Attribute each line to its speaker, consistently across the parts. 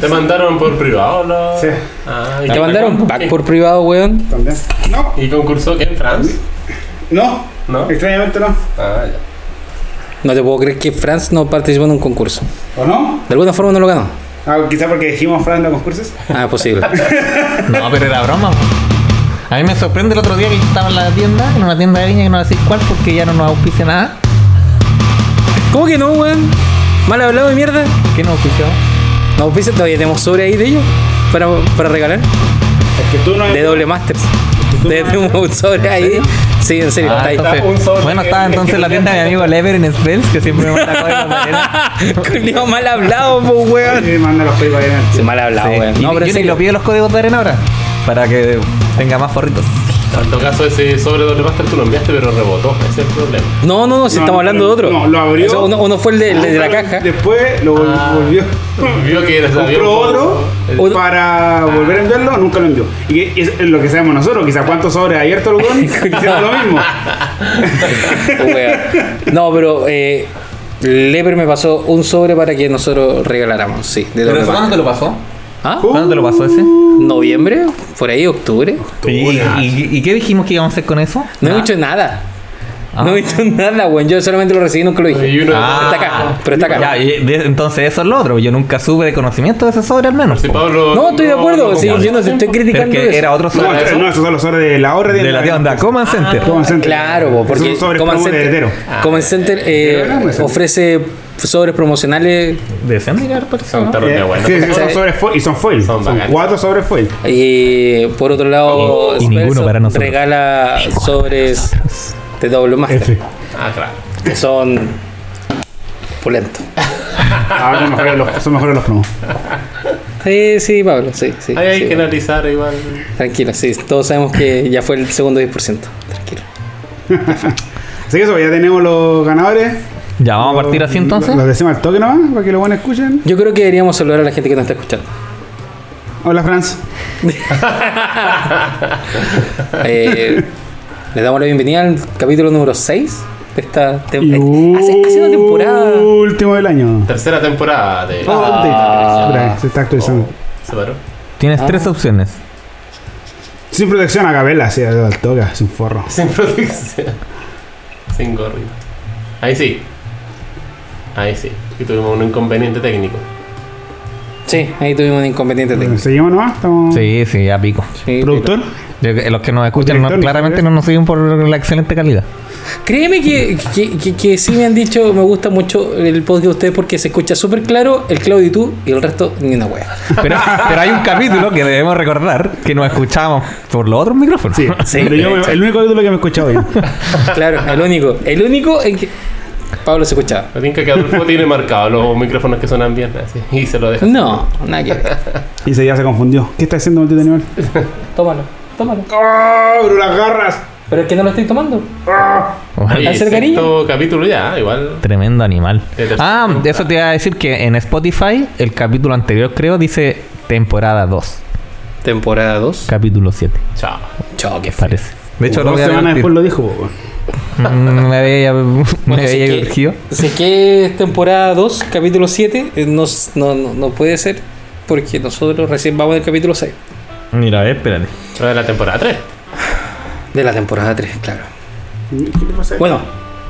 Speaker 1: Te mandaron por privado, ¿no?
Speaker 2: Sí.
Speaker 1: Ah, ¿y
Speaker 3: Te
Speaker 1: qué-
Speaker 3: mandaron un pack por privado, weón.
Speaker 2: También. No,
Speaker 1: ¿Y concursó qué en France?
Speaker 2: no,
Speaker 1: ¿No?
Speaker 2: extrañamente no.
Speaker 1: Ah, ya.
Speaker 3: No te puedo creer que Franz no participó en un concurso.
Speaker 2: ¿O no?
Speaker 3: De alguna forma no lo ganó.
Speaker 2: Ah, quizá porque dijimos Fran de concursos.
Speaker 3: Ah, posible.
Speaker 4: No, pero era broma. po. A mí me sorprende el otro día que yo estaba en la tienda, en una tienda de viña que no voy a decir cuál porque ya no nos auspicia nada.
Speaker 3: ¿Cómo que no, weón? Mal hablado de mierda.
Speaker 4: ¿Qué nos auspició?
Speaker 3: ¿No auspicia? ¿Todavía tenemos sobre ahí de ellos? Para, para regalar.
Speaker 2: Es que tú no.
Speaker 3: De doble masters. Todavía tenemos un sobre ahí. Sí, en serio.
Speaker 4: Ah,
Speaker 3: está ahí.
Speaker 4: entonces-
Speaker 2: un sobre
Speaker 4: bueno,
Speaker 2: que-
Speaker 4: estaba
Speaker 2: que-
Speaker 4: entonces
Speaker 2: que-
Speaker 4: la tienda de mi amigo Lever en Spells, que siempre me manda cosas de manera.
Speaker 3: Ah, Culiao mal hablado, po, weón.
Speaker 2: Y manda los paypal en el-
Speaker 3: Sí, mal hablado, weón.
Speaker 4: Y-
Speaker 3: No,
Speaker 4: y-
Speaker 3: pero en
Speaker 4: y lo
Speaker 3: serio.
Speaker 4: pido los códigos de arena ahora, para que tenga más forritos.
Speaker 1: Tanto caso ese sobre doble master tú lo enviaste, pero rebotó. Ese es el problema.
Speaker 3: No, no, no, si
Speaker 2: No,
Speaker 3: estamos
Speaker 2: no,
Speaker 3: hablando de otro.
Speaker 2: no, lo abrió.
Speaker 3: Eso, uno, uno fue el de, el de la caja.
Speaker 2: Después lo vol-
Speaker 1: Ah.
Speaker 2: volvió.
Speaker 1: Vio que les había un
Speaker 2: Compró
Speaker 1: poco-
Speaker 2: otro
Speaker 3: Otro.
Speaker 2: para volver a enviarlo, nunca lo envió. Y es lo que sabemos nosotros, quizá cuántos sobres abiertos lo con, hicieron lo mismo.
Speaker 3: Weón. Oh, No, pero eh, Leper me pasó un sobre para que nosotros regaláramos, sí. De doble masters.
Speaker 4: te lo pasó?
Speaker 3: ¿Ah?
Speaker 2: Uh.
Speaker 4: ¿Cuándo te lo pasó ese?
Speaker 3: ¿Noviembre? ¿Por ahí? ¿Octubre?
Speaker 4: ¿Y, y- y qué dijimos que íbamos a hacer con eso?
Speaker 3: No he
Speaker 4: Nada.
Speaker 3: hecho nada.
Speaker 4: Ah.
Speaker 3: No he hecho nada, weón. Yo solamente lo recibí, nunca lo dije.
Speaker 1: Y uno-
Speaker 3: Pero está acá, pero está acá.
Speaker 4: Ah. Ya, y- de- entonces eso es lo otro. Yo nunca supe de conocimiento de ese sobre al menos.
Speaker 1: Si
Speaker 4: po.
Speaker 1: Pablo.
Speaker 3: No, estoy de acuerdo.
Speaker 1: no
Speaker 3: sí,
Speaker 1: compró.
Speaker 3: yo no te estoy
Speaker 4: Pero es
Speaker 3: criticando
Speaker 4: que
Speaker 3: eso.
Speaker 4: era otro
Speaker 2: No,
Speaker 4: sobre
Speaker 2: no, esos son los sobres de la obra
Speaker 4: de la tienda Ah, Command Center.
Speaker 2: Command Center.
Speaker 3: Claro, po, porque
Speaker 2: Esos son sobres
Speaker 3: Command
Speaker 2: promo de
Speaker 3: Center,
Speaker 2: heredero.
Speaker 4: Ah.
Speaker 3: Command Center, eh,
Speaker 2: ¿De verdad, pues?
Speaker 3: ofrece sobres promocionales
Speaker 4: De Sendigar, parece.
Speaker 1: Son
Speaker 4: ¿no?
Speaker 1: terribles,
Speaker 2: Eh,
Speaker 1: bueno.
Speaker 2: sí, sí,
Speaker 3: O sea,
Speaker 2: son sobres foil- y son foil.
Speaker 1: son
Speaker 2: Son,
Speaker 1: bacanas.
Speaker 2: cuatro sobres foil.
Speaker 3: y por otro lado
Speaker 4: Y ninguno
Speaker 3: Spencer
Speaker 4: para nosotros.
Speaker 3: regala sobres de doble master,
Speaker 2: Este.
Speaker 1: Ah, claro.
Speaker 3: que son pulentos.
Speaker 2: Ahora Ah, son mejores los, son mejores los promos.
Speaker 3: Sí, sí, Pablo, sí, sí.
Speaker 1: Ahí hay
Speaker 3: sí,
Speaker 1: que
Speaker 3: Pablo.
Speaker 1: analizar igual.
Speaker 3: Tranquilo, sí, todos sabemos que ya fue el segundo 10%. Tranquilo.
Speaker 2: Así que eso, ya tenemos los ganadores.
Speaker 4: Ya, vamos a partir así entonces.
Speaker 2: Los decimos al toque nomás, para que los buenos escuchen.
Speaker 3: Yo creo que deberíamos saludar a la gente que nos está escuchando.
Speaker 2: Hola, Franz.
Speaker 3: Eh, les damos la bienvenida al capítulo número 6 de esta
Speaker 2: Y
Speaker 3: temporada. Eh, Hace, hace
Speaker 4: uh.
Speaker 3: una temporada.
Speaker 2: Último del año.
Speaker 1: Tercera temporada de.
Speaker 2: Oh,
Speaker 3: Ah.
Speaker 2: update. Espera, se está actualizando.
Speaker 1: ¿Se paró?
Speaker 2: Ah.
Speaker 4: Tienes tres opciones.
Speaker 2: Sin protección a capela, sí, al toque, sin forro.
Speaker 1: Sin protección. Sin gorrito. Ahí sí. Ahí sí. Y tuvimos un inconveniente técnico.
Speaker 3: Sí, ahí tuvimos un inconveniente
Speaker 2: Bueno,
Speaker 3: técnico.
Speaker 2: Seguimos nomás, estamos.
Speaker 4: Sí, sí, ya pico.
Speaker 3: Sí,
Speaker 2: Productor.
Speaker 4: Yo- eh, los que nos escuchan no-
Speaker 2: Director,
Speaker 4: claramente
Speaker 2: ¿no?
Speaker 4: no nos siguen por la excelente calidad.
Speaker 3: pero- Créeme que, que, que- que sí me han dicho, me gusta mucho el podcast de ustedes porque se escucha súper claro el Claudio y tú y el resto ni una wea.
Speaker 4: Pero, pero hay un capítulo que debemos recordar que nos escuchamos por los otros micrófonos.
Speaker 2: Sí,
Speaker 3: Sí,
Speaker 2: pero yo me- el único capítulo que me he escuchado bien.
Speaker 3: Claro, el único. El único en que Pablo se escuchaba.
Speaker 1: Me tinca que Adolfo tiene marcado los micrófonos que sonan bien así. Y se lo deja.
Speaker 3: No, nada que ver.
Speaker 2: Y se ya se confundió. ¿Qué está haciendo maldito animal?
Speaker 3: Tómalo, tómalo.
Speaker 2: ¡Oh, bro, las garras!
Speaker 3: Pero es que no lo estoy tomando.
Speaker 4: Bueno,
Speaker 1: Oye,
Speaker 3: ¿Hacer
Speaker 1: sexto
Speaker 3: cariño?
Speaker 1: capítulo ya, igal
Speaker 4: Tremendo animal.
Speaker 1: Pero-
Speaker 4: Ah, eso te iba a decir que en Spotify, el capítulo anterior creo dice temporada 2,
Speaker 3: Temporada 2.
Speaker 4: capítulo 7,
Speaker 1: Chao.
Speaker 3: Chao, qué fácil.
Speaker 4: parece. De hecho, lo
Speaker 2: dos
Speaker 4: voy a
Speaker 2: semanas
Speaker 4: repetir.
Speaker 2: después lo dijo, po, weón.
Speaker 4: Mm, Me había, me
Speaker 3: Bueno, si
Speaker 4: había
Speaker 3: es que-
Speaker 4: divergido.
Speaker 3: Si es que es temporada 2, capítulo 7, eh, no, s- no, no, no puede ser porque nosotros recién vamos del capítulo 6.
Speaker 4: Mira, eh, espérate.
Speaker 1: Pero de la temporada 3.
Speaker 3: De la temporada 3, claro.
Speaker 2: ¿Qué le pasa?
Speaker 3: Bueno,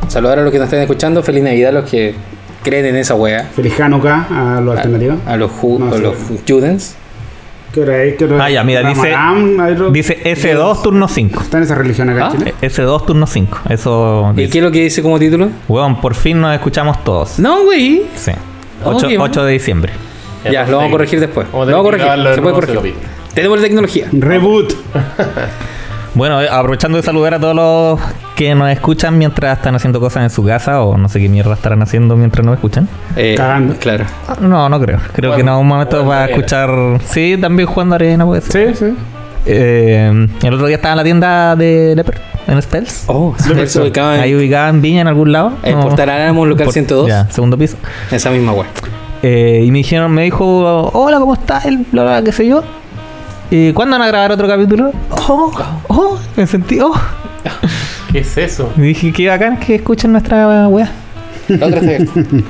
Speaker 3: saludar a los que nos estén escuchando. Feliz Navidad a los que creen en esa wea.
Speaker 2: Feliz Hanukkah a los
Speaker 3: A,
Speaker 2: alternativos.
Speaker 3: a los, ju
Speaker 2: No,
Speaker 3: a
Speaker 2: sí.
Speaker 3: los Judens.
Speaker 2: ¿Qué hora es? ¿Qué hora es?
Speaker 4: Ah, ya, mira, dice-
Speaker 2: Ramadán, hay otro-
Speaker 4: Dice S2 turno 5.
Speaker 2: ¿Está en esa religión acá
Speaker 3: Ah,
Speaker 2: en Chile?
Speaker 4: S2 turno 5. Eso.
Speaker 3: ¿Y
Speaker 4: dice.
Speaker 3: qué es lo que dice como título?
Speaker 4: Weón, por fin nos escuchamos todos.
Speaker 3: No, güey.
Speaker 4: Sí.
Speaker 3: Ok,
Speaker 4: 8,
Speaker 3: bueno.
Speaker 4: de diciembre.
Speaker 3: Ya, lo vamos a corregir después.
Speaker 1: Vamos a tener
Speaker 3: lo vamos
Speaker 1: que
Speaker 3: a
Speaker 1: grabarlo de
Speaker 3: corregir. Se puede
Speaker 1: nuevo,
Speaker 3: corregir. Tenemos la tecnología.
Speaker 2: Reboot.
Speaker 4: Bueno, eh, aprovechando de saludar a todos los que nos escuchan mientras están haciendo cosas en su casa o no sé qué mierda estarán haciendo mientras nos escuchan.
Speaker 3: Eh,
Speaker 2: Cagando.
Speaker 3: Claro.
Speaker 4: Ah, No, no creo. Creo
Speaker 1: Bueno,
Speaker 4: que en algún momento
Speaker 1: jugando
Speaker 4: va a
Speaker 1: arena.
Speaker 4: escuchar. Sí, también jugando arena, puede ser.
Speaker 2: Sí, sí.
Speaker 4: Eh, el otro día estaba en la tienda de Leper, en Spells.
Speaker 3: Oh, se
Speaker 2: persona.
Speaker 3: ubicaba en
Speaker 4: Ahí ubicada en Viña, en algún lado.
Speaker 3: en
Speaker 4: No.
Speaker 3: Portal Álamo, local
Speaker 4: Por-
Speaker 3: 102.
Speaker 4: Ya, segundo piso.
Speaker 3: Esa misma wea.
Speaker 4: Eh, y me dijeron, me dijo, hola, ¿cómo estás? El bla, bla, qué sé yo. ¿Y cuándo van a grabar otro capítulo? Oh, oh, me sentí, oh.
Speaker 1: ¿Qué es eso?
Speaker 4: Y dije, qué bacán que escuchen nuestra weá.
Speaker 3: La otra está abierta.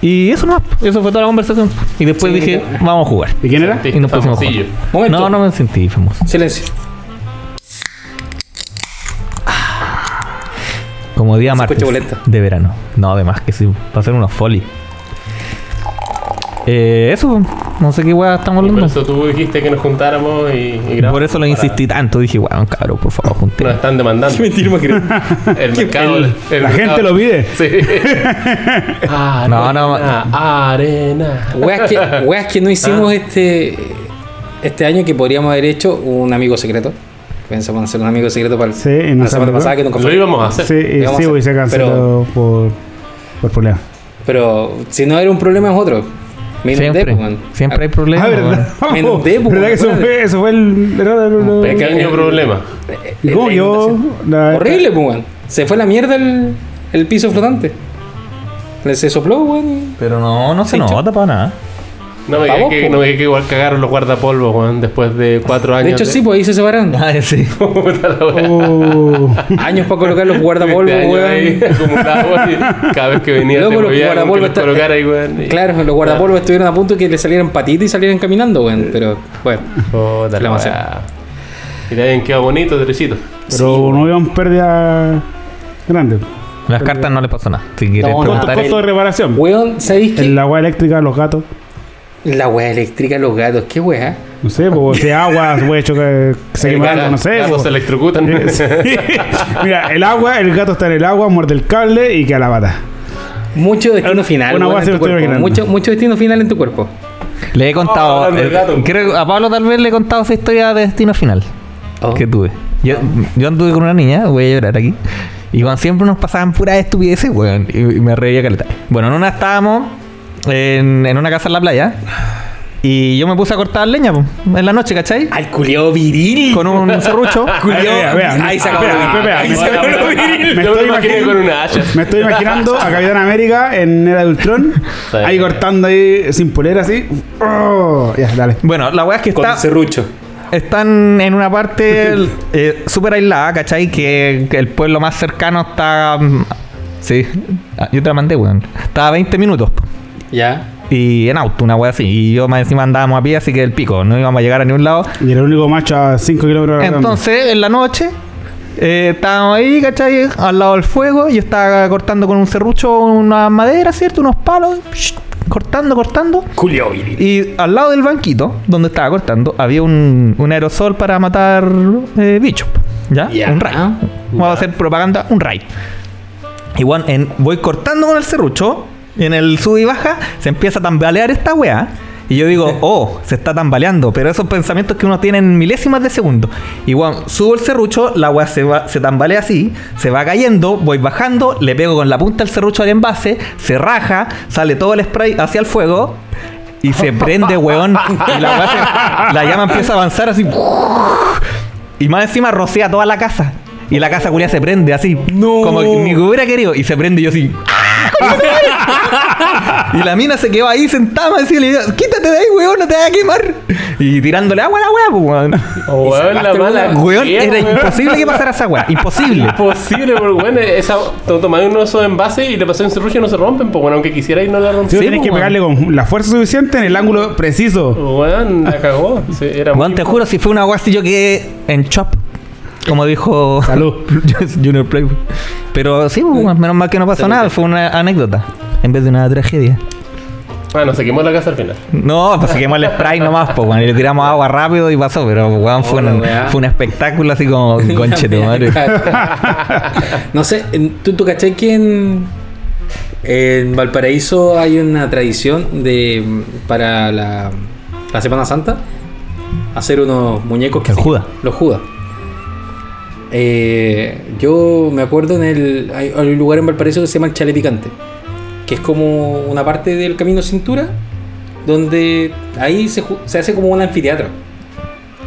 Speaker 4: Y eso nomás, eso fue toda la conversación. Y después
Speaker 3: Sí,
Speaker 4: dije,
Speaker 3: ya.
Speaker 4: vamos a jugar.
Speaker 2: ¿Y quién era?
Speaker 4: Y nos pusimos a jugar.
Speaker 1: Famosillo.
Speaker 3: Momento.
Speaker 4: No, no me sentí famoso.
Speaker 3: Silencio.
Speaker 4: Como día martes
Speaker 3: escucha boleta.
Speaker 4: de verano. No, además que sí, va a ser una folly. Eh, eso, no sé qué weá estamos
Speaker 1: Y Por
Speaker 4: hablando.
Speaker 1: eso tú dijiste que nos juntáramos y, y grabamos
Speaker 4: Por eso lo
Speaker 1: para-
Speaker 4: insistí tanto. Dije, weón, cabrón, por favor,
Speaker 1: Nos
Speaker 4: junté.
Speaker 1: están demandando.
Speaker 3: Qué mentira más grande.
Speaker 1: El mercado.
Speaker 2: El-
Speaker 1: el
Speaker 2: la
Speaker 1: mercado-
Speaker 2: gente lo pide.
Speaker 1: Sí. arena,
Speaker 4: No, no.
Speaker 1: Arena.
Speaker 3: Weas que, weas que no
Speaker 1: Ah.
Speaker 3: hicimos este, este año que podríamos haber hecho un amigo secreto. Pensamos en hacer un amigo secreto para el,
Speaker 2: Sí, y no
Speaker 3: la semana
Speaker 2: salió.
Speaker 3: pasada que nunca
Speaker 1: Lo
Speaker 3: fue.
Speaker 1: íbamos a hacer.
Speaker 2: Sí, y
Speaker 3: Digamos
Speaker 2: sí,
Speaker 3: así.
Speaker 2: güey, se canceló por, por problema.
Speaker 3: Pero si no era un problema es otro. Me inundé,
Speaker 4: Siempre,
Speaker 3: pues, man.
Speaker 4: siempre hay problemas.
Speaker 2: Ah,
Speaker 4: weón.
Speaker 2: ¿verdad?
Speaker 3: Me inundé, pues,
Speaker 2: ¿Verdad que eso
Speaker 3: compadre.
Speaker 2: fue, eso fue el error?
Speaker 1: Un
Speaker 2: el- el-
Speaker 1: Pequeño problema.
Speaker 2: ¿Y
Speaker 3: Eh,
Speaker 2: cómo
Speaker 3: la
Speaker 2: yo?
Speaker 3: inundación.
Speaker 2: la-
Speaker 3: Horrible, pues, weón. Se fue a la mierda el, el piso flotante. Le se sopló, weón.
Speaker 4: Pero no, no se
Speaker 3: Sí,
Speaker 4: nota para nada.
Speaker 1: No me
Speaker 3: Pa'
Speaker 1: digas
Speaker 3: vos,
Speaker 1: que,
Speaker 3: po.
Speaker 1: no me digas que igual cagaron los guardapolvos, Juan, después de cuatro años.
Speaker 3: De hecho, sí, pues ahí se separaron.
Speaker 4: Ah, sí.
Speaker 1: Puta la wea.
Speaker 2: Oh.
Speaker 3: Años para colocar los guardapolvos,
Speaker 1: Este año
Speaker 3: weón.
Speaker 1: ahí acumulado, weón, y Cada vez que venía
Speaker 3: Luego
Speaker 1: te
Speaker 3: los
Speaker 1: movían, que
Speaker 3: guardapolvos
Speaker 1: los
Speaker 3: está- eh,
Speaker 1: colocara ahí, weón. y- Ah.
Speaker 3: Claro, los guardapolvos estuvieron a punto que le salieran patitas y salieran caminando, weón. Pero, bueno.
Speaker 1: Puta la
Speaker 3: La maceta.
Speaker 1: wea. Y te habían quedado bonitos, derechitos.
Speaker 2: Pero no habían pérdida grande.
Speaker 4: Las cartas no le pasó nada. Si quieres
Speaker 3: No, no,
Speaker 2: Costo,
Speaker 4: preguntar,
Speaker 3: el-
Speaker 2: costo de reparación.
Speaker 3: Weón, ¿sabéis qué?
Speaker 2: El agua eléctrica, los gatos.
Speaker 3: La weá eléctrica, los gatos, qué weá.
Speaker 2: No sé, pues si agua, güey, choca, se quema algo,
Speaker 1: gato-
Speaker 2: no sé.
Speaker 1: gatos
Speaker 2: pues.
Speaker 1: se electrocutan.
Speaker 2: Eh, sí. Mira, el agua, el gato está en el agua, muerde el cable y queda la pata.
Speaker 3: Mucho destino final.
Speaker 2: una
Speaker 3: weón,
Speaker 2: weá
Speaker 3: en
Speaker 2: se
Speaker 3: tu
Speaker 2: me estoy
Speaker 3: cuerpo.
Speaker 2: imaginando.
Speaker 3: Mucho, mucho destino final en tu cuerpo.
Speaker 4: le
Speaker 1: Oh,
Speaker 4: he contado.
Speaker 1: hablando del
Speaker 4: eh,
Speaker 1: gato.
Speaker 4: creo- a Pablo tal vez le he contado esa historia de destino final
Speaker 3: Oh.
Speaker 4: que tuve. Yo, yo anduve con una niña, voy a llorar aquí. Y cuando siempre nos pasaban puras estupideces, weón. Y, y me reía caleta. Bueno, en una estábamos en, en una casa en la playa. Y yo me puse a cortar leña, po, en la noche, ¿cachai?
Speaker 3: Al culeo viril.
Speaker 4: Con un serrucho.
Speaker 3: Culiao-
Speaker 2: Vea, vea,
Speaker 3: ahí
Speaker 2: no-
Speaker 3: se acabó
Speaker 2: espera,
Speaker 3: lo viril,
Speaker 2: espera,
Speaker 3: ahí
Speaker 2: me
Speaker 3: se acabó
Speaker 1: estoy-
Speaker 3: lo viril.
Speaker 1: Yo me imaginé con una hacha.
Speaker 2: Me estoy imaginando a Capitán América en Era de Ultron,
Speaker 1: Sí.
Speaker 2: ahí cortando ahí sin polera así. Oh, ya, dale.
Speaker 4: Bueno, la weá es que
Speaker 3: Con
Speaker 4: está.
Speaker 3: serrucho.
Speaker 4: Están en una parte eh, súper aislada, ¿cachai? Que, que el pueblo más cercano está. mm, Sí, Ah, yo te la mandé, weón. Estaba a 20 minutos. po.
Speaker 3: Ya.
Speaker 4: Y en auto, una wea así. Y yo más encima andábamos a pie, así que el pico, no íbamos a llegar a ningún lado.
Speaker 2: Y era el único macho a 5 kilómetros de la
Speaker 4: Entonces, en la noche, eh, estábamos ahí, ¿cachai? Al lado del fuego. Yo estaba cortando con un serrucho una madera, ¿cierto? Unos palos. shh, cortando, cortando.
Speaker 3: Culeo viril.
Speaker 4: Y al lado del banquito, donde estaba cortando, había un, un aerosol para matar eh, bichos. ¿Ya?
Speaker 3: Ya.
Speaker 4: Un ray. Vamos a hacer propaganda, un ray. Igual en, voy cortando con el serrucho, y en el sub y baja se empieza a tambalear esta weá. Y yo digo, oh, se está tambaleando, pero esos pensamientos que uno tiene en milésimas de segundo. Igual, subo el serrucho, la weá se, va- se tambalea así, se va cayendo, voy bajando, le pego con la punta el serrucho al envase, se raja, sale todo el spray hacia el fuego y se prende, weón. Y la, weá se- la llama empieza a avanzar así. Y más encima rocea toda la casa. Y la casa culia se prende así.
Speaker 3: No.
Speaker 4: Como que ni que hubiera querido. Y se prende y yo así. y la mina se quedó ahí sentada así y le digo, quítate de ahí, weón, no te vas a quemar. Y tirándole agua a la weá, pues, weón.
Speaker 1: Oh, weón, la
Speaker 3: sacaste
Speaker 1: mala.
Speaker 3: una-
Speaker 4: Weón,
Speaker 1: idea,
Speaker 4: era
Speaker 1: weón.
Speaker 4: imposible que pasara esa weá. Imposible.
Speaker 1: Imposible, pero bueno, esa, to- tomar uno de esos envases y le pasé un serrucho y no se rompen, pues bueno, aunque quisiera y no la
Speaker 2: Sí,
Speaker 1: rompí.
Speaker 4: Sí,
Speaker 2: tienes
Speaker 4: pues,
Speaker 2: que
Speaker 4: weón.
Speaker 2: pegarle con la fuerza suficiente en el ángulo preciso.
Speaker 1: Weón, la cagó. Sí, era muy-
Speaker 4: Weón, te juro, si fue una weá así yo quedé en chop. Como dijo
Speaker 2: Salud.
Speaker 4: Junior Playboy. Pero sí, pues, weón, menos mal que no pasó
Speaker 3: Salud.
Speaker 4: nada. Fue una anécdota. En vez de una tragedia.
Speaker 1: Ah, no, se quemó la casa al final.
Speaker 4: No, pues se quemó el spray nomás, pues, weón. Y le tiramos agua rápido y pasó, pero, weón, fue,
Speaker 3: Hola,
Speaker 4: un,
Speaker 3: Oh, weá.
Speaker 4: fue un espectáculo así como conche tu madre.
Speaker 3: no sé, en- ¿tú, tú cachai que en, en Valparaíso hay una tradición de para la, la Semana Santa hacer unos muñecos que
Speaker 4: El
Speaker 3: se-
Speaker 4: Judas.
Speaker 3: Los Judas. Eh, yo me acuerdo en el. Hay, hay un lugar en Valparaíso que se llama el Chale Picante. Que es como una parte del camino cintura. Donde ahí se, ju- se hace como un anfiteatro.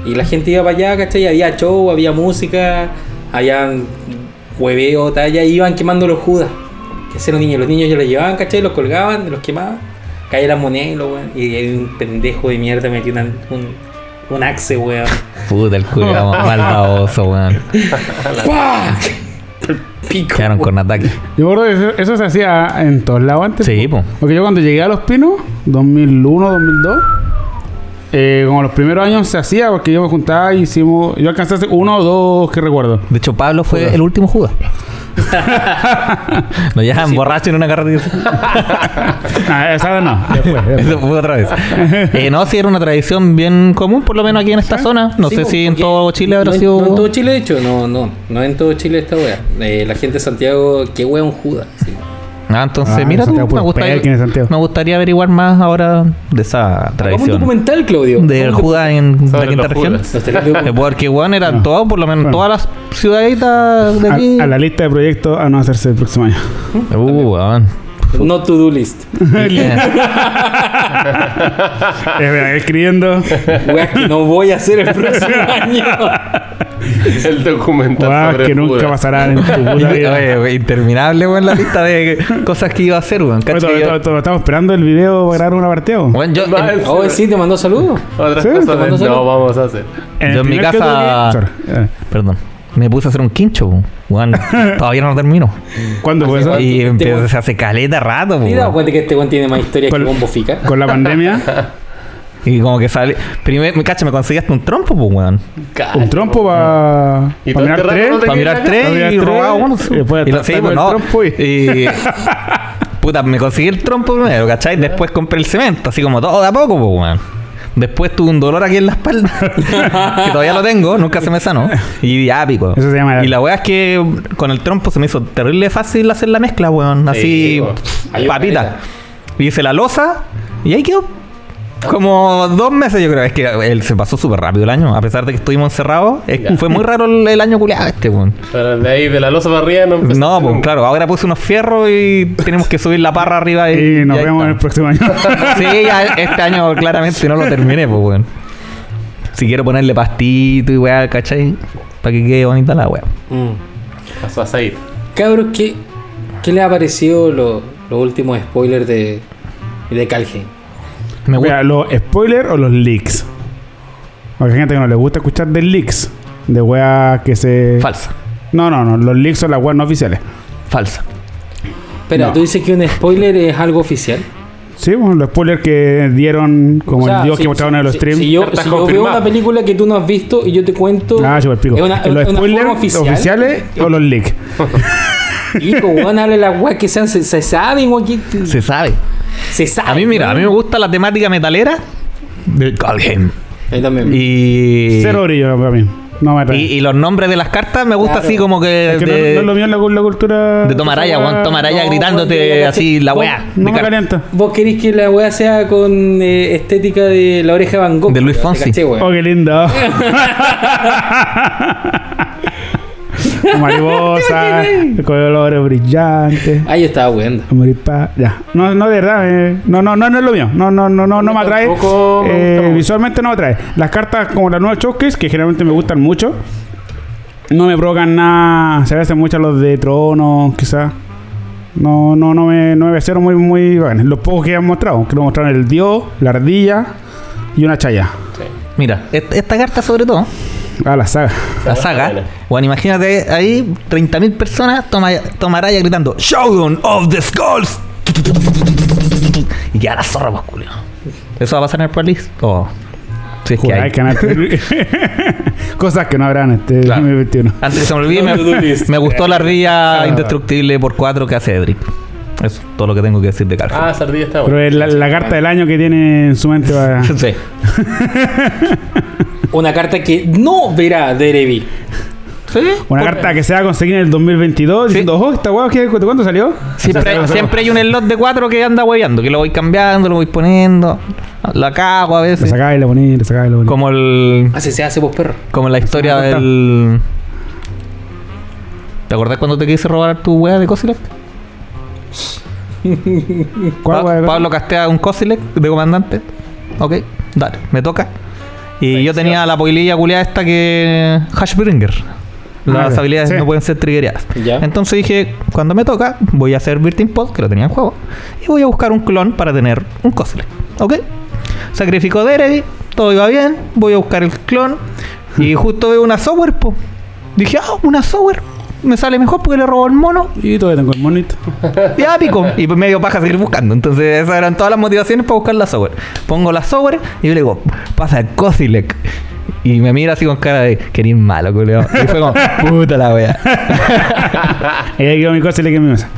Speaker 3: Y la gente iba para allá, ¿cachai? Había show, había música, había hueveo, talla, y iban quemando los judas. Que hacían los niños, los niños ya los llevaban, ¿cachai? Los colgaban, los quemaban, caía la moneda y lo weón. Y ahí un pendejo de mierda metió una- un, un axe, weón.
Speaker 4: Puta el culo, mal baboso, weón.
Speaker 3: ¡Pah! Pico.
Speaker 4: Quedaron con ataque.
Speaker 2: Yo me acuerdo que eso, eso se hacía en todos lados antes.
Speaker 4: Sí, po.
Speaker 2: Porque yo cuando llegué a Los Pinos, 2001, 2002, eh, como los primeros años se hacía, porque yo me juntaba y hicimos. Yo alcancé a hacer uno o dos que recuerdo.
Speaker 4: De hecho, Pablo fue el último Judas. Nos llevan borracho en una carretera.
Speaker 2: Ah, esa no, después. después.
Speaker 4: Eso fue otra vez. Eh, no, sí, era una tradición bien común, por lo menos aquí en esta zona. No
Speaker 3: Sí,
Speaker 4: sé
Speaker 3: po,
Speaker 4: si en
Speaker 3: porque
Speaker 4: todo Chile habrá
Speaker 3: no en-
Speaker 4: sido.
Speaker 3: No en todo Chile, de hecho, no, no. No en todo Chile esta wea. Eh, la gente de Santiago, qué wea un Judas. sí.
Speaker 4: Ah, entonces,
Speaker 2: Ah,
Speaker 4: mira,
Speaker 2: en
Speaker 4: tú, me,
Speaker 2: Santiago, puro
Speaker 4: gustaría,
Speaker 2: pez, ¿quién es Santiago?
Speaker 4: me gustaría averiguar más ahora de esa
Speaker 3: Hagamos un
Speaker 4: tradición.
Speaker 3: documental, Claudio.
Speaker 4: De
Speaker 3: Hagamos un
Speaker 4: Judas en la
Speaker 1: Sobre
Speaker 4: quinta
Speaker 1: los
Speaker 4: región.
Speaker 1: Judas.
Speaker 3: Los tenés locos.
Speaker 4: Eh, Porque, weón, eran
Speaker 2: No.
Speaker 4: todas, por lo menos
Speaker 2: Bueno.
Speaker 4: todas las ciudaditas de aquí.
Speaker 2: A, a la lista de proyectos a no hacerse el próximo año. Eh,
Speaker 4: Uh, weón.
Speaker 3: No to do list.
Speaker 2: Es verdad, escribiendo.
Speaker 3: Weas que no voy a hacer el próximo año.
Speaker 1: El documental
Speaker 2: Guau,
Speaker 1: sobre
Speaker 2: que
Speaker 1: el
Speaker 2: nunca
Speaker 1: Buda.
Speaker 2: pasarán en tu puta vida.
Speaker 4: Oye, güey, interminable, weón, la lista de cosas que iba a hacer, weón.
Speaker 2: Oye,
Speaker 4: ¿Cachai?
Speaker 2: todavía- todavía- todavía Estamos esperando el video para grabar una partida. ¿o?
Speaker 4: Weón, yo, eh,
Speaker 1: Más
Speaker 4: en-
Speaker 3: Oh, sí, te mandó saludos.
Speaker 1: Otras
Speaker 2: Sí, te
Speaker 1: cosas de
Speaker 3: mando
Speaker 1: no
Speaker 3: saludos.
Speaker 1: vamos a hacer.
Speaker 2: el
Speaker 4: yo en mi
Speaker 2: primer que
Speaker 4: casa-
Speaker 2: tuve- Sorry. eh,
Speaker 4: perdón, me puse a hacer un quincho, weón. weón. Todavía no termino.
Speaker 2: Eh, ¿Cuándo fue eso?
Speaker 4: Y
Speaker 3: te-
Speaker 4: empecé se hace caleta rato,
Speaker 3: ¿Te has dado
Speaker 4: weón.
Speaker 3: cuenta que este weón tiene más historia que
Speaker 2: ¿Cuál?
Speaker 3: Bombo Fica?
Speaker 2: Con la pandemia,
Speaker 4: Y como que sale. Primero, cacha, me conseguiste un trompo, pues, weón.
Speaker 2: un trompo para
Speaker 1: Y todo
Speaker 2: mirar
Speaker 1: este rato
Speaker 2: tres.
Speaker 1: no te-
Speaker 4: Para mirar
Speaker 1: Tenía
Speaker 4: tres
Speaker 2: Había
Speaker 4: y
Speaker 2: tres,
Speaker 4: robaba uno.
Speaker 2: y después
Speaker 4: Y lo
Speaker 2: atrás
Speaker 4: sí,
Speaker 2: estaba
Speaker 4: pues,
Speaker 2: el
Speaker 4: no.
Speaker 2: trompo y-
Speaker 4: Y. Puta, me conseguí el trompo primero, ¿cachai? Después compré el cemento, así como todo de a poco, pues, weón. Después tuve un dolor aquí en la espalda, que todavía lo tengo, nunca se me sanó. Y ya, pico.
Speaker 2: Eso se llama-
Speaker 4: Y la weá es que con el trompo se me hizo terrible fácil hacer la mezcla, weón. Así,
Speaker 1: Sí, weón.
Speaker 3: Ahí
Speaker 4: papita.
Speaker 3: caleta.
Speaker 4: Y hice la losa y ahí quedó. Como dos meses, yo creo. Es que él se pasó súper rápido el año, a pesar de que estuvimos encerrados. Es-
Speaker 1: Ya.
Speaker 4: fue muy raro el, el año culiado este, weón.
Speaker 1: Pero de ahí, de la losa para arriba, no empezó.
Speaker 4: No, pues
Speaker 1: nunca.
Speaker 4: claro, ahora puse unos fierros y tenemos que subir la parra arriba y.
Speaker 2: Y nos
Speaker 4: y ahí
Speaker 2: vemos en el
Speaker 4: estamos.
Speaker 2: próximo año.
Speaker 4: Sí, ya este año claramente no lo terminé, pues, weón. Si quiero ponerle pastito y weá, ¿cachai? Para que quede bonita la weá.
Speaker 3: Mm.
Speaker 1: Pasó a Said.
Speaker 3: Cabros, ¿qué, qué les ha parecido lo- los últimos spoilers de, de Calheim?
Speaker 4: Me gusta.
Speaker 2: Mira, ¿los spoilers o los leaks? Porque hay gente que no le gusta escuchar de leaks. De weas que se.
Speaker 4: Falsa,
Speaker 2: No, no, no. Los leaks son las weas no oficiales.
Speaker 4: falsa.
Speaker 3: Espera,
Speaker 2: No.
Speaker 3: tú dices que un spoiler es algo oficial.
Speaker 2: Sí, bueno, los spoilers que dieron como
Speaker 3: O sea,
Speaker 2: el dios
Speaker 3: si-
Speaker 2: que mostraron en los
Speaker 3: si-
Speaker 2: streams.
Speaker 3: Si yo,
Speaker 1: Está
Speaker 3: si yo veo
Speaker 1: confirmado.
Speaker 3: una película que tú no has visto y yo te cuento.
Speaker 2: Ah, yo me pico.
Speaker 3: Es una, es
Speaker 2: ¿Los
Speaker 3: una
Speaker 2: spoilers
Speaker 3: forma oficial.
Speaker 2: oficiales o los leaks?
Speaker 3: Hijo, weón, habla la weá que sean, se, se saben, weón. que-
Speaker 4: Se sabe.
Speaker 3: Se sabe.
Speaker 4: A mí, mira, a mí me
Speaker 3: weón.
Speaker 4: gusta la temática metalera del Calgen.
Speaker 3: Ahí también.
Speaker 4: Y.
Speaker 2: Cero brillo para mí. No me
Speaker 4: y,
Speaker 2: atrae.
Speaker 4: y los nombres de las cartas me gusta
Speaker 3: Claro.
Speaker 4: así como que.
Speaker 2: Es que no-
Speaker 4: de,
Speaker 2: no, es lo mío en la, la cultura.
Speaker 4: de Tomaraya, Juan Tomaraya
Speaker 3: No,
Speaker 4: gritándote
Speaker 3: weón, yo ya
Speaker 4: así
Speaker 3: caché.
Speaker 4: la weá.
Speaker 2: No
Speaker 4: de
Speaker 2: me
Speaker 4: cartas.
Speaker 2: calienta.
Speaker 3: Vos querés que la weá sea con eh, estética de la oreja de Van Gogh.
Speaker 4: De Luis
Speaker 3: weón, te
Speaker 4: Fonsi.
Speaker 3: caché, weón.
Speaker 2: Oh, qué lindo. Mariposa, colores brillantes.
Speaker 3: Ahí estaba weón.
Speaker 2: Amoripa, ya. No, no, de verdad. eh, No, no, no, no es lo mío. No, no, no, no, no me atrae.
Speaker 1: Tampoco me
Speaker 2: Eh,
Speaker 1: gusta mucho.
Speaker 2: visualmente no me atrae. Las cartas como las nuevas Chokis, que generalmente me gustan mucho, no me provocan nada. Se hacen mucho a los de Tronos, quizás. No, no, no me, no me parecieron muy, muy bacanes. Los pocos que han mostrado, que nos mostraron el dios, la ardilla y una chaya.
Speaker 4: Mira, est- esta carta sobre todo,
Speaker 2: Ah, la saga.
Speaker 4: la saga. Juan, imagínate ahí 30.000 personas toma, Tomaraya gritando Shogun of the Skulls. Y ya la zorra, pues, culiao. ¿Eso va a pasar en el Parlis? Oh. Si es que
Speaker 2: Joder,
Speaker 4: hay.
Speaker 2: hay canal. Cosas que no habrán este
Speaker 4: Claro.
Speaker 2: 2021.
Speaker 4: Antes que se me olvide, me, me gustó la
Speaker 2: Ah.
Speaker 4: ardilla indestructible por 4 que hace Edric. Eso es todo lo que tengo que decir de Carl.
Speaker 1: Ah, Sardilla está
Speaker 2: Pero
Speaker 1: bueno.
Speaker 2: es la, la carta del año que tiene en su mente para...
Speaker 4: Sí.
Speaker 3: Una carta que no verá Derevi.
Speaker 4: ¿Sí?
Speaker 2: Una carta que se va a conseguir en el 2022 diciendo, oh, esta guau, ¿qué- ¿de cuánto salió?
Speaker 4: Siempre, hay- siempre hay un slot de 4 que anda hueveando, que lo voy cambiando, lo voy poniendo, la cago a
Speaker 2: Le
Speaker 4: veces.
Speaker 2: sacaba y le ponía, le sacaba y le ponía.
Speaker 4: Como el.
Speaker 3: Así Ah, se hace vos, perro.
Speaker 4: Como la historia
Speaker 2: me gusta.
Speaker 4: del. ¿Te acordás cuando te quise robar tu weá de Cosilec?
Speaker 2: ¿Cuál
Speaker 4: Pa-
Speaker 2: guau de-
Speaker 4: Pablo castea un Cosilec de comandante. Ok, dale, me toca. Y yo tenía la poililla culiada esta que. Hashbringer.
Speaker 2: Ah,
Speaker 4: Las
Speaker 2: ya.
Speaker 4: habilidades
Speaker 2: Sí.
Speaker 4: no pueden ser triggeradas.
Speaker 3: Ya.
Speaker 4: Entonces dije, cuando me toca, voy a hacer Virtin Pod, que lo tenía en juego, y voy a buscar un clon para tener un Cosilec. ¿Ok? Sacrificó Derek, todo iba bien, voy a buscar el clon, y justo veo una software, po. Dije, ah, una software. me sale mejor porque le robó el mono
Speaker 2: Y todavía tengo el monito.
Speaker 4: ya pico. Y pues medio paja seguir buscando. Entonces esas eran todas las motivaciones para buscar la software. Pongo la software y yo le digo, pasa el Cosilec. Y me mira así con cara de, querís malo, culeo. Y fue como, puta la wea. Ah.
Speaker 2: Y ahí quedó mi cosa y le quedó mi mesa.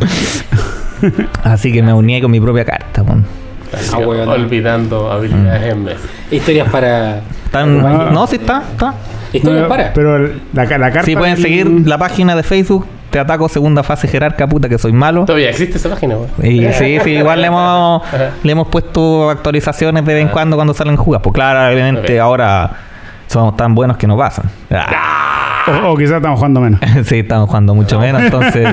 Speaker 4: Así que me uní con mi propia carta, mon.
Speaker 1: Así,
Speaker 3: Ah, huevón.
Speaker 1: olvidando habilidades en vez.
Speaker 3: Historias para.
Speaker 4: Tan-
Speaker 2: Ah.
Speaker 4: no, sí está, está.
Speaker 3: Historias
Speaker 2: No,
Speaker 3: para.
Speaker 2: Pero el- la, ca- la carta.
Speaker 4: Si pueden
Speaker 2: del-
Speaker 4: seguir la página de Facebook, te ataco segunda fase jerarca, puta que soy malo.
Speaker 1: Todavía existe esa página, güey.
Speaker 4: Y sí, sí, igual le hemos, le hemos puesto actualizaciones
Speaker 2: Ah.
Speaker 4: de vez en cuando cuando salen jugas. Pues claramente
Speaker 1: Ok.
Speaker 4: ahora somos tan buenos que no pasan. Ah,
Speaker 2: O, o quizás estamos jugando menos.
Speaker 4: sí, estamos jugando mucho menos, entonces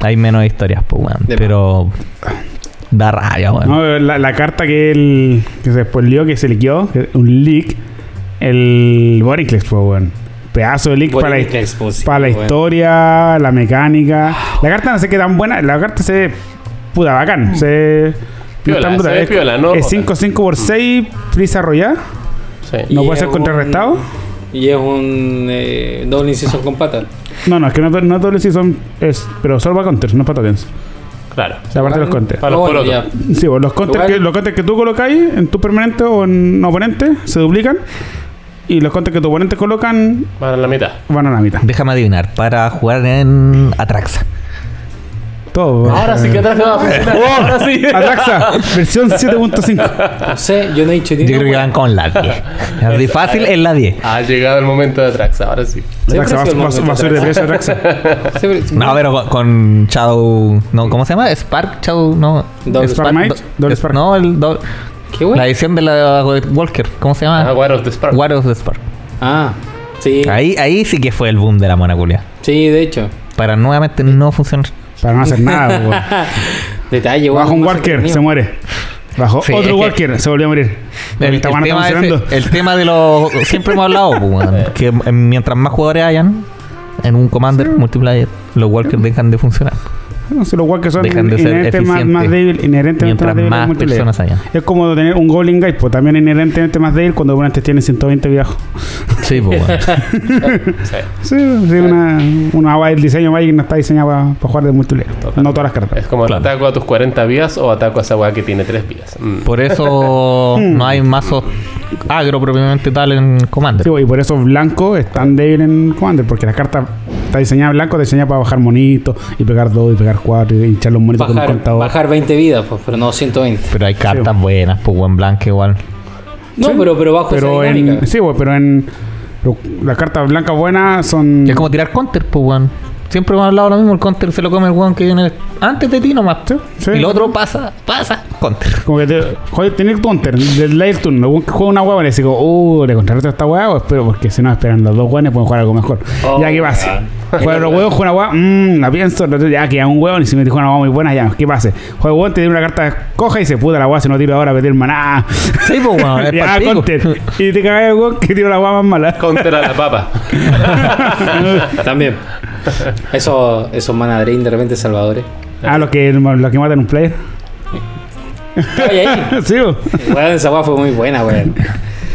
Speaker 4: hay menos historias, pues, weón.
Speaker 3: De
Speaker 4: Pero da rabia, weón.
Speaker 2: No, la, la carta que él. que se spoileó, que se liqueó, que- un leak. El Borinclex fue bueno. Pedazo de leak
Speaker 3: Bueno,
Speaker 2: para la,
Speaker 3: Intel Expo,
Speaker 1: pues,
Speaker 3: sí,
Speaker 2: para la
Speaker 3: bueno.
Speaker 2: historia, la mecánica.
Speaker 1: Ah,
Speaker 2: La carta no sé qué tan buena. La carta se ve puta bacán. Se.
Speaker 1: Hmm. Piola,
Speaker 2: tan brutal.
Speaker 1: se ve
Speaker 2: Es-
Speaker 1: piola, ¿no?
Speaker 2: Es 5, 5 por 6, prisa arrollada.
Speaker 1: Sí.
Speaker 2: ¿No
Speaker 3: Y
Speaker 2: puede ser
Speaker 3: es
Speaker 2: contrarrestado?
Speaker 3: un- Y es un eh, doble inciso con patas.
Speaker 2: No, no, es que no, no doble si son. Es, pero solo para counters, no para tokens.
Speaker 1: Claro.
Speaker 2: O sea, aparte de los counters.
Speaker 1: Para los
Speaker 3: Bueno,
Speaker 1: porotos.
Speaker 3: ya.
Speaker 2: Sí, pues, los counters
Speaker 3: Igual-
Speaker 2: que, los counters que tú colocáis en tu permanente o en oponente se duplican. Y los counters que tu oponente colocan
Speaker 1: Van a la mitad.
Speaker 2: van a la mitad.
Speaker 4: Déjame adivinar, para jugar en Atraxa.
Speaker 2: Todo.
Speaker 1: Ahora sí que
Speaker 4: Mm.
Speaker 1: atrás va a funcionar. Ahora sí.
Speaker 2: Atraxa, Oh, versión 7.5.
Speaker 3: No sé, yo no he dicho ni
Speaker 4: Yo creo
Speaker 3: una
Speaker 4: que
Speaker 3: hueá.
Speaker 4: van con la 10. Así de fácil es la 10.
Speaker 1: Ha llegado el momento de Atrax, ahora sí.
Speaker 3: Siempre
Speaker 2: Atraxa va,
Speaker 3: ha sido el
Speaker 2: va-
Speaker 3: momento
Speaker 2: va a subir de precio Atraxa.
Speaker 3: Siempre-
Speaker 4: No, pero con, con Shadow. No, ¿Cómo se llama? Spark, Shadow, no.
Speaker 3: Doble
Speaker 2: Spark
Speaker 4: Spark-
Speaker 2: Mage,
Speaker 4: do-
Speaker 2: doble
Speaker 4: es-
Speaker 2: Spark.
Speaker 4: No, el doble.
Speaker 3: ¿Qué hueá?
Speaker 4: La edición de la de Walker, ¿cómo se
Speaker 1: Ah,
Speaker 4: llama?
Speaker 1: War of the Spark.
Speaker 4: War of the Spark.
Speaker 3: Ah, sí.
Speaker 4: Ahí, ahí sí que fue el boom de la monaculia.
Speaker 3: Sí, de hecho.
Speaker 4: Para nuevamente no funcionar.
Speaker 2: Para no hacer nada, pues, weón.
Speaker 3: Detalle,
Speaker 2: Bajo un
Speaker 3: más
Speaker 2: Walker,
Speaker 3: entretenido.
Speaker 2: se muere. Bajo
Speaker 4: Sí, es
Speaker 2: otro
Speaker 4: que-
Speaker 2: Walker, se volvió a morir.
Speaker 4: El, el
Speaker 2: Esta weá no
Speaker 4: tema,
Speaker 2: está
Speaker 4: ese-
Speaker 2: funcionando.
Speaker 4: el tema de los. Siempre hemos hablado, pues, weón, que eh, mientras más jugadores hayan en un Commander multiplayer, los Walkers dejan de funcionar.
Speaker 2: Si los walkers son
Speaker 4: Dejan de ser
Speaker 2: inherentemente más,
Speaker 4: eficientes.
Speaker 2: más débil, inherentemente
Speaker 4: Mientras
Speaker 2: más débil
Speaker 4: más personas hayan.
Speaker 2: Es como tener un Goblin Guide, pues también inherentemente más débil cuando oponentes tienen 120 viajes.
Speaker 4: Sí, pues, weón.
Speaker 1: Sí,
Speaker 2: Sí, sí, una, una agua del diseño Magic no está diseñada para jugar de multiplayer.
Speaker 1: Total.
Speaker 2: No todas las cartas.
Speaker 1: Es como
Speaker 4: Claro.
Speaker 1: ataco a tus 40 vías o ataco a esa weá que tiene 3 vías. Mm.
Speaker 4: Por eso
Speaker 2: Hmm.
Speaker 4: no hay mazos agro propiamente tal en Commander.
Speaker 2: Sí, y por eso blanco es tan débil en Commander, porque la carta está diseñada blanco, está diseñada para bajar monitos y pegar dos y pegar cuatro y hinchar los monitos con un
Speaker 3: Bajar,
Speaker 2: contador.
Speaker 3: bajar 20 vidas, pues, pero no 120.
Speaker 4: Pero hay cartas
Speaker 2: Sí. Hmm.
Speaker 4: buenas, pues buen blanco igual.
Speaker 3: No, pero, pero bajo
Speaker 2: Pero
Speaker 3: esa dinámica.
Speaker 2: en, sí, güey, pero en pero las cartas blancas buenas son
Speaker 4: Es como tirar counter, pues weón. Siempre hemos hablado lo mismo, el counter se lo come el weón que viene antes de ti nomás.
Speaker 2: sí.
Speaker 4: Y el otro pasa, pasa, counter.
Speaker 2: Como que te, joder, tener counter del Light Turn, algún que juega una hueá, le digo, uh, le contrarresto a esta hueá, o espero, porque si no esperan los dos hueones, pueden jugar algo mejor.
Speaker 3: Oh,
Speaker 2: ya que pase.
Speaker 3: weón.
Speaker 2: Juega los huevos, juega una hueá, mmm, la pienso, lo- ya que a un hueón, y si me dijo una hueá muy buena, ya, que pase. Juega un hueón, te tiene una carta coja y se puta la hueá, si no tiro ahora, pedir maná.
Speaker 4: Sí, pues weón, es
Speaker 2: ya,
Speaker 4: palpico.
Speaker 2: counter. Y te cagas el hueón que tiro la hueá más mala.
Speaker 1: Counter a la papa.
Speaker 3: También. Esos esos mana drain de repente eh. salvadores.
Speaker 2: Ah, los que, los que matan un player.
Speaker 3: Oye, ahí.
Speaker 2: sí, bo.
Speaker 3: Weón, esa guapa fue muy buena, weón.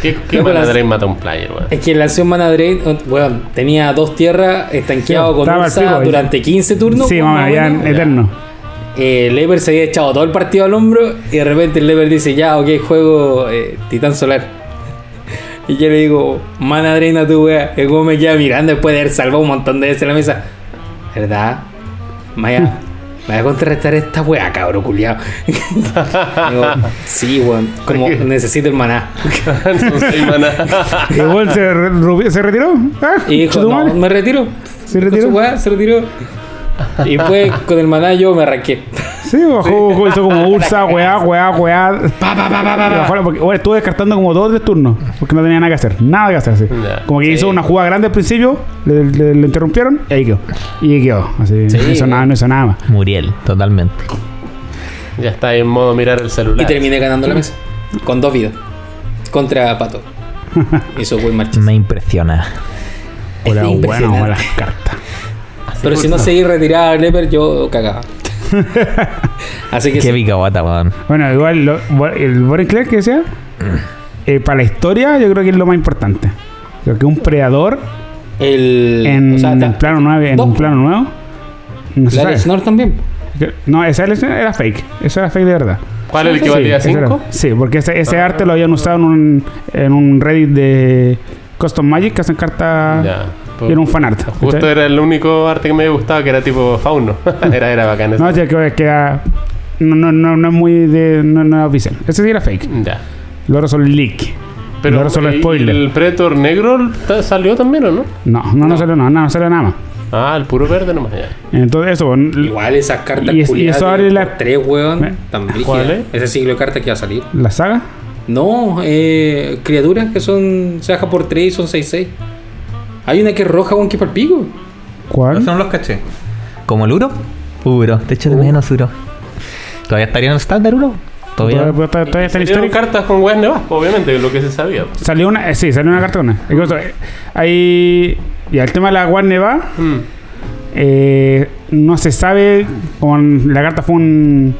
Speaker 1: ¿Qué, qué
Speaker 3: No, pero
Speaker 1: mala
Speaker 3: las-
Speaker 1: Drain mata a un player, weón?
Speaker 3: Es que lancé un mana drain, weón, tenía dos tierras estanqueado
Speaker 2: Sí,
Speaker 3: con
Speaker 2: estaba al
Speaker 3: Ursa
Speaker 2: pico,
Speaker 3: durante 15 turnos.
Speaker 2: sí,
Speaker 3: pues,
Speaker 2: mamá,
Speaker 3: más o
Speaker 2: ya
Speaker 3: menos.
Speaker 2: eterno.
Speaker 3: Eh, Lever se había echado todo el partido al hombro y de repente el Lever dice, ya, ok, juego eh, Titán Solar. Y yo le digo, mana drain a tu wea. El weón me queda mirando después de haber salvado un montón de veces la mesa. ¿Verdad? Maya, me voy a contrarrestar esta wea, cabro culiao. digo, sí, weón, como necesito el maná.
Speaker 1: Son seis manas.
Speaker 2: Y el hueón se, re- rubi- se retiró. Ah,
Speaker 3: Y dijo,
Speaker 2: chutumare.
Speaker 3: no, me retiro.
Speaker 2: ¿Se
Speaker 3: Con
Speaker 2: retiró?
Speaker 3: su weá, se retiró. Y pues con el maná yo me arranqué.
Speaker 2: Sí, bajó, bajó, hizo como ursa, weá, weá, weá. Pa, pa, pa, pa, pa, pa. Porque, bueno, estuvo descartando como dos de turno, porque no tenía nada que hacer, nada que hacer. Así.
Speaker 1: Ya.
Speaker 2: Como que hizo una jugada grande al principio, le, le- le interrumpieron y ahí quedó. Y ahí quedó. Así,
Speaker 3: Sí.
Speaker 2: no hizo nada, no hizo nada más.
Speaker 4: Muriel, totalmente.
Speaker 1: Ya está ahí en modo mirar el
Speaker 3: Y
Speaker 1: celular.
Speaker 3: terminé ganando la mesa. Con dos vidas. Contra Pato. Hizo buen marchas.
Speaker 4: Me impresiona.
Speaker 2: Hola, bueno,
Speaker 3: impresionante.
Speaker 2: malas cartas.
Speaker 3: Pero si no seguí retirada al Lever, yo cagaba. Así que
Speaker 4: Qué
Speaker 3: sí.
Speaker 4: bicabata, weón.
Speaker 2: Bueno, igual lo- bo- el Boris Clark que decía,
Speaker 3: Mm.
Speaker 2: eh, para la historia yo creo que es lo más importante. Creo que un predador
Speaker 3: El.
Speaker 2: En
Speaker 3: o sea, ta-
Speaker 2: plano nueve- en
Speaker 3: no,
Speaker 2: un plano nuevo. No se
Speaker 3: la
Speaker 2: sabe.
Speaker 3: de Snor también.
Speaker 2: No, esa Lesnar era fake. Eso era fake de verdad.
Speaker 1: ¿Cuál es el que Ah.
Speaker 2: Sí,
Speaker 1: valía
Speaker 2: ese era.
Speaker 1: 5?
Speaker 2: Sí, porque ese, ese arte lo habían usado en un, en un Reddit de Custom Magic que hacen cartas.
Speaker 1: Ya. pues,
Speaker 2: Y era un fanart.
Speaker 1: Justo era el único arte que me había gustado, que era tipo fauno. era, era bacán eso.
Speaker 2: No, ya que, que era- No, no, no, no es muy de. No, no era oficial. Ese sí era fake.
Speaker 1: Ya.
Speaker 2: Los otros son leak.
Speaker 1: Pero eh,
Speaker 2: ahora solo
Speaker 1: ¿y-
Speaker 2: spoiler.
Speaker 1: ¿El Pretor negro ta- salió también o no?
Speaker 2: No, no, no, salió nada, no, no salió nada más.
Speaker 1: Ah, el puro verde nomás. Ya.
Speaker 2: Entonces, eso. n-
Speaker 3: Igual esas cartas
Speaker 2: Y es- y
Speaker 3: culiadas
Speaker 2: eso
Speaker 3: de
Speaker 2: abre la-
Speaker 3: tres,
Speaker 2: ¿Eh?
Speaker 3: weón. Tan
Speaker 1: ¿Cuál
Speaker 3: brígidas.
Speaker 1: es?
Speaker 3: Ese ciclo de cartas que va a salir.
Speaker 2: La saga.
Speaker 3: No, eh, criaturas que son. Se baja por 3 y son 6-6. Hay una que es roja, weón, que para el pico.
Speaker 2: ¿Cuál? Uh.
Speaker 4: Eso no los caché. ¿Como el Uro? Uro, te echo de menos Uro. ¿Todavía estaría en el estándar Uro? Todavía.
Speaker 2: Todavía- Todavía está en
Speaker 1: Salieron
Speaker 2: histórico.
Speaker 1: cartas con weas nevas, pues, obviamente, lo que se sabía. pues.
Speaker 2: Salió una, eh, sí, salió una cartona. eh, Ahí. Ya, el tema de la Guarneva.
Speaker 1: Mm.
Speaker 2: Eh, no se sabe. Con, la carta fue un.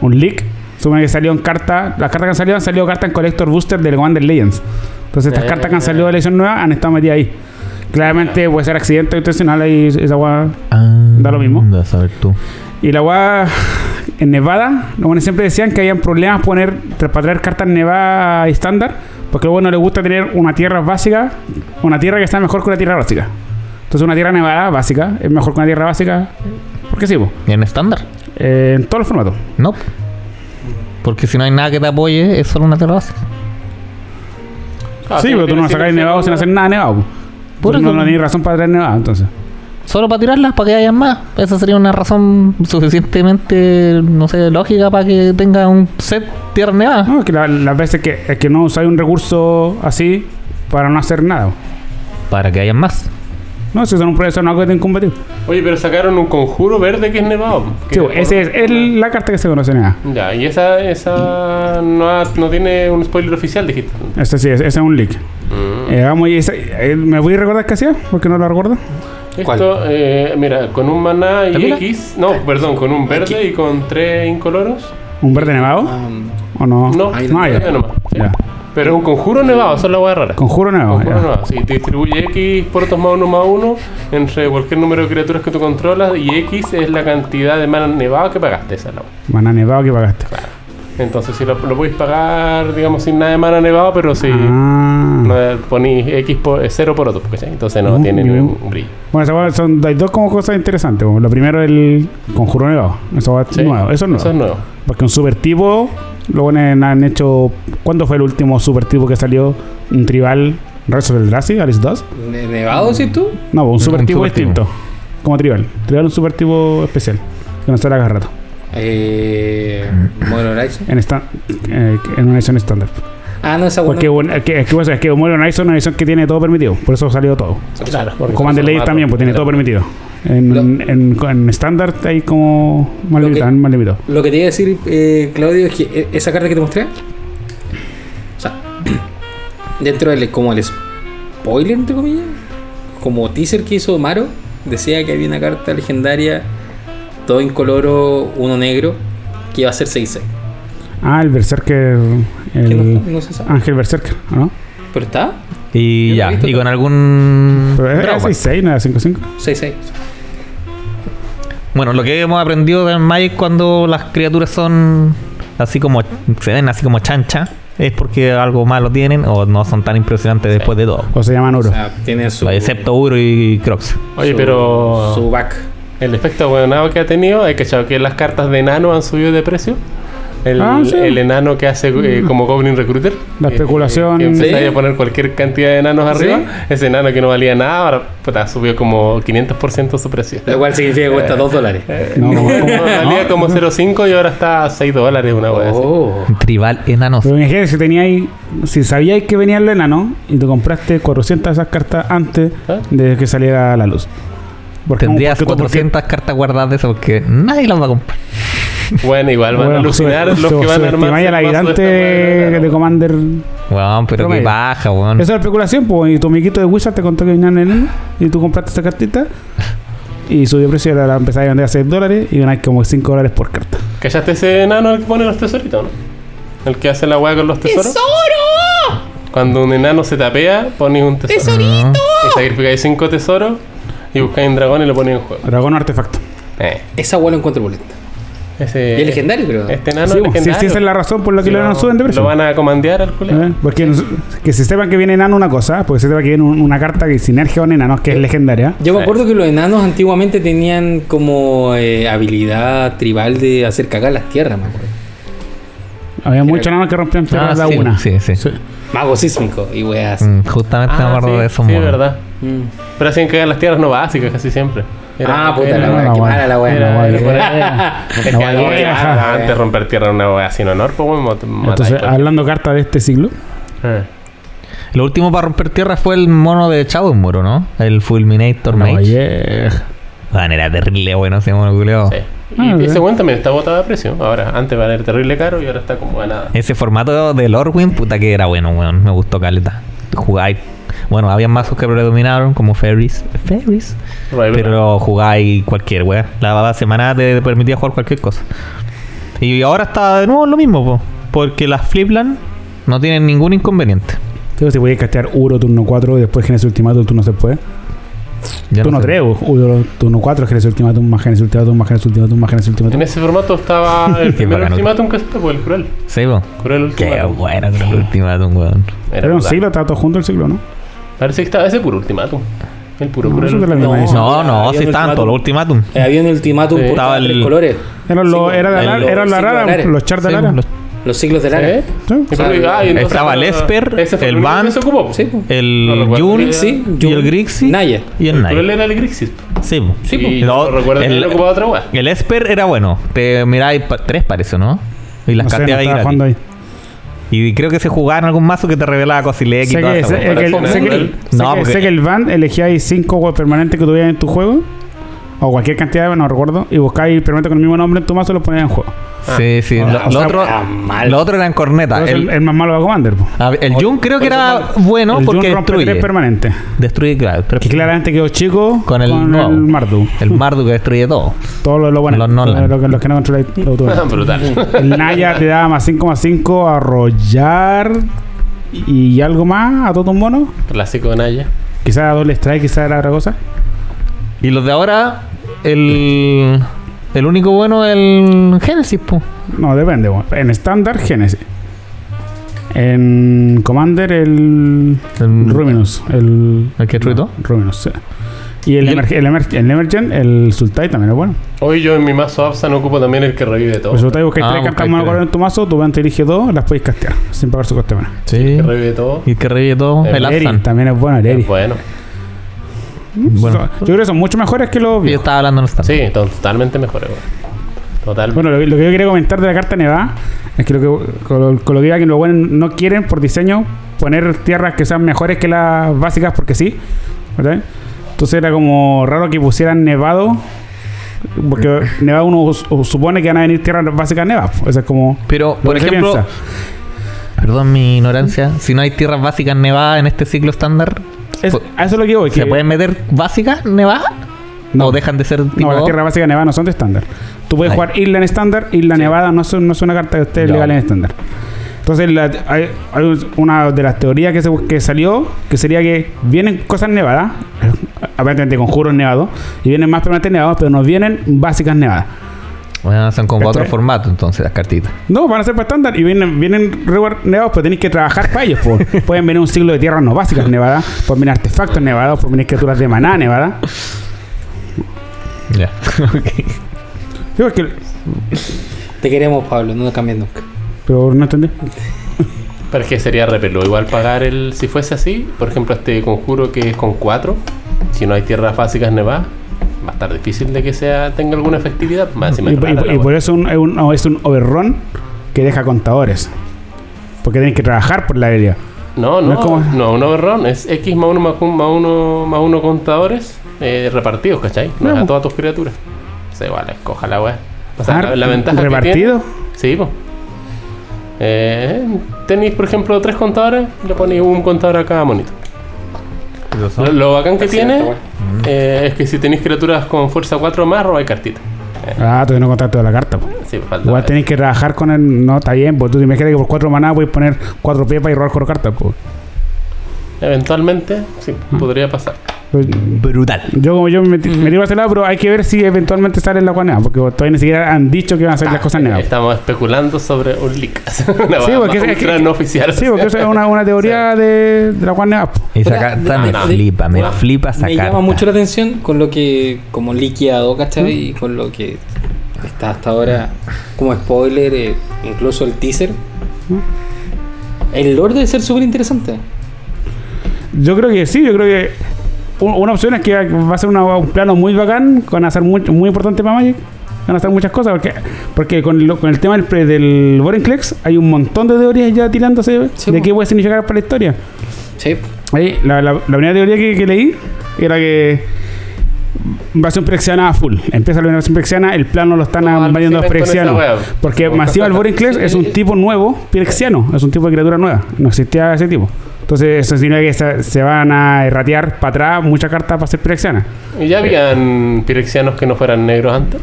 Speaker 2: Un leak. Supone que salió en carta. Las cartas que han salido han salido cartas en Collector Booster del Wander Legends. Entonces, estas
Speaker 1: Eh.
Speaker 2: cartas que han salido de la edición nueva han estado metidas ahí. Claramente puede ser accidente intencional y esa guada. Da lo mismo.
Speaker 4: Ah, Anda a saber tú.
Speaker 2: Y la guada en Nevada, los buenos siempre decían que habían problemas poner, tra- para traer cartas Nevada estándar, porque a los buenos les gusta tener una tierra básica, una tierra que está mejor que una tierra básica. Entonces una tierra Nevada básica es mejor que una tierra básica, porque sí, po.
Speaker 4: ¿Y en estándar?
Speaker 2: Eh, en todos los formatos.
Speaker 4: No. Porque si no hay nada que te apoye, es solo una terraza.
Speaker 1: Ah,
Speaker 2: sí, pero tú
Speaker 1: tiene
Speaker 2: no sacas
Speaker 1: ciencia
Speaker 2: Nevado
Speaker 1: con
Speaker 2: sin
Speaker 1: una-
Speaker 2: hacer nada Nevado. po.
Speaker 4: Por
Speaker 2: Entonces,
Speaker 4: eso.
Speaker 2: no, no tenéis razón para traer Nevada, entonces.
Speaker 4: Solo para tirarlas, para que hayan más. Esa sería una razón suficientemente, no sé, lógica para que tenga un set tierra nevada.
Speaker 2: No, es que la- las veces que, es que no usáis un recurso así para no hacer nada. po.
Speaker 4: Para que hayan más.
Speaker 2: No, si son un proceso no algo que te incompatible.
Speaker 1: Oye, pero sacaron un conjuro verde que es nevado. pues, que
Speaker 2: Sí, pues, po,
Speaker 1: por-
Speaker 2: esa es el- la carta que se conoce en Nevada.
Speaker 1: Ya, y esa, esa no, ha- no tiene un spoiler oficial, dijiste.
Speaker 2: Este sí, ese es un leak.
Speaker 1: Mm.
Speaker 2: Eh, vamos, y ese- eh, ¿Me voy a recordar qué hacía? Porque no lo recuerdo.
Speaker 3: ¿Cuál?
Speaker 1: Esto, eh, mira, con un maná y
Speaker 4: ¿También?
Speaker 1: X. No, perdón, con un verde y con tres incoloros.
Speaker 2: ¿Un verde nevado?
Speaker 3: Um,
Speaker 2: ¿O no?
Speaker 1: No,
Speaker 3: ahí
Speaker 2: no, ya.
Speaker 1: verde nomás, sí.
Speaker 2: Ya.
Speaker 1: Pero es un conjuro nevado, eso es la hueá rara.
Speaker 2: Conjuro nevado.
Speaker 1: Conjuro
Speaker 2: ya.
Speaker 1: nevado, sí. Te distribuye X por 2 más 1 más 1 entre cualquier número de criaturas que tú controlas y X es la cantidad de maná nevado que pagaste, esa es la hueá.
Speaker 2: Maná nevado que pagaste.
Speaker 1: Entonces, si lo, lo podéis pagar, digamos, sin nada de maná nevado, pero si
Speaker 2: Ah.
Speaker 1: no ponéis X por 0 por otro, ¿cachai? Entonces no
Speaker 2: Mm,
Speaker 1: tiene
Speaker 2: bien.
Speaker 1: ningún brillo.
Speaker 2: Bueno, esa hueá son, hay dos como cosas interesantes. como Lo primero es el conjuro nevado. Eso va
Speaker 1: Sí,
Speaker 2: nuevo. Eso es nuevo.
Speaker 1: Eso es nuevo.
Speaker 2: Porque un super tipo, lo bueno han hecho. ¿Cuándo fue el último super tipo que salió? Un tribal. ¿Rezo del Drazi? ¿Alice 2?
Speaker 3: ¿ne- ¿Nevado, sí tú?
Speaker 2: No, un super tipo
Speaker 4: supertipo.
Speaker 2: distinto. Como tribal. Tribal es un super tipo especial. Que no sale a cada rato.
Speaker 3: Eh, Modern Horizon.
Speaker 2: en, esta- eh, en una edición estándar.
Speaker 3: Ah, no, esa
Speaker 2: Porque
Speaker 3: buena.
Speaker 2: bueno, es que, es que, bueno, es que Modern Horizon es una edición que tiene todo permitido, por eso salió todo.
Speaker 1: Claro,
Speaker 2: Commander Legends también, pues tiene todo permitido. En
Speaker 3: Lo-
Speaker 2: en- en estándar hay como más
Speaker 3: Lo que-
Speaker 2: limitado, más limitado.
Speaker 3: Lo que te iba a decir, eh, Claudio, es que eh, esa carta que te mostré, o sea, dentro del como el spoiler, entre comillas, como teaser que hizo Maro, decía que había una carta legendaria, todo incoloro, uno negro, que iba a ser 6-6.
Speaker 2: Ah, el Berserker.
Speaker 3: Que no,
Speaker 1: Mm.
Speaker 2: El
Speaker 3: no se sabe.
Speaker 2: Ángel Berserker, ¿o ¿no?
Speaker 3: Pero está
Speaker 4: Y
Speaker 3: Yo lo he
Speaker 4: ya,
Speaker 3: visto
Speaker 4: y
Speaker 3: todo.
Speaker 4: con algún...
Speaker 2: Pero eh, era
Speaker 4: drawback.
Speaker 2: 6-6, no era 5-5.
Speaker 3: 6-6.
Speaker 4: Bueno, lo que hemos aprendido de Magic cuando las criaturas son así como se ven así como chancha es porque algo malo tienen o no son tan impresionantes después de todo.
Speaker 2: O se llaman
Speaker 3: O
Speaker 2: Uro.
Speaker 3: sea, tiene su.
Speaker 4: Excepto Uro y Crocs.
Speaker 1: Oye,
Speaker 3: su-
Speaker 1: pero
Speaker 3: Su back.
Speaker 1: el efecto buenado que ha tenido, hay que echar que las cartas de enano han subido de precio. El,
Speaker 2: Ah, sí. Mm.
Speaker 1: el enano que hace eh, como Goblin Recruiter.
Speaker 2: La
Speaker 1: eh,
Speaker 2: especulación.
Speaker 1: que empezáis
Speaker 3: Sí.
Speaker 1: a poner cualquier cantidad de enanos
Speaker 3: Sí.
Speaker 1: arriba. Ese enano que no valía nada, ahora puta, subió como 500% su precio.
Speaker 3: Lo cual significa que cuesta 2 dólares.
Speaker 2: No,
Speaker 1: Como-
Speaker 2: como-
Speaker 1: valía
Speaker 2: no.
Speaker 1: como 0.5 y ahora está a 6 dólares una wea así.
Speaker 3: Oh.
Speaker 4: Tribal enanos.
Speaker 2: Pero imagínate si tenía ahí, si sabíais que venía el enano y te compraste 400 de esas cartas antes
Speaker 1: ¿Ah?
Speaker 2: de que saliera a la luz. Porque-
Speaker 4: Tendrías
Speaker 2: porque- porque-
Speaker 4: 400 cartas guardadas de esas porque nadie las va a comprar.
Speaker 1: Bueno, igual van a
Speaker 2: Bueno, pues,
Speaker 1: alucinar
Speaker 2: sube-
Speaker 1: los
Speaker 2: sube-
Speaker 1: que van a armar.
Speaker 2: subestimar al ayudante de Commander.
Speaker 4: Weón, pero
Speaker 2: Pero vaya.
Speaker 4: qué baja, weón.
Speaker 2: Eso es especulación, pues. Y tu amiguito de Wizard te contó que venía en él y tú compraste esa cartita. Y subió precio y la empezaste a vender a 6 dólares y ganáis como 5 dólares por carta.
Speaker 1: ¿Callaste ese enano al que pone los tesoritos, no? El que hace la weá con los tesoros. ¡Tesoro! Cuando un enano se tapea, pones un tesoro.
Speaker 5: ¡Tesorito!
Speaker 1: Y sacrificáis 5 tesoros y buscáis un dragón y lo ponéis en juego.
Speaker 2: Dragón artefacto.
Speaker 1: Eh,
Speaker 3: Esa hueá lo encuentro boleta.
Speaker 1: ese,
Speaker 3: Y es legendario, creo.
Speaker 1: Este enano
Speaker 2: Sí,
Speaker 1: es
Speaker 2: pues, si,
Speaker 1: legendario.
Speaker 2: si esa es la razón por la que
Speaker 1: Si
Speaker 2: lo,
Speaker 1: lo-
Speaker 2: no suben de precio.
Speaker 1: Lo van a comandear al culé.
Speaker 2: ¿Eh? Porque nos- que se sepa que viene enano una cosa, porque se sepa que viene un- una carta que sinergia con enanos, que es legendaria.
Speaker 3: Yo me
Speaker 1: Sí.
Speaker 3: acuerdo que los enanos antiguamente tenían como eh, habilidad tribal de hacer cagar las tierras, me acuerdo.
Speaker 2: Había muchos enanos que rompían tierras
Speaker 4: Ah,
Speaker 2: de
Speaker 4: sí,
Speaker 2: una.
Speaker 4: sí, sí.
Speaker 3: Mago sísmico y weas.
Speaker 4: Mm, justamente me acuerdo
Speaker 1: Ah, sí,
Speaker 4: de eso.
Speaker 1: sí,
Speaker 4: monos.
Speaker 1: verdad.
Speaker 3: Mm.
Speaker 1: Pero hacían cagar las tierras no básicas casi siempre.
Speaker 3: Ah, puta
Speaker 1: era-
Speaker 3: la wea, qué
Speaker 2: wea.
Speaker 3: mala la wea.
Speaker 1: Era-
Speaker 3: la wea.
Speaker 1: era por ahí.
Speaker 2: Eh,
Speaker 1: Es
Speaker 2: no
Speaker 1: que
Speaker 2: vaya
Speaker 1: algo
Speaker 2: a
Speaker 1: que
Speaker 2: viajar.
Speaker 1: era antes romper tierra en una wea sin honor, pues bueno, mat- matáis
Speaker 2: Entonces,
Speaker 1: cualquier-
Speaker 2: hablando cartas de este siglo,
Speaker 1: Eh.
Speaker 4: Lo último para romper tierra fue el mono de Shadowmoor, ¿o ¿no? El Fulminator
Speaker 2: no,
Speaker 4: Mage.
Speaker 2: vieja.
Speaker 4: Bueno, era terrible, bueno, ese mono culiao.
Speaker 1: Sí. Y
Speaker 2: Ah, bien.
Speaker 1: ese weón también está botado de precio. Ahora, antes era terrible caro y ahora está como a nada.
Speaker 4: Ese formato de Lorwyn, puta que era bueno, weón. Me gustó caleta. Jugáis. Bueno, había mazos que predominaron, como Ferris. Ferris.
Speaker 1: Rival-
Speaker 4: Pero jugáis cualquier weá. La semana te permitía jugar cualquier cosa. Y ahora está de nuevo lo mismo, po, porque las Flipland no tienen ningún inconveniente.
Speaker 2: Entonces, si voy a castear Uro turno 4 y después Genesis Ultimatum, tú no se puede.
Speaker 4: Ya
Speaker 2: Turno
Speaker 4: sé.
Speaker 2: 3, pues, Uro turno 4, Genesis Ultimatum, más Genesis Ultimatum, más Genesis Ultimatum, más Genesis
Speaker 1: En
Speaker 2: Ultimatum.
Speaker 1: ese formato estaba el
Speaker 4: Qué
Speaker 1: primer
Speaker 4: bacano.
Speaker 1: ultimátum que se fue el cruel.
Speaker 4: Sí, po.
Speaker 1: Cruel
Speaker 4: Qué
Speaker 1: ultimátum.
Speaker 4: bueno con el ultimátum, weón.
Speaker 2: Era un
Speaker 1: brutal.
Speaker 2: siglo, estaba todo junto el siglo, ¿no?
Speaker 1: Parece que estaba ese puro ultimátum. El puro
Speaker 2: No,
Speaker 1: cruel. ¿Eh?
Speaker 2: eso te la
Speaker 1: ultimátum.
Speaker 2: misma edición.
Speaker 4: No, no,
Speaker 3: había
Speaker 4: sí
Speaker 3: un
Speaker 4: tanto, el ultimátum.
Speaker 3: Eh, había un ultimátum
Speaker 1: Sí.
Speaker 3: por
Speaker 4: Estaba
Speaker 3: cada
Speaker 4: el-
Speaker 3: tres colores.
Speaker 2: Eran los-
Speaker 3: Sí,
Speaker 2: Era de
Speaker 4: el-
Speaker 2: Alara- era
Speaker 3: los
Speaker 2: la
Speaker 3: siglos
Speaker 2: rara,
Speaker 3: alares.
Speaker 2: los chars de
Speaker 4: Sí,
Speaker 2: Alara.
Speaker 4: los-
Speaker 3: Los siglos del
Speaker 1: ¿Eh?
Speaker 3: área.
Speaker 2: Sí.
Speaker 1: Y creo que- ah, y entonces-
Speaker 4: Estaba el Esper,
Speaker 1: ese fue
Speaker 4: el
Speaker 1: único
Speaker 4: Van,
Speaker 1: que se ocupó.
Speaker 3: Sí, po.
Speaker 1: No
Speaker 4: El
Speaker 1: recuerdo.
Speaker 4: Yun
Speaker 1: Sí,
Speaker 4: y el Grixie
Speaker 3: Naya.
Speaker 4: y el
Speaker 1: El cruel
Speaker 4: Naya.
Speaker 1: era el Grixis.
Speaker 4: Sí, po.
Speaker 1: Sí,
Speaker 4: Y
Speaker 1: po. No
Speaker 4: lo-
Speaker 1: recuerdo que
Speaker 4: el-
Speaker 1: le ocupaba otra weá.
Speaker 4: El Esper era bueno. Te miráis pa- tres, parece, ¿no? Y las
Speaker 2: No sé, no
Speaker 4: casteabais
Speaker 2: estaba
Speaker 4: gratis.
Speaker 2: jugando ahí.
Speaker 4: Y creo que se jugaba en algún mazo que te revelaba Cosilec y
Speaker 2: Sé
Speaker 4: todo
Speaker 2: que,
Speaker 4: eso.
Speaker 2: sé,
Speaker 1: weá.
Speaker 2: eh, que el,
Speaker 1: Para
Speaker 2: sé, que,
Speaker 1: comer.
Speaker 2: sé
Speaker 4: No,
Speaker 2: que-
Speaker 4: porque-
Speaker 2: sé que el van elegía ahí 5 web permanentes que tuvieras en tu juego. O cualquier cantidad, no recuerdo. Y buscáis permanente con el mismo nombre en tu mazo y lo ponías en juego.
Speaker 4: Sí, sí. Lo,
Speaker 2: o
Speaker 4: lo
Speaker 2: sea,
Speaker 4: otro,
Speaker 3: ah, mal.
Speaker 4: lo otro eran corneta.
Speaker 2: Entonces, El,
Speaker 4: El,
Speaker 2: el más malo va a Commander. po.
Speaker 4: a ver, el Jun creo que era bueno
Speaker 2: el
Speaker 4: porque
Speaker 2: Jun rompe
Speaker 4: destruye.
Speaker 2: tres permanentes.
Speaker 4: Destruye, claro. pero-
Speaker 2: Que claramente quedó chico
Speaker 4: Con el nuevo.
Speaker 2: Mardu.
Speaker 4: El Marduk que destruye todo.
Speaker 2: Todos los, los buenos.
Speaker 4: Los Nolan.
Speaker 2: Los, que- los que no controláis lo tuve.
Speaker 1: Brutal.
Speaker 2: El Naya te daba más 5,5 a rollar y algo más a todo un mono.
Speaker 1: Clásico de Naya.
Speaker 2: Quizás era doble strike, quizás era otra cosa.
Speaker 4: Y los de ahora, el. El único bueno es el Genesis, po.
Speaker 2: No, depende. bueno. En estándar, Genesis. En Commander, el
Speaker 4: El,
Speaker 2: Ruminus. El,
Speaker 4: ¿El que destruye
Speaker 2: no,
Speaker 4: todo?
Speaker 2: Ruminus, sí. Y el,
Speaker 4: Y el-
Speaker 2: emer- el, emer- el Emergent, el Sultai también es bueno. Pues
Speaker 1: Hoy yo en mi mazo Absan ocupo también el que revive todo.
Speaker 2: El Sultai buscáis
Speaker 4: Ah,
Speaker 2: tres
Speaker 4: buscáis
Speaker 2: cartas monocolor
Speaker 4: tres.
Speaker 2: en tu mazo, tu vente elige dos, las podéis castear sin pagar su coste. Bueno.
Speaker 4: Sí.
Speaker 1: Que revive todo.
Speaker 4: Y el que revive todo.
Speaker 1: El
Speaker 4: El
Speaker 2: Eri
Speaker 4: Azan.
Speaker 2: también es bueno, el Eri.
Speaker 1: Bueno.
Speaker 4: Bueno.
Speaker 2: Son- Yo creo que son mucho mejores que los
Speaker 4: Yo
Speaker 2: viejos.
Speaker 4: estaba hablando en el stand.
Speaker 1: Sí, to- totalmente mejor, weón. Totalmente.
Speaker 2: Bueno, lo, que- lo que yo quería comentar de la carta nevada es que lo que, con, lo- con lo que iba que los buenos no quieren por diseño poner tierras que sean mejores que las básicas porque sí. ¿verdad? Entonces era como raro que pusieran nevado. Porque nevado uno us- us- supone que van a venir tierras básicas nevadas. O sea, es como.
Speaker 4: Pero,
Speaker 2: lo
Speaker 4: por
Speaker 2: que se
Speaker 4: ejemplo,
Speaker 2: piensa.
Speaker 4: perdón mi ignorancia, si no hay tierras básicas nevadas en este ciclo estándar,
Speaker 2: Es-
Speaker 4: po-
Speaker 2: a eso es lo que voy.
Speaker 4: ¿se
Speaker 2: que-
Speaker 4: pueden meter básicas nevadas?
Speaker 2: No.
Speaker 4: ¿O dejan de ser
Speaker 2: No,
Speaker 4: tipo
Speaker 2: las
Speaker 4: dos?
Speaker 2: tierras básicas nevadas no son de estándar. Tú puedes
Speaker 4: Ay.
Speaker 2: jugar Isla en estándar, Isla Nevada no es, no es una carta que esté
Speaker 4: Ya.
Speaker 2: legal en estándar. Entonces, la- hay, hay un- una de las teorías que, se, que salió, que sería que vienen cosas nevadas, aparentemente conjuros nevados, y vienen más permanentes nevados, pero nos vienen básicas nevadas.
Speaker 4: Bueno, son como
Speaker 2: ¿Cachai?
Speaker 4: otro formato entonces las cartitas.
Speaker 2: No, van a ser para estándar y vienen, vienen regular nevados, pero tenéis que trabajar para ellos. po. Pueden venir un ciclo de tierras no básicas nevadas, pueden venir artefactos nevados, pueden venir criaturas de maná nevadas.
Speaker 4: Ya.
Speaker 2: Digo, es que-
Speaker 3: Te queremos, Pablo, no nos cambies nunca.
Speaker 2: pero no entendí.
Speaker 1: Pero es que sería repelo. Igual pagar el. Si fuese así, por ejemplo, este conjuro que es con 4. Si no hay tierras básicas nevadas, va a estar difícil de que sea tenga alguna efectividad. Más encima
Speaker 2: Y,
Speaker 1: es
Speaker 2: por- y
Speaker 1: rara
Speaker 2: por-
Speaker 1: la
Speaker 2: y
Speaker 1: wea.
Speaker 2: por eso un- es un, no, es un overrun que deja contadores. Porque tienen que trabajar por la habilidad.
Speaker 1: No, no,
Speaker 2: No es como-
Speaker 1: no, un overrun es X más 1 más 1 más 1 más 1 contadores eh, repartidos, ¿cachai? No, es
Speaker 2: No.
Speaker 1: a todas tus criaturas. Se vale, coja la weá. O
Speaker 2: Ah,
Speaker 1: sea, la, la ventaja que
Speaker 2: ¿Repartido?
Speaker 1: tiene- sí, pues. Eh, tenéis, por ejemplo, tres contadores, le ponéis un contador a cada monito. Lo, lo bacán que tiene eh, es que si tenéis criaturas con fuerza 4 más, robáis cartita.
Speaker 2: Ah, todavía no contaste toda la carta. po.
Speaker 1: Sí, pues, falta.
Speaker 2: Igual tenéis que trabajar con el. No, está bien. Pues tú te imaginas que por cuatro maná voy a poner cuatro pipas y robar cuatro cartas. po.
Speaker 1: Eventualmente, sí, podría pasar.
Speaker 2: Pues,
Speaker 4: Brutal.
Speaker 2: Yo como yo me metí, me digo a ese lado, pero hay que ver si eventualmente sale la guanea, porque todavía ni siquiera han dicho que van a hacer las cosas negadas.
Speaker 1: Estamos especulando sobre un leak. Una
Speaker 2: Sí,
Speaker 1: weá
Speaker 2: porque
Speaker 1: más
Speaker 2: es que-
Speaker 1: ultra no oficial.
Speaker 2: Sí, porque eso es una, una teoría de, de la guanea.
Speaker 4: Y esa
Speaker 3: Puta,
Speaker 4: carta
Speaker 3: de-
Speaker 4: me
Speaker 3: de-
Speaker 4: flipa, me
Speaker 3: weón,
Speaker 4: flipa esa
Speaker 3: Me
Speaker 4: carta.
Speaker 3: llama mucho la atención con lo que, como liquidado,
Speaker 4: ¿Mm?
Speaker 3: ¿cachai? Y con lo que está hasta ahora como spoiler, eh, incluso el teaser.
Speaker 4: ¿Mm?
Speaker 3: El lore debe ser súper interesante.
Speaker 2: Yo creo que sí, yo creo que un- una opción es que va a ser una- un plano muy bacán, que van a ser muy, muy importante para Magic, van a hacer muchas cosas, porque, porque con, lo- con el tema del, pre- del Borenclex hay un montón de teorías ya tirándose
Speaker 3: Sí,
Speaker 2: de
Speaker 3: po.
Speaker 2: qué puede significar para la historia.
Speaker 3: Sí.
Speaker 2: Ahí, la, la- la primera teoría que, que leí era que va a ser un Prexiana a full. Empieza la invasión Prexiana, el plano lo están
Speaker 1: No,
Speaker 2: invadiendo
Speaker 1: sí,
Speaker 2: los
Speaker 1: ven con esa
Speaker 2: Prexianos.
Speaker 1: wea.
Speaker 2: Porque Masiva el Borenclex es un tipo nuevo, Prexiano, es un tipo de criatura nueva. No existía ese tipo. Entonces, eso significa que se, se van a erratear para atrás muchas cartas para ser Prexiana.
Speaker 1: ¿Y ya habían pirexianos que no fueran negros antes?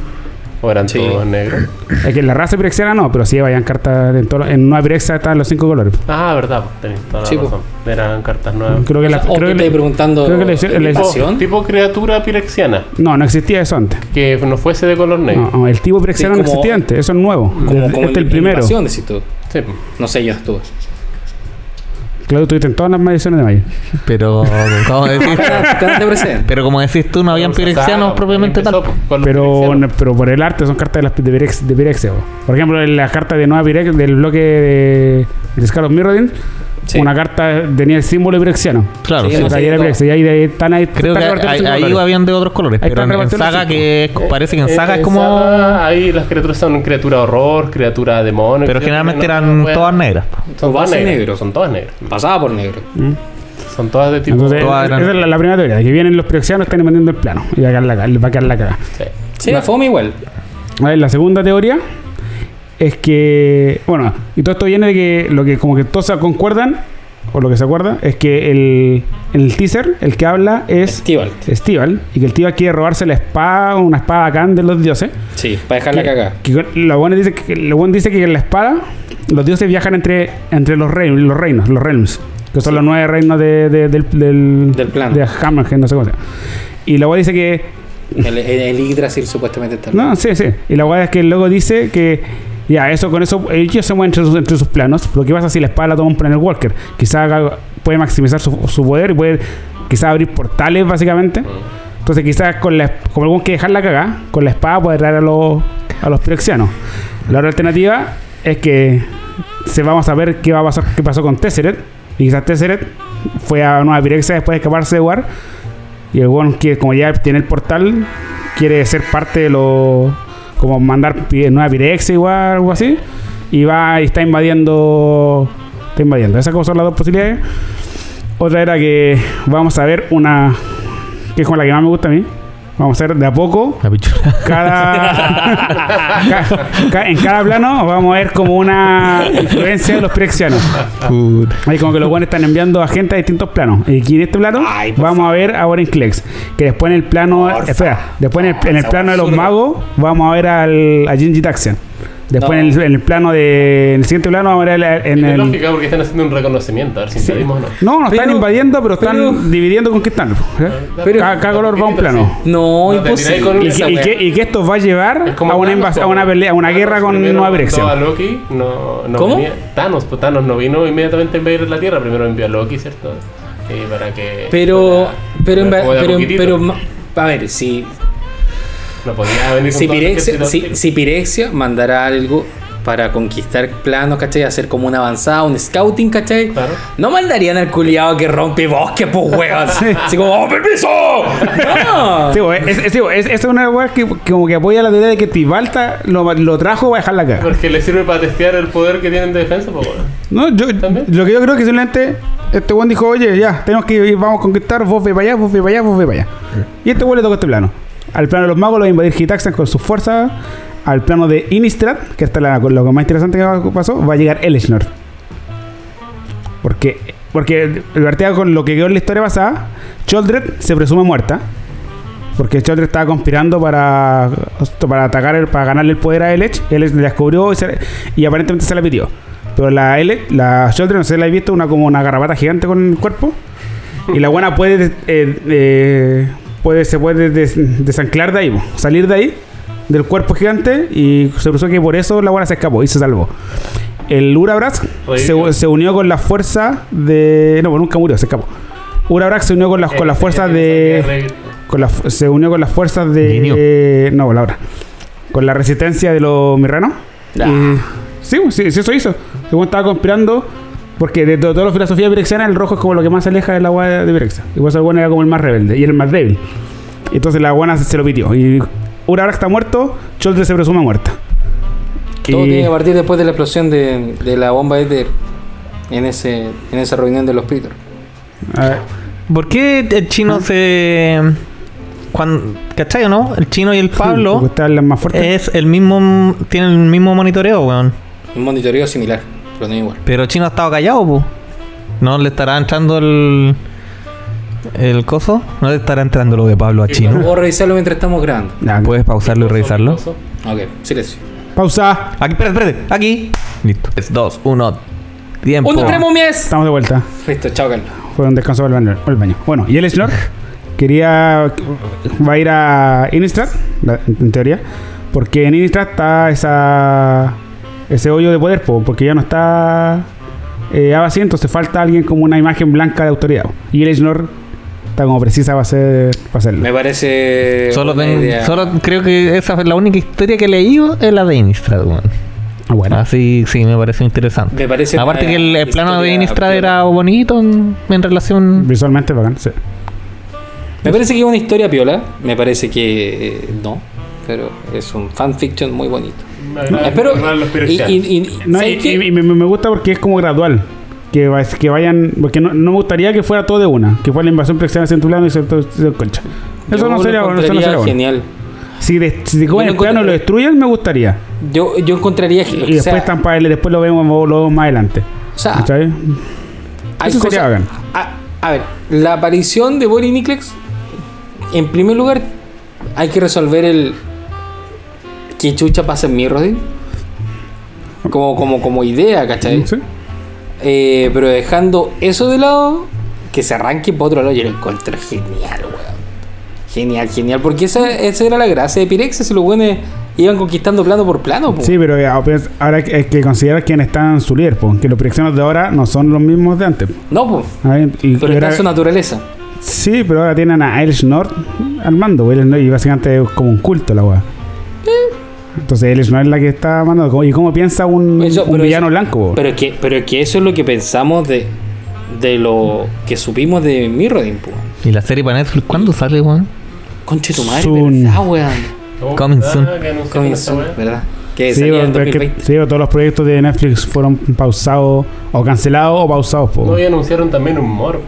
Speaker 1: ¿O eran
Speaker 3: Sí.
Speaker 1: todos negros?
Speaker 2: Es que en la raza Prexiana no, pero sí vayan cartas en, todos los- en una Prexa están los cinco colores.
Speaker 1: Ah, verdad, pues, tenéis toda la
Speaker 3: Sí, pues.
Speaker 1: razón. Eran cartas nuevas.
Speaker 2: Creo que la.
Speaker 3: o
Speaker 2: creo
Speaker 3: te
Speaker 2: que
Speaker 3: estoy
Speaker 2: le-
Speaker 3: preguntando.
Speaker 2: creo que le hicieron- le hicieron-
Speaker 1: Tipo,
Speaker 3: ¿invasión?
Speaker 1: tipo criatura pirexiana,
Speaker 2: no, no existía eso antes.
Speaker 1: que no fuese de color negro.
Speaker 2: No, no, el tipo Prexiano
Speaker 3: Sí,
Speaker 2: no
Speaker 3: como-
Speaker 2: existía antes, eso es nuevo.
Speaker 3: Como,
Speaker 2: Desde-
Speaker 3: como
Speaker 2: este es el
Speaker 3: en-
Speaker 2: primero.
Speaker 3: invasión, decís tú.
Speaker 1: Sí, pues.
Speaker 3: No sé, yo estuve.
Speaker 2: Claro, estuviste en todas las mediciones de Magic.
Speaker 4: Pero, ¿cómo decís?
Speaker 2: Ah.
Speaker 3: Cánate presente.
Speaker 4: Pero como decís tú, no habían
Speaker 1: Empezó,
Speaker 4: pirexianos propiamente tal.
Speaker 1: empezó, pues, con los
Speaker 2: Pero,
Speaker 1: pirexianos.
Speaker 2: no- pero por el arte son cartas de, las, de, Pirex, de Pirexia, po. Por ejemplo, en las cartas de Nueva Pirex del bloque de, de Scarlet Mirrodin,
Speaker 3: Sí.
Speaker 2: una carta tenía el símbolo pirexiano.
Speaker 4: Claro,
Speaker 3: Sí,
Speaker 4: sí.
Speaker 2: O
Speaker 3: no
Speaker 2: sea,
Speaker 3: sé,
Speaker 2: y era
Speaker 3: todo.
Speaker 2: Pirexia. Y ahí, de ahí están ahí. están
Speaker 4: Creo que
Speaker 2: repartidos
Speaker 4: ahí,
Speaker 2: cinco
Speaker 4: ahí
Speaker 2: colores.
Speaker 4: habían de otros colores,
Speaker 2: Ahí
Speaker 4: pero
Speaker 2: están
Speaker 4: en, en
Speaker 2: repartidos
Speaker 4: saga
Speaker 2: cinco.
Speaker 4: que es- parece que en
Speaker 1: Eh,
Speaker 4: saga es
Speaker 1: en
Speaker 4: como...
Speaker 1: saga, ahí las criaturas son criatura horror, criatura demonio.
Speaker 4: Pero
Speaker 2: eh,
Speaker 1: criatura-
Speaker 4: generalmente
Speaker 1: no,
Speaker 4: eran
Speaker 1: weá.
Speaker 4: todas negras. po.
Speaker 1: Son todas
Speaker 3: Base
Speaker 1: negras.
Speaker 3: negro.
Speaker 1: Son todas negras.
Speaker 3: Pasaba por negro.
Speaker 2: Mm.
Speaker 1: Son todas de tipo.
Speaker 2: Entonces,
Speaker 4: Todas
Speaker 2: esa
Speaker 4: eran-
Speaker 2: es la, la primera teoría: que vienen los pirexianos, están invadiendo el plano. Y va a quedar la, ca- va a quedar la cagada.
Speaker 1: Sí.
Speaker 3: Sí, la fome igual.
Speaker 2: A ver, la segunda teoría es que. Bueno, y todo esto viene de que lo que como que todos se concuerdan, o lo que se acuerda, es que el, en el teaser, el que habla es.
Speaker 3: Estival.
Speaker 2: Estival y que el tío quiere robarse la espada, una espada bacán de los dioses.
Speaker 3: Sí, para dejarla
Speaker 2: Que-
Speaker 3: cagada.
Speaker 2: Que, lo bueno dice que lo bueno dice que con la espada los dioses viajan entre, entre los, reinos, los reinos, los realms, que son los nueve reinos de, de- del, del,
Speaker 3: Del plano.
Speaker 2: De Hammerhead, no sé cómo se llama. Y la weá dice que.
Speaker 3: El, el, el Yggdrasil supuestamente está.
Speaker 2: No, sí, sí. Y la weá es que el loco dice que. Ya, eso con eso. Ellos se mueven entre sus, entre sus planos. Lo que pasa si la espada la toma un planel walker. Quizá haga- puede maximizar su, su poder y puede quizá abrir portales, básicamente. Entonces quizás con la, como algún que dejarla cagada, con la espada puede traer a los, a los pirexianos. La otra alternativa es que se vamos a ver qué va a pasar, qué pasó con Tesseret. Y quizás Tesseret fue a Nueva Pirexia después de escaparse de War. Y el weón que como ya tiene el portal, quiere ser parte de los como mandar pi- Nueva Pirexia igual, algo así. Y va y está invadiendo. Está invadiendo. Esas como son las dos posibilidades. Otra era que vamos a ver una. que es como la que más me gusta a mí. Vamos a ver de a poco.
Speaker 4: La pichula.
Speaker 2: Cada, ca- ca- en cada plano vamos a ver como una influencia de los pirexianos.
Speaker 4: Puta.
Speaker 2: Ahí como que los buenos están enviando a gente a distintos planos. Y aquí en este plano
Speaker 3: Ay, por
Speaker 2: vamos a ver a Oren Clex. Que después en el plano. eh,
Speaker 3: Porfa.
Speaker 2: Espera, después en el, en el
Speaker 3: No,
Speaker 2: plano de los
Speaker 3: absurdo.
Speaker 2: magos vamos a ver al, a Jinji Taxian. Después en, el, en el plano de. En el siguiente plano vamos a ver al- en
Speaker 1: Tiene
Speaker 2: el.
Speaker 1: lógica porque están haciendo un reconocimiento, a ver si salimos o no.
Speaker 2: No, no están
Speaker 3: Pero-
Speaker 2: invadiendo, pero están
Speaker 3: pero-
Speaker 2: dividiendo conquistando. ¿eh?
Speaker 1: Pero-
Speaker 2: cada, cada color va a un plano.
Speaker 1: No,
Speaker 3: No,
Speaker 1: te
Speaker 3: imposible.
Speaker 1: tiráis con un-
Speaker 2: Y que, y que- y que esto va a llevar
Speaker 1: Es como
Speaker 2: a una,
Speaker 1: Thanos,
Speaker 2: invas- a una
Speaker 1: po.
Speaker 2: pelea, a una guerra con
Speaker 1: primero
Speaker 2: Nueva
Speaker 1: mandó a
Speaker 2: Brexia.
Speaker 1: Loki, no, no
Speaker 3: ¿Cómo?
Speaker 1: venía- Thanos, pues Thanos no vino inmediatamente a invadir la Tierra, primero envió a Loki, ¿cierto? Eh, para que.
Speaker 3: Pero, pero, en
Speaker 1: fuera
Speaker 3: ver-
Speaker 1: como de a
Speaker 3: pero,
Speaker 1: poquitito.
Speaker 3: pero, ma- a ver, si,
Speaker 1: No podía venir con
Speaker 3: si,
Speaker 1: todo el
Speaker 3: Pirexia,
Speaker 1: ejército
Speaker 3: si,
Speaker 1: hostil.
Speaker 3: si Pirexia mandara algo para conquistar planos, ¿cachai? Hacer como una avanzada, un scouting, ¿cachai?
Speaker 1: Claro.
Speaker 3: No mandarían al culiado que rompe bosque, pues, weón. Así como, ¡oh, permiso! No.
Speaker 2: Sí, bo, es, es, sí, bo, es- es una weá que, que como que apoya la teoría de que Tibalta lo, lo trajo para dejarla acá.
Speaker 1: Porque le sirve para testear el poder que tienen de defensa, pues bueno.
Speaker 2: No, yo,
Speaker 1: ¿También?
Speaker 2: lo que yo creo es que simplemente este weón dijo, oye, ya, tenemos que ir, vamos a conquistar, vos ve para allá, vos ve para allá, vos ve para allá. Y este weón le tocó este plano. Al plano de los magos lo va a invadir Hitaxan con sus fuerzas. Al plano de Innistrad, que está la, lo más interesante que pasó, va a llegar Elesnor. Porque, porque vertida con lo que quedó en la historia pasada, Choldred se presume muerta. Porque Choldred estaba conspirando para, para atacar el, para ganarle el poder a Elech. Elech la descubrió y, se- y aparentemente se la pidió. Pero la Elech, la Choldred, no sé si la he visto, una como una garrapata gigante con el cuerpo. Y la buena puede, eh, eh, puede se puede des- desanclar de ahí, po. salir de ahí, del cuerpo gigante, y se cruzó que por eso la buena se escapó y se salvó. El Urabrax
Speaker 1: Revivió.
Speaker 2: se, se unió con la fuerza de. No, pues nunca murió, se escapó. Urabrax se unió con las con
Speaker 1: Eh,
Speaker 2: las fuerzas de. Con la fu- se unió con las fuerzas
Speaker 4: Ginyu.
Speaker 2: de. No, la otra. Con la resistencia de los mirranos.
Speaker 3: Ah.
Speaker 2: Y- sí, pues, sí, sí, eso hizo. Según estaba conspirando, porque de to- toda la filosofía virexiana, el rojo es como lo que más se aleja de la guada de Virexa. Igual el guana era como el más rebelde y el más débil. Entonces la guana se, se lo pitió. Y Urabra está muerto, Cholde se presume muerta.
Speaker 3: Todo
Speaker 2: Y-
Speaker 3: tiene que partir después de la explosión de, de la bomba Ether en, ese, en esa reunión de los Peter.
Speaker 2: a ver,
Speaker 4: ¿Por qué el chino se. Cuando, ¿Cachai o no? El chino y el
Speaker 2: porque
Speaker 4: Pablo
Speaker 2: está la más fuerte.
Speaker 4: es el mismo. Tienen el mismo monitoreo, weón.
Speaker 3: Un monitoreo similar, pero no igual.
Speaker 4: Pero el chino ha estado callado, po. ¿No le estará entrando el. el coso? ¿No le estará entrando lo de Pablo a chino?
Speaker 3: Puedo revisarlo mientras estamos grabando.
Speaker 2: Ya,
Speaker 4: ¿Puedes pausarlo y
Speaker 1: eh,
Speaker 4: revisarlo?
Speaker 1: pues,
Speaker 3: Ok, silencio.
Speaker 2: Pausa.
Speaker 4: Aquí, espérate, espérate. Aquí. Listo. 3, 2, 1. Tiempo.
Speaker 3: ¡Un tres momias!
Speaker 2: Estamos de vuelta.
Speaker 3: Listo, chao, Carlos.
Speaker 2: Fue un descanso para el baño. para el baño. Bueno, y el Snor quería. Va a ir a Innistrad, la- en teoría. Porque en Innistrad está esa, ese hoyo de poder, po, porque ya no está eh, Abassi, entonces falta alguien como una imagen blanca de autoridad. po. Y el Snor está como precisa para, hacer, para hacerlo.
Speaker 3: Me parece.
Speaker 4: Solo,
Speaker 3: buena
Speaker 4: tengo-
Speaker 3: idea.
Speaker 4: solo creo que esa es la única historia que he leído es la de Innistrad, weón.
Speaker 2: Ah, bueno.
Speaker 4: Así sí, me pareció interesante.
Speaker 3: Me parece.
Speaker 4: Aparte
Speaker 3: una
Speaker 4: que el, el plano de
Speaker 3: historia
Speaker 4: Innistrad
Speaker 3: piola.
Speaker 4: era bonito en, en relación...
Speaker 2: Visualmente bacán, sí.
Speaker 3: Me parece que es una historia piola. Me parece que. eh, no. Pero es un fanfiction muy bonito.
Speaker 1: eh,
Speaker 3: Espero. Y, y- y-
Speaker 2: No, y,
Speaker 3: ¿sabes qué?
Speaker 2: y- y me, me gusta porque es como gradual. Que, va- que vayan. Porque no, no me gustaría que fuera todo de una. Que fuera la invasión prexiana en tu plano y se, se- se concha. Eso
Speaker 3: Yo
Speaker 2: no
Speaker 3: lo
Speaker 2: sería, bueno, eso no
Speaker 3: encontraría
Speaker 2: sería bueno.
Speaker 3: genial.
Speaker 2: Si, de, si de-
Speaker 3: Yo lo
Speaker 2: el plano
Speaker 3: encontraría-
Speaker 2: lo destruyen, me gustaría.
Speaker 3: Yo, yo encontraría.
Speaker 2: Y
Speaker 3: o
Speaker 2: después,
Speaker 3: sea, Ah,
Speaker 2: están para él, después lo vemos lo vemos más adelante.
Speaker 3: o sea,
Speaker 2: ¿Cachai?
Speaker 3: hay
Speaker 2: eso sería
Speaker 3: cosas-
Speaker 2: bacán.
Speaker 3: a, a ver, la aparición de Boris Niklex. En primer lugar, hay que resolver el. ¿Qué chucha pasa en Mirrodin? Como, como, como idea, ¿cachai?
Speaker 2: Sí.
Speaker 3: Eh, pero dejando eso de lado, que se arranque por otro lado, yo lo encuentro genial, weón. Genial, genial. Porque esa, esa era la gracia de Pirex, si los buenos iban conquistando plano por plano, po.
Speaker 2: Sí, pero ya, pues, ahora hay que- hay que considerar quién está en su líder, po, que los proyecciones de ahora no son los mismos de antes. po.
Speaker 3: No, po.
Speaker 2: Ay, y- y
Speaker 3: Pero está
Speaker 2: ahora-
Speaker 3: en su naturaleza.
Speaker 2: Sí, pero ahora tienen a El Snort al mando, güey. El Snort- pues, Y básicamente es como un culto la weá. Entonces El Snort es la que está mandando. ¿Cómo- ¿Y cómo piensa un,
Speaker 3: Mm. Eso,
Speaker 2: un
Speaker 3: pero
Speaker 2: villano
Speaker 3: eso-
Speaker 2: blanco? po?
Speaker 3: Pero es que, pero es que eso es lo que pensamos de, de lo que supimos de Mirrodin, po.
Speaker 4: ¿Y la serie para Netflix cuándo sale, weón?
Speaker 3: Conche tu madre,
Speaker 2: Soon.
Speaker 3: ¿verdad, Ah, weón?
Speaker 1: eh,
Speaker 4: Coming soon.
Speaker 1: ah,
Speaker 3: Coming soon, ¿verdad? Que
Speaker 2: sí,
Speaker 3: salía en
Speaker 2: pero es que-
Speaker 3: 2020.
Speaker 2: sí, pero todos los proyectos de Netflix fueron pausados o cancelados o pausados. Po.
Speaker 1: No, y anunciaron también un Morp.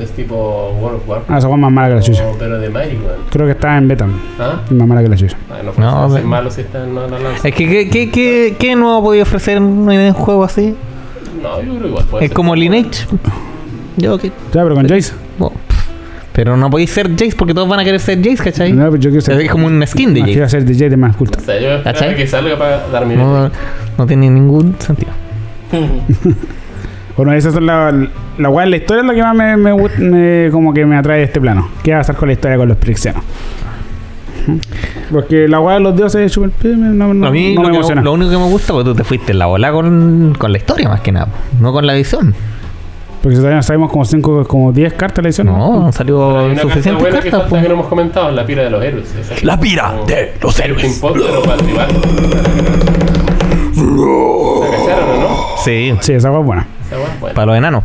Speaker 1: Es tipo World of Warcraft.
Speaker 2: Ah, esa weá es más mala que la chucha.
Speaker 1: o- Pero de Magic, weón.
Speaker 2: Creo que está en beta.
Speaker 1: ¿Ah?
Speaker 2: Es más mala que la chucha.
Speaker 1: Bueno,
Speaker 4: No,
Speaker 1: no, es
Speaker 4: pero-
Speaker 1: malo si está no la lanza.
Speaker 4: Es que ¿qué, qué, qué, qué nuevo podía ofrecer un juego así?
Speaker 1: No, yo creo igual puede
Speaker 4: Es
Speaker 1: ser.
Speaker 4: como Lineage. Yo que...
Speaker 2: Ya, pero con Jace.
Speaker 4: bo- pff. Pero no podéis ser Jace porque todos van a querer ser Jace, ¿cachai?
Speaker 2: No, pero yo quiero
Speaker 4: es
Speaker 2: ser.
Speaker 4: como un skin de
Speaker 2: Ah,
Speaker 4: Jace.
Speaker 2: Quiero ser DJ de más culto.
Speaker 1: O sea, yo espero
Speaker 4: ¿Cachai?
Speaker 1: que salga para dar mi
Speaker 4: No, no tiene ningún sentido.
Speaker 2: Bueno, esa es la, la weá de la historia es la que más me, me gust- me- como que me atrae de este plano. ¿Qué va a pasar con la historia con los prixianos? Porque la weá de los dioses chupa el pie, me- no, no-
Speaker 4: A mí
Speaker 2: no
Speaker 4: lo,
Speaker 2: me
Speaker 4: que me-
Speaker 2: emociona.
Speaker 4: lo único que me gusta porque tú te fuiste en la bola con, con la historia más que nada, po. no con la visión.
Speaker 2: Porque todavía sabemos como 5, como 10 cartas le hicieron.
Speaker 4: No, han
Speaker 1: Hay
Speaker 4: salido
Speaker 1: una carta
Speaker 4: suficientes
Speaker 1: buena que
Speaker 4: cartas.
Speaker 1: falta
Speaker 4: po.
Speaker 1: que no hemos comentado, la pira de los héroes. Esa que-
Speaker 4: La pira
Speaker 1: como-
Speaker 4: de los héroes.
Speaker 1: Un póster o para rival. ¿La cacharon o no?
Speaker 4: Sí,
Speaker 2: Sí, esa weá es buena.
Speaker 1: Esa weá es buena.
Speaker 4: para los enanos.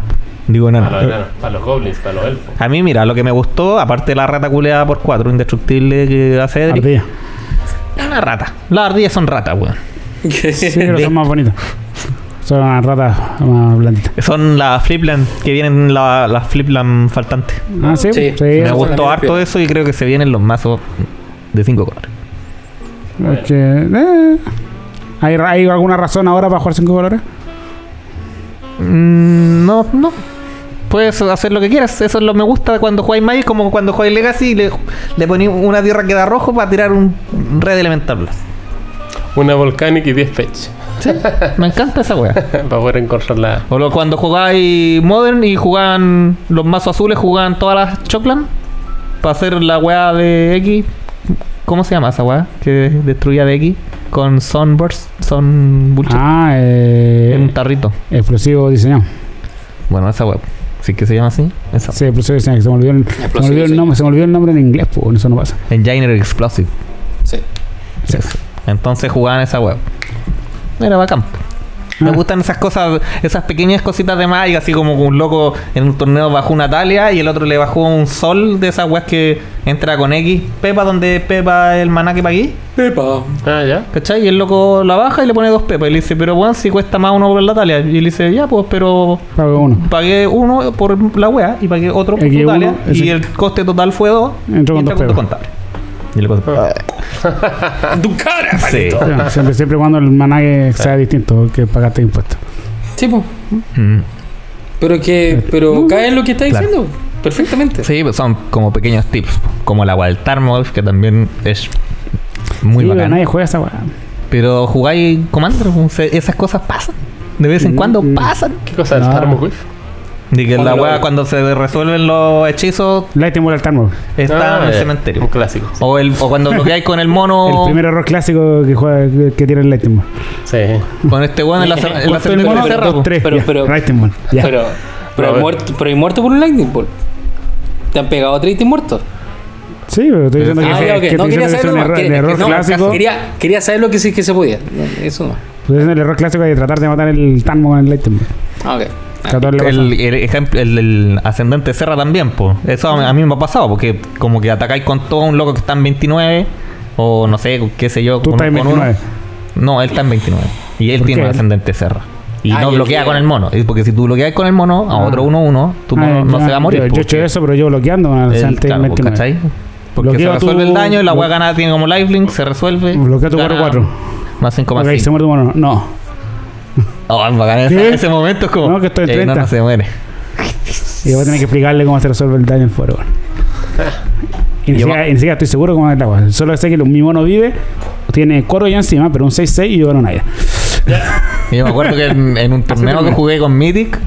Speaker 4: Digo
Speaker 1: Para los
Speaker 4: enanos.
Speaker 1: enanos, para los goblins, para los elfos.
Speaker 4: A mí, mira, lo que me gustó, aparte de la rata culeada por cuatro indestructible que hace Edric,
Speaker 2: Ardilla.
Speaker 4: una rata. Las ardillas son ratas, weón.
Speaker 2: Sí, pero son más bonitas. Son unas ratas más blanditas.
Speaker 4: Son las Flipland que vienen la- las Flipland faltantes.
Speaker 2: Ah, sí.
Speaker 3: Sí.
Speaker 2: Sí.
Speaker 4: Me
Speaker 3: son las
Speaker 4: gustó
Speaker 3: mías
Speaker 4: harto
Speaker 3: peores.
Speaker 4: eso y creo que se vienen los mazos de cinco colores.
Speaker 2: Porque, eh, ¿hay, ra- ¿Hay alguna razón ahora para jugar 5 colores?
Speaker 4: Mm, No, no. Puedes hacer lo que quieras. Eso es lo que me gusta cuando jugáis Magic, como cuando jugáis Legacy y le, le poní una tierra que da rojo para tirar un red elemental blast.
Speaker 1: Una volcánica y 10 fetch.
Speaker 4: Sí, me encanta esa wea.
Speaker 1: Para poder encontrar la.
Speaker 4: O lo- cuando jugáis Modern y jugaban los mazos azules, jugaban todas las Choclan para hacer la wea de X. ¿Cómo se llama esa wea que destruía de X? Con Sunburst, Sun Bullshit.
Speaker 2: Ah,
Speaker 4: en un
Speaker 2: eh,
Speaker 4: tarrito.
Speaker 2: explosivo diseñado.
Speaker 4: Bueno, esa wea. Sí que se llama así. Esa.
Speaker 2: Sí, explosivo diseñado. que Se me olvidó el, se me
Speaker 3: Explosivo
Speaker 2: olvidó el
Speaker 3: diseñado.
Speaker 2: nombre, se me olvidó el nombre en inglés, pues eso no pasa.
Speaker 4: Engineer Explosive.
Speaker 3: Sí.
Speaker 4: Sí. Entonces jugaban esa web. Era bacán. Me
Speaker 2: Ah.
Speaker 4: gustan esas cosas, esas pequeñas cositas de magia, así como un loco en un torneo bajó una Talia y el otro le bajó un sol de esas weas que entra con X, Pepa, donde Pepa el maná que pagué,
Speaker 3: Pepa.
Speaker 1: Ah, ya.
Speaker 4: ¿cachai? Y el loco la baja y le pone dos Pepas y le dice, pero bueno, si cuesta más uno por la Talia. Y le dice, ya, pues, pero
Speaker 2: Pago uno.
Speaker 4: pagué uno por la wea y pagué otro por
Speaker 2: El que
Speaker 4: tu
Speaker 2: uno,
Speaker 4: Talia y
Speaker 2: ese-
Speaker 4: el coste total fue dos.
Speaker 2: Entró
Speaker 4: y
Speaker 2: con
Speaker 4: entra
Speaker 2: dos
Speaker 4: tu
Speaker 2: Pepas. Ah.
Speaker 4: contable. Y el contable.
Speaker 3: ¡Tu cara!
Speaker 4: Sí.
Speaker 3: palito!
Speaker 2: Ya, siempre, siempre cuando el manague sea distinto, que pagaste impuestos.
Speaker 3: Sí, po.
Speaker 4: Mm.
Speaker 3: Pero que. Pero cae en lo que está
Speaker 4: Claro.
Speaker 3: diciendo. Perfectamente.
Speaker 4: Sí, pues son como pequeños tips, como el agua del Tarmogoyf, que también es
Speaker 2: Sí,
Speaker 4: muy
Speaker 2: pues, pero
Speaker 4: bacana.
Speaker 2: Nadie juega esa weá.
Speaker 4: Pero jugáis Commander, pues, se- esas cosas pasan. De vez en
Speaker 2: Mm,
Speaker 4: cuando
Speaker 2: mm.
Speaker 4: pasan.
Speaker 1: ¿Qué cosa? ¿El
Speaker 2: Ah.
Speaker 1: Tarmogoyf?
Speaker 4: De que la
Speaker 3: Cuando lo-
Speaker 4: agua cuando se resuelven los hechizos,
Speaker 2: Light and Moral Tarmo.
Speaker 4: está
Speaker 1: Ah,
Speaker 4: en el
Speaker 1: ya. Un
Speaker 4: cementerio.
Speaker 1: clásico.
Speaker 4: O, el, o cuando bloqueáis con el mono,
Speaker 2: eh, El primer error clásico que juega que- que tiene el Light and Moral.
Speaker 1: Sí.
Speaker 4: con este weón en la, cer- en la
Speaker 2: Corto el mono,
Speaker 4: serra,
Speaker 2: dos,
Speaker 4: pues.
Speaker 2: tres.
Speaker 3: Oh, Pero-
Speaker 2: ya,
Speaker 3: pero-
Speaker 2: Light and Moral, ya.
Speaker 3: Pero.
Speaker 1: A
Speaker 3: Pero
Speaker 1: ver.
Speaker 3: he muerto, pero he muerto por un lightning ball. Te han pegado tres y te han muerto.
Speaker 2: Sí, pero estoy diciendo que,
Speaker 3: Ah,
Speaker 2: que-
Speaker 3: ya, ok.
Speaker 2: que estoy
Speaker 3: No
Speaker 2: diciendo que Ah,
Speaker 3: quería
Speaker 2: es
Speaker 3: saber
Speaker 2: un
Speaker 3: nomás.
Speaker 2: error,
Speaker 3: Quería-
Speaker 2: el error
Speaker 3: no,
Speaker 2: clásico.
Speaker 3: Quería, quería saber lo que sí que se podía. No, Eso no.
Speaker 2: Estoy diciendo el error clásico de tratar de matar el Tarmo con el Light and Moral.
Speaker 3: Ah, ok.
Speaker 2: Que a todos le pasa.
Speaker 4: El, el ejemplo, el, el ascendente Serra también, pues. Eso a, a mí me ha pasado, porque como que atacáis con todo un loco que está en 29, o no sé, qué sé yo.
Speaker 2: Tú
Speaker 4: con-
Speaker 2: estás en
Speaker 4: con uno.
Speaker 2: 29.
Speaker 4: No, él está en 29. Y él
Speaker 2: ¿Por
Speaker 4: tiene
Speaker 2: qué?
Speaker 4: un ascendente Serra. Y
Speaker 3: Ah,
Speaker 4: no
Speaker 3: y él
Speaker 4: bloquea
Speaker 3: tiene-
Speaker 4: con el mono. Es Porque si tú bloqueas con el mono, a
Speaker 2: Ah.
Speaker 4: otro 1-1, tu mono
Speaker 2: Ah,
Speaker 4: no
Speaker 2: yo-
Speaker 4: se va a morir.
Speaker 2: Yo, yo he hecho eso, pero yo bloqueando con el
Speaker 4: el,
Speaker 2: asante
Speaker 4: claro, pues,
Speaker 2: 29.
Speaker 4: ¿cachai? Porque
Speaker 2: Bloqueo
Speaker 4: se resuelve
Speaker 2: tu-
Speaker 4: el daño y la
Speaker 2: blo-
Speaker 4: hueá ganada tiene como lifelink, se resuelve.
Speaker 2: Bloquea tu
Speaker 4: gana
Speaker 2: 4-4.
Speaker 4: Más 5 más
Speaker 2: Ok, se
Speaker 4: 5.
Speaker 2: muere tu mono. No.
Speaker 4: Oh, bacán,
Speaker 2: ¿Qué?
Speaker 4: ese, ese momento es como.
Speaker 2: No, que estoy en
Speaker 4: eh, no,
Speaker 2: 30.
Speaker 4: no se muere.
Speaker 2: Y voy a tener que explicarle cómo se resuelve el daño al fuego. Y ni
Speaker 4: Yo-
Speaker 2: siquiera, y ni siquiera estoy seguro cómo es el agua. Solo sé que lo- mi mono vive, tiene coro ya encima, pero un 6-6 y yo no nada.
Speaker 4: Y yo me acuerdo que en, en un torneo que jugué con Mythic,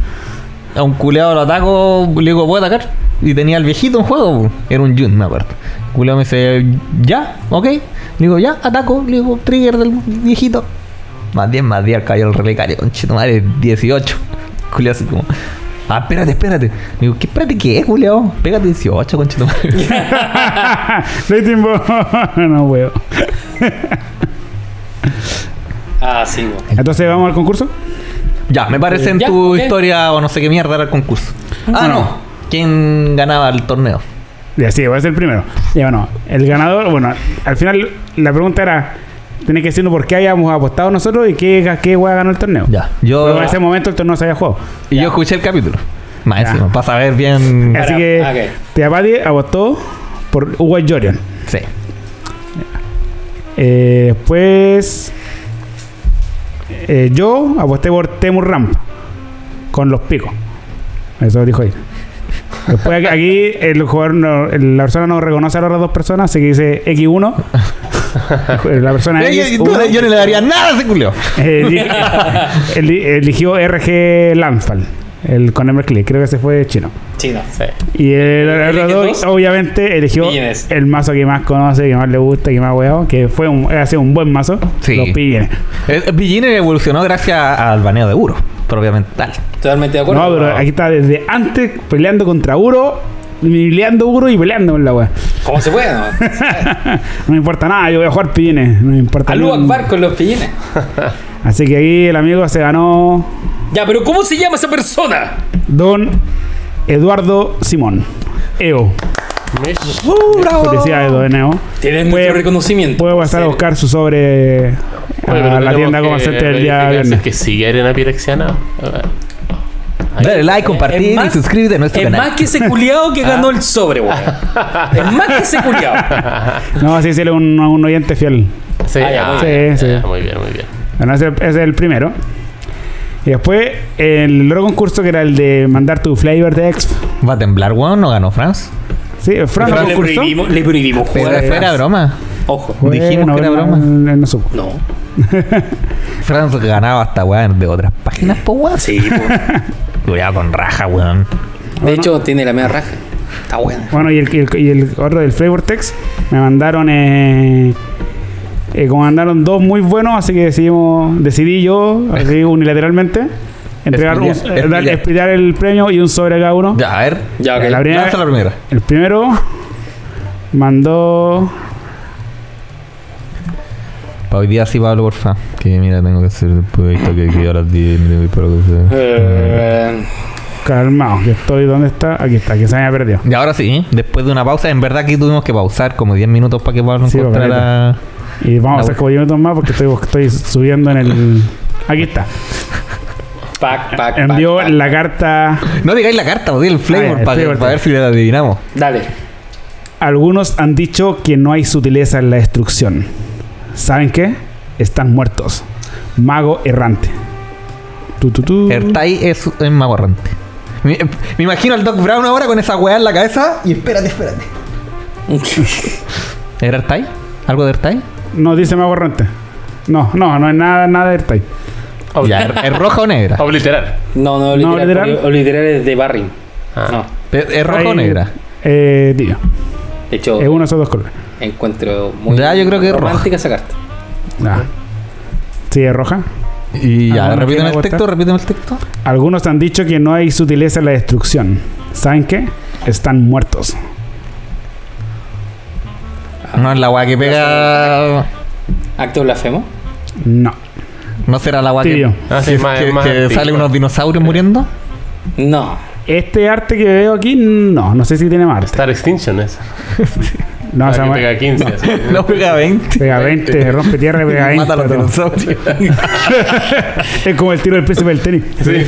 Speaker 4: a un culeado lo ataco, le digo, ¿puedo atacar? Y tenía al viejito en juego, po. era un Jun, me acuerdo. El culeado me dice, ya, ok. Le digo, ya, ataco, le digo, trigger del viejito. Más 10, más 10, cayó el relicario, conchito madre, 18. El Culeado así como, ah, espérate, espérate. Le digo, ¿qué espérate qué, culeado? Pégate 18, conchito madre.
Speaker 2: Rating bo- no, huevo.
Speaker 3: Ah, sí, bo.
Speaker 2: Entonces vamos al concurso.
Speaker 4: ya, me parece en
Speaker 3: Ya,
Speaker 4: tu
Speaker 3: ok.
Speaker 4: historia o no sé qué mierda era el concurso. Ah,
Speaker 2: Bueno.
Speaker 4: no. ¿Quién ganaba el torneo?
Speaker 2: Y así, voy a ser el primero. Y bueno, el ganador, bueno, al final la pregunta era: tenés que decirnos por qué habíamos apostado nosotros y qué, qué hueá ganó el torneo.
Speaker 4: Ya,
Speaker 2: Pero
Speaker 4: yo...
Speaker 2: en ese momento el torneo se había jugado.
Speaker 4: Y yo escuché el capítulo. Más
Speaker 2: Ya.
Speaker 4: encima, para saber bien.
Speaker 2: Así
Speaker 3: Para-
Speaker 2: que
Speaker 3: ah, ok.
Speaker 2: Teapati apostó por Hugo Jorian.
Speaker 4: Sí.
Speaker 2: Eh, después eh, yo aposté por Temur Ramp con los picos. Eso dijo él. Después aquí, aquí el jugador no- el- la persona no reconoce a las otras dos personas, así que dice X1. La persona
Speaker 4: Yo,
Speaker 2: X1,
Speaker 4: yo no le daría nada a ese culio.
Speaker 2: eh, di- eli- eligió RG Landfall, el con Ember Click, creo que se fue chino.
Speaker 3: Chino.
Speaker 1: Sí.
Speaker 2: Y el
Speaker 3: ¿Elige
Speaker 2: otro
Speaker 3: dos?
Speaker 2: obviamente eligió
Speaker 3: Pillines.
Speaker 2: el mazo que más conoce, que más le gusta, que más huevo, que fue un, ha sido un buen mazo.
Speaker 4: Sí.
Speaker 2: Los pillines.
Speaker 4: Villini evolucionó gracias al baneo de Uro, propiamente tal.
Speaker 3: Totalmente de acuerdo.
Speaker 2: No, pero
Speaker 4: no.
Speaker 2: aquí está desde antes peleando contra Uro, peleando Uro y peleando con la wea.
Speaker 3: ¿Cómo se puede, no?
Speaker 2: No me importa nada, yo voy a jugar pillines, no me importa
Speaker 3: Alú
Speaker 2: nada.
Speaker 3: Akbar con los pillines.
Speaker 2: Así que aquí el amigo se ganó
Speaker 3: Ya, pero ¿cómo se llama esa persona?
Speaker 2: Don Eduardo Simón. EO.
Speaker 1: Mish.
Speaker 4: Uh,
Speaker 2: Felicidades, Don EO.
Speaker 3: Tienes mucho
Speaker 2: Puede-
Speaker 3: reconocimiento.
Speaker 2: Puedo pasar a
Speaker 3: Sí.
Speaker 2: buscar su sobre
Speaker 1: Oh. Oye, pero
Speaker 2: a la
Speaker 1: tenemos
Speaker 2: tienda
Speaker 1: que
Speaker 2: comerciante del día
Speaker 1: verificar si
Speaker 2: viernes.
Speaker 1: es que sigue Arena Pirexiana. A ver.
Speaker 4: Dale like,
Speaker 3: Es
Speaker 4: compartir y
Speaker 3: más-
Speaker 4: suscríbete a nuestro
Speaker 3: Es
Speaker 4: canal.
Speaker 3: más que ese culiao que ganó el sobre, weón. Es más que ese culiao.
Speaker 2: No, así es un, un oyente fiel.
Speaker 1: Sí,
Speaker 3: Ah, ya,
Speaker 1: ah,
Speaker 3: muy
Speaker 2: bien. Sí,
Speaker 1: ya,
Speaker 2: sí.
Speaker 1: Muy bien, muy bien.
Speaker 2: Bueno, ese, ese es el primero. Y después el otro concurso que era el de mandar tu flavor de exp.
Speaker 4: Va a temblar, weón, no ganó Franz.
Speaker 2: Sí, Fran
Speaker 3: le,
Speaker 2: concursó.
Speaker 3: prohibimos, le prohibimos
Speaker 4: Pero
Speaker 3: jugar.
Speaker 4: fuera
Speaker 3: atrás.
Speaker 4: broma.
Speaker 3: Ojo.
Speaker 2: Fue
Speaker 4: Dijimos que era
Speaker 2: novela,
Speaker 4: broma.
Speaker 2: eh, No supo.
Speaker 3: No.
Speaker 4: Franz ganaba hasta weá de otras páginas, pues weón.
Speaker 3: Sí, po.
Speaker 4: Cuidado con raja, weón.
Speaker 3: De hecho, tiene la media raja. Está buena.
Speaker 2: Bueno, y el, y el- y el otro del Flavor Text me mandaron. Eh, eh, como mandaron dos muy buenos, así que decidimos, decidí yo, así unilateralmente, entregar un,
Speaker 4: Explicar,
Speaker 2: eh, dar-
Speaker 4: explicar.
Speaker 2: explicar el premio y un sobre a cada uno.
Speaker 4: Ya, a ver.
Speaker 3: Ya, ok.
Speaker 2: La primera-
Speaker 4: Lanza la primera.
Speaker 2: El primero mandó.
Speaker 4: Pa' hoy día sí, Pablo, porfa. Que mira, tengo que hacer el proyecto que quedó a las 10 me voy para lo que sea.
Speaker 3: Eh,
Speaker 2: Calmado, que estoy. ¿Dónde está? Aquí está, que se me había perdido.
Speaker 4: Y ahora sí, después de una pausa, en verdad que tuvimos que pausar como 10 minutos para que Pablo
Speaker 2: Sí,
Speaker 4: encontrara.
Speaker 2: Y vamos
Speaker 4: La
Speaker 2: a hacer
Speaker 4: bu-
Speaker 2: como 10 minutos más porque estoy, estoy subiendo en el. Aquí está.
Speaker 3: pack, pack, pack,
Speaker 2: Envió
Speaker 3: pack.
Speaker 2: la carta.
Speaker 4: No digáis la carta, o di el
Speaker 2: Ah, ya,
Speaker 4: flavor
Speaker 2: el
Speaker 4: para,
Speaker 2: flavor,
Speaker 4: para ver si la adivinamos.
Speaker 3: Dale.
Speaker 2: Algunos han dicho que no hay sutileza en la destrucción. ¿Saben qué? Están muertos. Mago errante. Tu, tu, tu.
Speaker 4: Ertai es, es mago errante. Me, me imagino al Doc Brown ahora con esa weá en la cabeza y espérate, espérate. ¿Era Ertai? ¿Algo de Ertai?
Speaker 2: No, dice mago errante. No, no, no es nada, nada de Ertai.
Speaker 4: Ya, ¿es- ¿es roja o negra?
Speaker 1: Obliterar.
Speaker 3: No, no, literal.
Speaker 2: literal.
Speaker 3: porque o literal es de Barry.
Speaker 1: Ah.
Speaker 3: No.
Speaker 4: ¿Es, es roja o
Speaker 2: Ahí,
Speaker 4: negra?
Speaker 2: Eh, digo,
Speaker 3: De hecho,
Speaker 2: es uno de esos dos colores.
Speaker 3: encuentro muy
Speaker 4: Ya, yo creo que es
Speaker 3: romántica esa carta.
Speaker 2: Ah. Sí, es roja.
Speaker 4: Y
Speaker 2: Ah,
Speaker 4: ya,
Speaker 2: no, no
Speaker 4: repíteme
Speaker 2: tiene
Speaker 4: el
Speaker 2: vuelta.
Speaker 4: texto, repíteme el texto.
Speaker 2: Algunos han dicho que no hay sutileza en la destrucción. ¿Saben qué? Están muertos.
Speaker 4: No es la weá que pega.
Speaker 3: Acto blasfemo.
Speaker 2: No.
Speaker 4: No será la weá
Speaker 2: Tibio.
Speaker 4: que,
Speaker 1: Ah, sí,
Speaker 4: que-
Speaker 1: más-
Speaker 4: que-
Speaker 1: más
Speaker 4: que
Speaker 1: antiguo.
Speaker 4: sale unos dinosaurios muriendo.
Speaker 3: No.
Speaker 2: Este arte que veo aquí, no, no sé si tiene más arte.
Speaker 1: Star Extinction es.
Speaker 2: No,
Speaker 1: Ah,
Speaker 2: o sea,
Speaker 1: que
Speaker 2: ma-
Speaker 1: pega 15. así.
Speaker 4: No pega 20.
Speaker 2: pega 20, rompe tierra, pega 20.
Speaker 4: Mata a los
Speaker 2: todo.
Speaker 4: dinosaurios.
Speaker 2: Es como el tiro del príncipe del tenis.
Speaker 1: Sí.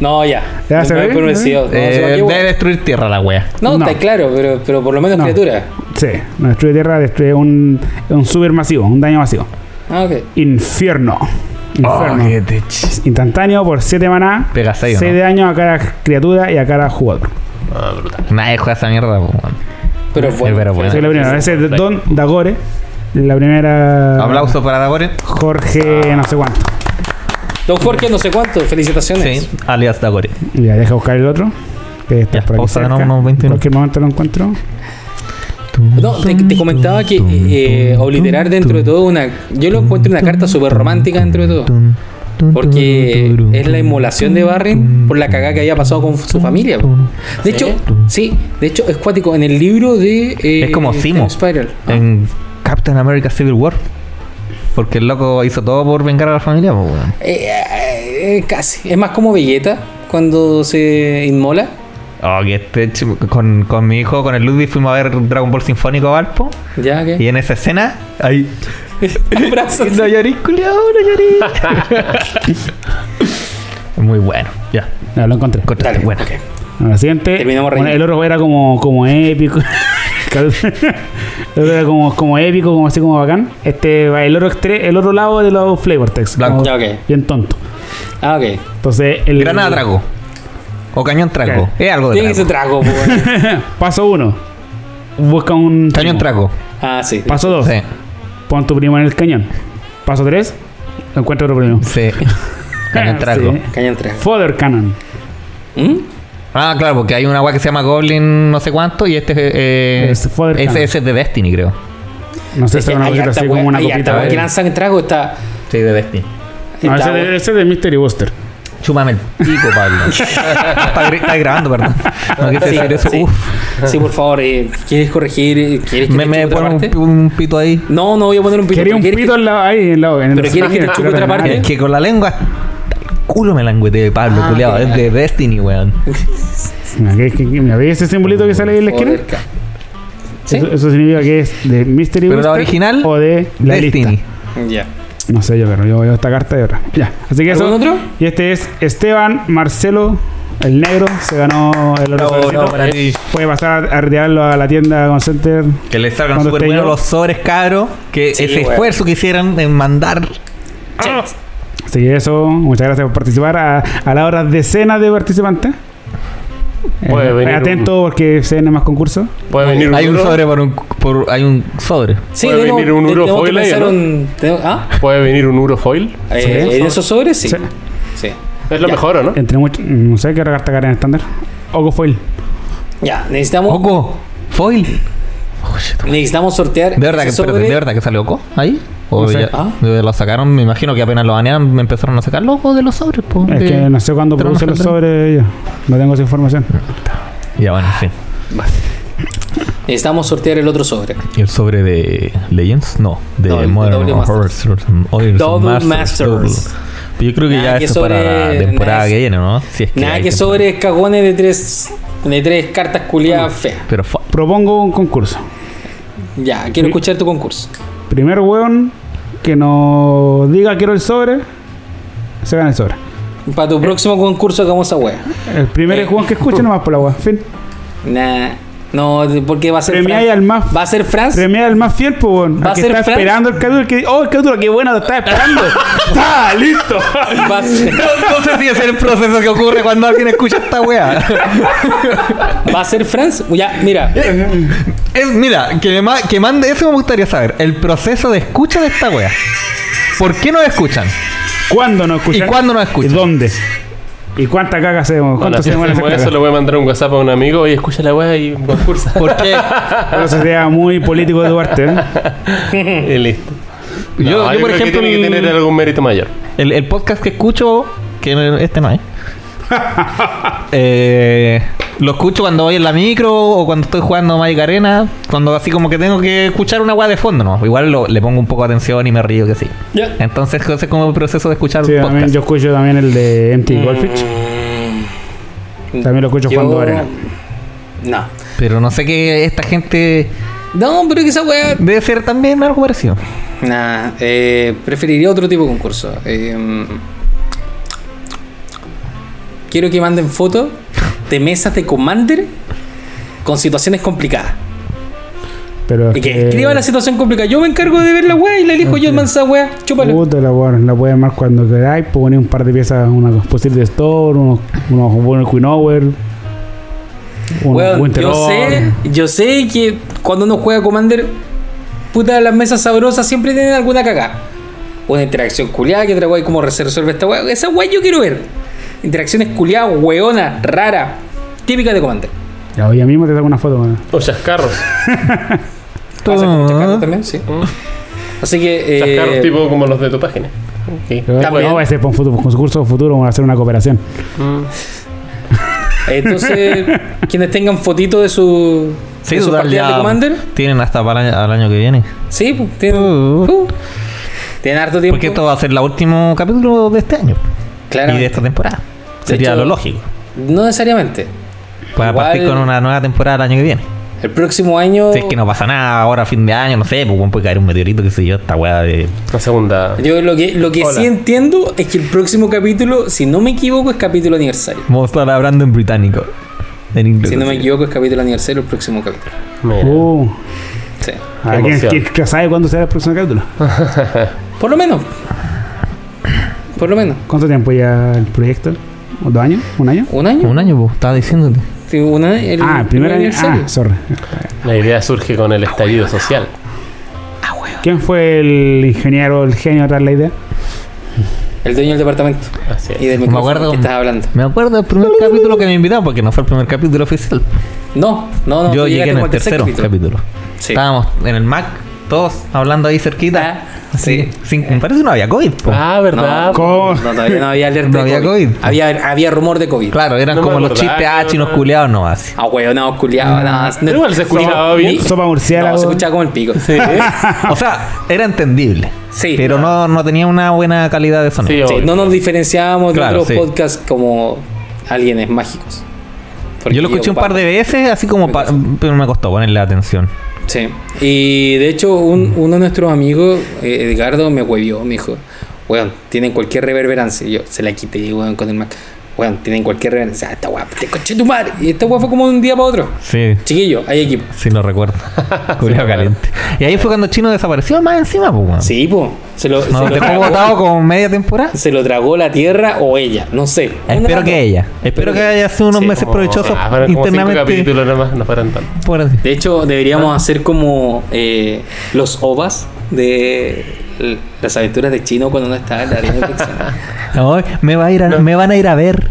Speaker 3: No, ya.
Speaker 2: ¿Ya
Speaker 3: No
Speaker 2: se
Speaker 3: me
Speaker 2: ve?
Speaker 3: voy convencido. No, se va
Speaker 4: Eh,
Speaker 3: aquí,
Speaker 4: debe
Speaker 3: bueno.
Speaker 4: destruir tierra la wea.
Speaker 3: No,
Speaker 2: No.
Speaker 3: está claro, pero, pero por lo menos
Speaker 2: No.
Speaker 3: criatura.
Speaker 2: Sí, no destruye tierra, destruye un, un super masivo, un daño masivo.
Speaker 3: Ah, ok.
Speaker 2: Infierno.
Speaker 3: Ah,
Speaker 2: Infierno. Instantáneo por 7 maná.
Speaker 4: Oh, Pega seis, ¿o
Speaker 2: 6
Speaker 4: no?
Speaker 2: de daño a cada criatura y a cada jugador.
Speaker 1: Ah, brutal.
Speaker 4: Nadie juega esa mierda, po, weón.
Speaker 3: Pero es bueno.
Speaker 4: pero bueno.
Speaker 2: Esa es la primera. Ese es Don Dagore. La primera.
Speaker 4: Aplauso para Dagore.
Speaker 2: Jorge, no sé cuánto.
Speaker 3: Don Jorge, no sé cuánto. Felicitaciones.
Speaker 4: Sí, alias Dagore.
Speaker 2: Ya, deja buscar el otro. Que está
Speaker 4: Ya,
Speaker 2: por aquí
Speaker 4: pausa,
Speaker 2: cerca.
Speaker 4: no, unos 20
Speaker 2: En cualquier momento lo encuentro.
Speaker 3: No, te, te comentaba que eh, obliterar dentro de todo una... Yo lo encuentro una carta súper romántica dentro de todo. Porque es la inmolación de Barrin por la cagada que había pasado con su familia. po. De hecho, sí, de hecho es cuático. En el libro de... eh,
Speaker 4: Es como Simo.
Speaker 3: Time Spiral. Ah,
Speaker 4: En Captain America Civil War. Porque el loco hizo todo por vengar a la familia, po, weón.
Speaker 3: eh, eh, eh, casi. Es más como Vegeta cuando se inmola.
Speaker 4: Oh, que este chico- con, con mi hijo, con el Ludwig, fuimos a ver Dragon Ball Sinfónico a Valpo.
Speaker 3: Ya,
Speaker 4: Y
Speaker 3: que...
Speaker 4: en esa escena, ahí.
Speaker 3: Abrazo.
Speaker 4: No llorís, culiao, no llorís. Muy bueno, ya.
Speaker 2: Ya, lo encontré.
Speaker 4: Encontraste,
Speaker 3: Dale,
Speaker 4: bueno.
Speaker 3: ok.
Speaker 2: Bueno, la siguiente.
Speaker 3: Terminamos
Speaker 2: bueno, el
Speaker 3: riendo.
Speaker 2: oro era como, como épico. el oro era como, como épico, como así como bacán. Este, el oro extre- el oro lado de los flavor text.
Speaker 4: Blanco.
Speaker 2: como
Speaker 3: Ya, ok.
Speaker 2: Bien tonto.
Speaker 3: Ah, ok.
Speaker 2: Entonces, el.
Speaker 4: Granada trago. O cañón trago.
Speaker 2: Ok.
Speaker 4: Es algo
Speaker 3: Tiene
Speaker 4: de
Speaker 3: que ser
Speaker 4: trago.
Speaker 3: trago, po, bueno.
Speaker 2: Paso uno. Busca un.
Speaker 4: Cañón
Speaker 2: primo.
Speaker 4: trago.
Speaker 3: Ah, sí.
Speaker 2: Paso dos.
Speaker 4: Sí,
Speaker 2: Pon tu primo en el cañón. Paso tres. Encuentra otro primo.
Speaker 4: sí. Cañón trago.
Speaker 2: Sí.
Speaker 3: Cañón trago.
Speaker 2: Fodder Cannon.
Speaker 3: ¿Mm?
Speaker 4: Ah, claro, porque hay una weá que se llama Goblin no sé cuánto y este eh,
Speaker 2: Es Fodder
Speaker 4: ese,
Speaker 2: Cannon.
Speaker 4: ese es de Destiny, creo.
Speaker 2: No sé
Speaker 3: Es
Speaker 2: si
Speaker 3: que
Speaker 2: es una
Speaker 3: hay
Speaker 2: cosita
Speaker 3: harta
Speaker 2: así
Speaker 3: wea-
Speaker 2: como una
Speaker 3: hay harta
Speaker 2: copita.
Speaker 3: wea
Speaker 2: ¿eh?
Speaker 3: que lanzan en trago está.
Speaker 4: Sí, de Destiny.
Speaker 2: No,
Speaker 3: está
Speaker 2: Ah, ese, de- ese es de Mystery Booster.
Speaker 4: Chúmame el pico, Pablo. está, gri- está grabando, perdón. No quise
Speaker 3: Sí,
Speaker 4: decir eso.
Speaker 3: sí.
Speaker 4: Uf.
Speaker 3: Sí, por favor, eh, ¿quieres corregir? eh, ¿Quieres que
Speaker 4: Me,
Speaker 3: te
Speaker 4: me
Speaker 3: chupe otra
Speaker 4: ponen
Speaker 3: parte?
Speaker 4: un, un pito ahí.
Speaker 3: No, no voy a poner un pito.
Speaker 2: Quería un
Speaker 3: ¿Quieres
Speaker 2: pito al lado, ahí, en lado. En
Speaker 3: Pero ¿quieres que te chupe otra
Speaker 2: ¿Ah,
Speaker 3: parte?
Speaker 4: Es que con la lengua. hasta el Culo me langüete, Pablo,
Speaker 3: Ah,
Speaker 4: culiao.
Speaker 3: ya.
Speaker 4: Es de Destiny, weón.
Speaker 2: Mira, que- que- que- mira, ¿veis ese simbolito que sale ahí en la
Speaker 3: Que...
Speaker 2: esquina?
Speaker 3: Joder, ca- ¿Sí?
Speaker 2: Eso, eso significa que es de Mystery
Speaker 4: Pero la
Speaker 2: Booster
Speaker 4: original,
Speaker 2: o de la
Speaker 4: Destiny.
Speaker 2: lista.
Speaker 3: Ya.
Speaker 2: No sé yo, pero yo veo esta carta de otra. Ya. Así que eso.
Speaker 3: ¿Algún otro?
Speaker 2: Y este es Esteban Marcelo, el negro, se ganó el oro.
Speaker 4: No,
Speaker 2: Felicito.
Speaker 4: no, para ti.
Speaker 2: Puede pasar a retirarlo a la tienda con Center.
Speaker 4: Que le salgan
Speaker 2: Cuando
Speaker 4: súper
Speaker 2: esté
Speaker 4: buenos
Speaker 2: yo.
Speaker 4: los sobres cabros. Que
Speaker 3: Sí,
Speaker 4: ese
Speaker 3: weón.
Speaker 4: esfuerzo que hicieron en mandar.
Speaker 2: Así que eso, muchas gracias por participar a, a las horas decenas de participantes.
Speaker 1: Puede
Speaker 2: Eh,
Speaker 1: venir
Speaker 2: atento porque se vienen más concursos.
Speaker 1: Puede venir
Speaker 4: Hay un
Speaker 1: euro,
Speaker 4: sobre por un. Por, hay un sobre.
Speaker 3: Sí,
Speaker 1: Puede
Speaker 3: tenemos-
Speaker 1: venir un
Speaker 3: tenemos que
Speaker 1: Urofoil ahí,
Speaker 3: pensar
Speaker 1: ¿no?
Speaker 3: un- tenemos- ¿Ah?
Speaker 1: Puede venir un Urofoil.
Speaker 3: Eh,
Speaker 2: Sí.
Speaker 3: en esos sobres sí.
Speaker 2: Sí.
Speaker 3: Sí.
Speaker 1: Es lo
Speaker 3: Ya.
Speaker 1: mejor, ¿o no?
Speaker 2: Entre mucho, no sé qué otra carta cae en estándar. Ogo Foil.
Speaker 3: Ya, necesitamos,
Speaker 4: Oco. Foil. Oh, shit.
Speaker 3: necesitamos sortear.
Speaker 4: De verdad, que,
Speaker 3: ese sobre.
Speaker 4: espérate, de verdad que salió Oco ahí. O
Speaker 2: No sé.
Speaker 4: ya-
Speaker 3: Ah.
Speaker 4: de- lo sacaron, me imagino que apenas lo banearon, me empezaron a sacar los de los sobres. po,
Speaker 2: Es
Speaker 4: de-
Speaker 2: que no sé cuándo
Speaker 4: Tenemos
Speaker 2: producen los
Speaker 4: que entrar.
Speaker 2: sobre ellos. No tengo esa información.
Speaker 4: Ya bueno, sí.
Speaker 3: Necesitamos sortear el otro sobre.
Speaker 4: ¿Y el sobre de Legends? No, de
Speaker 3: No, el de
Speaker 4: Modern Mm,
Speaker 3: Double Masters.
Speaker 4: Horrors. Horrors-
Speaker 3: Double
Speaker 4: Masters,
Speaker 3: Masters.
Speaker 4: Double. Pero Yo creo que
Speaker 3: Nada
Speaker 4: ya
Speaker 3: que
Speaker 4: eso
Speaker 3: sobre-
Speaker 4: para la temporada
Speaker 3: nada-
Speaker 4: que viene, ¿no? Si es que
Speaker 3: Nada
Speaker 4: hay
Speaker 3: que
Speaker 4: temporada.
Speaker 3: sobre cagones de tres, de tres cartas
Speaker 2: Mm.
Speaker 3: culiadas feas.
Speaker 4: Pero fu-
Speaker 2: Propongo un concurso.
Speaker 3: Ya, quiero escuchar tu concurso.
Speaker 2: Primer weón que nos diga quiero el sobre, se gana el sobre.
Speaker 3: Para tu próximo concurso hagamos esa wea.
Speaker 2: El primer
Speaker 3: Eh.
Speaker 2: weón que escuche nomás por la wea. Fin.
Speaker 3: Nah. No, porque va a ser
Speaker 2: Premiáis al más-
Speaker 3: Va a ser Franz.
Speaker 2: Premia el más fiel, pues, weón.
Speaker 3: ¿Va
Speaker 2: Al
Speaker 3: a
Speaker 2: que
Speaker 3: ser
Speaker 2: está
Speaker 3: Fran?
Speaker 2: esperando el capítulo. el que- Oh, el capítulo, qué bueno, lo estaba esperando. ¡Está listo!
Speaker 3: Va a ser,
Speaker 4: No sé si es el proceso que ocurre cuando alguien escucha esta wea.
Speaker 3: va a ser Franz. Ya, mira.
Speaker 4: Es, mira, que, me ma- que mande eso me gustaría saber. El proceso de escucha de esta wea. ¿Por qué nos escuchan?
Speaker 2: ¿Cuándo nos escuchan?
Speaker 4: ¿Y cuándo nos escuchan?
Speaker 2: ¿Y dónde? ¿Y cuánta caga hacemos?
Speaker 1: Bueno,
Speaker 2: ¿Cuánto
Speaker 1: si
Speaker 2: se demora esa
Speaker 1: hacemos eso,
Speaker 2: caga?
Speaker 1: le voy a mandar un WhatsApp a un amigo y escucha la weá y concursa.
Speaker 4: ¿Por qué?
Speaker 2: Pero eso sería muy político de tu parte, ¿eh?
Speaker 1: y Eh, listo.
Speaker 4: Yo-
Speaker 1: No,
Speaker 4: yo, por
Speaker 1: creo
Speaker 4: ejemplo,
Speaker 1: que tiene que tener
Speaker 4: el,
Speaker 1: algún mérito mayor.
Speaker 4: el- el podcast que escucho, que no- este no es. Eh, lo escucho cuando voy en la micro o cuando estoy jugando Magic Arena, cuando así como que tengo que escuchar una weá de fondo, ¿no? Igual lo- le pongo un poco de atención y me río que sí.
Speaker 3: Ya.
Speaker 4: Entonces, ese es como el proceso de escuchar
Speaker 2: Sí,
Speaker 4: un
Speaker 2: también,
Speaker 4: podcast.
Speaker 2: yo escucho también el de
Speaker 3: Mm.
Speaker 2: MT Goldfish. También lo escucho jugando arena.
Speaker 3: No.
Speaker 4: Pero no sé que esta gente
Speaker 3: No, pero que esa wea.
Speaker 4: debe ser también algo parecido.
Speaker 3: Nah, eh, preferiría otro tipo de concurso. Eh, quiero que manden fotos de mesas de Commander con situaciones complicadas.
Speaker 2: Pero
Speaker 3: Y
Speaker 2: es
Speaker 3: que escriba la situación complicada. Yo me encargo de ver la wea y la elijo yo, man, esa wea. Chúpala.
Speaker 2: Puta la weón, la puedes armar cuando queráis, puedes poner un par de piezas, unos posibles de Store, unos, unos buenos Quinower, unos
Speaker 3: Weón,
Speaker 2: Winter
Speaker 3: yo
Speaker 2: Orb.
Speaker 3: sé, yo sé que cuando uno juega Commander, puta, las mesas sabrosas siempre tienen alguna cagada. Una interacción culiada, que otra guay, cómo se resuelve esta weá. Esa guay yo quiero ver. Interacciones culiadas, weonas, raras, típicas de Commander. Ah,
Speaker 2: Ya, hoy mismo te saco una foto, weón.
Speaker 1: O chascarros.
Speaker 3: ¿Pasa con Chacarro
Speaker 4: Todo.
Speaker 3: también? Sí. Así que.
Speaker 1: Chascarros
Speaker 3: eh,
Speaker 1: tipo como los de tu página. Sí.
Speaker 2: Pero
Speaker 3: También.
Speaker 2: No, "Oh, ese es para un futuro, concurso futuro, vamos a hacer una cooperación.
Speaker 1: Mm.
Speaker 3: Entonces, quienes tengan fotitos de su.
Speaker 4: Sí,
Speaker 3: de su
Speaker 4: total,
Speaker 3: partida de
Speaker 4: ya
Speaker 3: Commander.
Speaker 4: tienen hasta para el año, al año que viene.
Speaker 3: Sí, pues, tienen.
Speaker 4: Uh.
Speaker 3: uh, tienen harto tiempo.
Speaker 4: Porque esto va a ser el último capítulo de este año
Speaker 3: pues. Claramente.
Speaker 4: y de esta temporada.
Speaker 3: De
Speaker 4: Sería
Speaker 3: hecho,
Speaker 4: lo lógico.
Speaker 3: No necesariamente.
Speaker 4: Para
Speaker 3: igual-
Speaker 4: partir con una nueva temporada el año que viene.
Speaker 3: El próximo año.
Speaker 4: Si es que no pasa nada ahora, a fin de año, no sé, pues bueno, puede caer un meteorito, qué sé yo, esta weá de.
Speaker 1: La segunda.
Speaker 3: Yo lo que, lo que
Speaker 1: Hola.
Speaker 3: sí entiendo es que el próximo capítulo, si no me equivoco, es capítulo aniversario.
Speaker 4: Vamos a estar hablando en británico. En inglés.
Speaker 3: Si no me equivoco, es capítulo aniversario el próximo capítulo.
Speaker 1: Mira.
Speaker 2: Uh,
Speaker 3: Sí.
Speaker 2: a ver, ¿quién,
Speaker 1: emoción.
Speaker 2: quién- quién sabe cuándo será el próximo capítulo?
Speaker 3: Por lo menos. Por lo menos.
Speaker 2: ¿Cuánto tiempo ya el proyecto? ¿Dos años? ¿Un año?
Speaker 3: ¿Un año?
Speaker 4: Un año, pues, estaba diciéndote.
Speaker 3: Sí, un año, el
Speaker 2: ah, el primer año.
Speaker 3: aniversario.
Speaker 2: Ah, sorry.
Speaker 1: La idea surge con el estallido social.
Speaker 2: ¿Quién fue el ingeniero, el genio atrás de la idea?
Speaker 3: El dueño del departamento.
Speaker 1: Así es.
Speaker 3: Y del
Speaker 4: Me
Speaker 3: micrófono
Speaker 4: acuerdo.
Speaker 3: que estás hablando.
Speaker 4: Me acuerdo del primer capítulo que me invitaron, porque no fue el primer capítulo oficial.
Speaker 3: No, no, no.
Speaker 4: yo
Speaker 3: tú
Speaker 4: llegué
Speaker 3: llegaste
Speaker 4: en el
Speaker 3: como al tercer
Speaker 4: tercero capítulo.
Speaker 3: Sí.
Speaker 4: Estábamos en el Mac, todos hablando ahí cerquita.
Speaker 3: Ah,
Speaker 4: sí.
Speaker 3: sí.
Speaker 4: Sin, parece que no había COVID, po.
Speaker 1: Ah, ¿verdad?
Speaker 3: No,
Speaker 2: ¿Cómo?
Speaker 3: no, todavía no había alerta
Speaker 4: No
Speaker 3: de
Speaker 4: había COVID.
Speaker 3: Había, había rumor de COVID.
Speaker 4: Claro, eran
Speaker 1: No me
Speaker 4: como los
Speaker 1: acordaba,
Speaker 4: chistes, ah,
Speaker 1: no,
Speaker 4: chinos
Speaker 1: no.
Speaker 4: culeados, no, así.
Speaker 3: Ah, weón, no, culiado, nada.
Speaker 1: Pero igual se escuchaba bien.
Speaker 2: Sopa murciélago.
Speaker 3: No, se escuchaba como el pico.
Speaker 1: Sí,
Speaker 4: O sea, era entendible.
Speaker 3: Sí.
Speaker 4: Pero no, no tenía una buena calidad de sonido.
Speaker 1: sí,
Speaker 3: Sí,
Speaker 1: obvio.
Speaker 3: no nos diferenciábamos
Speaker 4: Claro,
Speaker 3: de otros
Speaker 4: sí.
Speaker 3: podcasts como Alguienes Mágicos. Porque
Speaker 4: yo lo escuché un par de veces, así como. pa- pero me costó ponerle atención.
Speaker 3: Sí. Y de hecho, un- uno de nuestros amigos, eh, Edgardo, me huevió, me dijo, weón, tienen cualquier reverberancia. Y yo se la quité, weón, con el Mac. Bueno, tienen cualquier referencia. Ah, esta weá, te conche tu madre. Y esta weá fue como de un día para otro.
Speaker 4: Sí.
Speaker 3: Chiquillo, hay equipo.
Speaker 4: Sí, lo recuerdo. Culiao caliente. Y ahí fue cuando Chino desapareció más encima, pues, weón.
Speaker 3: Sí, pues. Se lo, se, lo
Speaker 4: Nos dejó
Speaker 3: tragó,
Speaker 4: botado como media temporada.
Speaker 3: se lo tragó la tierra o ella, no sé.
Speaker 4: Ah, Espero
Speaker 3: Una-
Speaker 4: que ella. Espero que haya sido unos
Speaker 3: Sí,
Speaker 4: meses provechosos
Speaker 1: Ah, fueron como cinco
Speaker 4: internamente.
Speaker 1: capítulos nomás, no fueron tanto.
Speaker 4: Por así.
Speaker 3: De hecho,
Speaker 4: Ah.
Speaker 3: deberíamos hacer como eh, los ovas de l- las aventuras de Chino cuando no está en la arena ficcional.
Speaker 4: No, me, va a ir a- me van a ir a ver.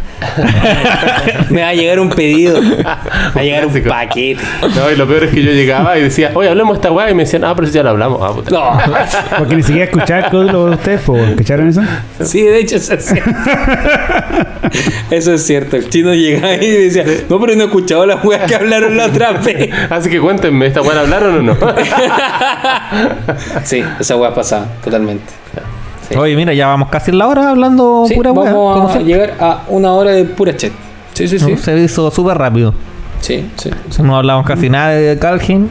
Speaker 3: Me va a llegar un pedido. Me va a llegar un
Speaker 1: Clásico.
Speaker 3: paquete.
Speaker 1: No, y lo peor es que yo llegaba y decía, oye, hablemos de esta weá. Y me decían, ah, pero si ya lo hablamos. Ah, puta.
Speaker 3: No.
Speaker 2: Porque ni siquiera escuchaba el código de ustedes, po, weón. ¿Escucharon eso?
Speaker 3: Sí, de hecho, eso es cierto. Eso es cierto. El chino llegaba y decía, no, pero no he escuchado las weas que hablaron la otra vez.
Speaker 1: Así que cuéntenme, ¿esta weá la hablaron o no?
Speaker 3: Sí, esa wea pasaba, totalmente. Sí.
Speaker 4: Oye, mira, ya vamos casi en la hora hablando
Speaker 3: Sí,
Speaker 4: Oh, pura weá.
Speaker 3: vamos
Speaker 4: como
Speaker 3: a
Speaker 4: siempre.
Speaker 3: llegar a una hora de pura chat. Sí, sí, sí.
Speaker 4: No, Se hizo súper rápido.
Speaker 3: Sí, sí.
Speaker 4: No hablamos
Speaker 3: Mm.
Speaker 4: casi nada de Calgin.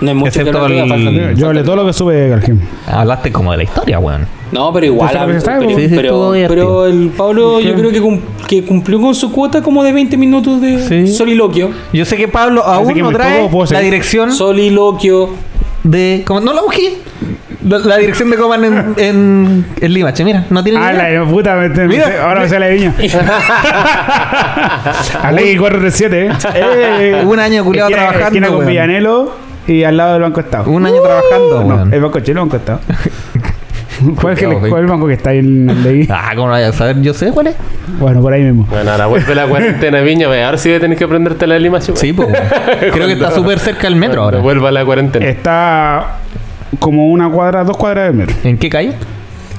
Speaker 3: No hay mucho que
Speaker 4: Excepto
Speaker 3: hablar,
Speaker 4: el-
Speaker 3: faltan-
Speaker 2: Yo hablé
Speaker 3: faltan-
Speaker 2: todo lo que sube Galgim.
Speaker 4: Hablaste como de la historia, weón.
Speaker 3: No, pero igual.
Speaker 2: Entonces,
Speaker 3: hablo-
Speaker 2: ¿sabes?
Speaker 3: pero,
Speaker 4: Sí, sí,
Speaker 3: pero-
Speaker 4: estuvo divertido.
Speaker 3: pero el Pablo, yo
Speaker 2: Ok.
Speaker 3: creo que, cum- que cumplió con su cuota como de 20 minutos de
Speaker 4: Sí.
Speaker 3: soliloquio.
Speaker 4: Yo sé que Pablo aún
Speaker 2: que
Speaker 4: no
Speaker 2: me
Speaker 4: trae
Speaker 2: puedo- puedo
Speaker 4: la
Speaker 2: seguir.
Speaker 4: dirección
Speaker 3: Soliloquio.
Speaker 4: de. Como, no la busqué. La, la dirección de Coman en, en, en Limache, mira, no tiene ni
Speaker 2: Ah,
Speaker 4: idea.
Speaker 2: la puta, me- me-
Speaker 4: Mira.
Speaker 2: ahora me sale viña. Alegui 437, eh.
Speaker 4: Un año culiao
Speaker 2: Esquina-
Speaker 4: trabajando,
Speaker 2: Esquina con
Speaker 4: weón.
Speaker 2: Villanelo y al lado del Banco Estado.
Speaker 4: Un año trabajando,
Speaker 2: No,
Speaker 4: weón.
Speaker 2: el Banco Chile, el Banco Estado. ¿Cuál es que le- cuál es el banco que está ahí en Alegui?
Speaker 4: Ah, como lo vaya a saber, yo sé cuál es.
Speaker 2: Bueno, por ahí mismo.
Speaker 1: Bueno, ahora vuelve la cuarentena viña, ve, ahora sí voy a tener que aprenderte la lima, chupa.
Speaker 4: Sí, pues. weón. Creo que está súper cerca del metro
Speaker 1: Cuando
Speaker 4: ahora.
Speaker 1: Vuelva la cuarentena.
Speaker 2: Está como una cuadra, dos cuadras de metro.
Speaker 4: ¿En qué calle?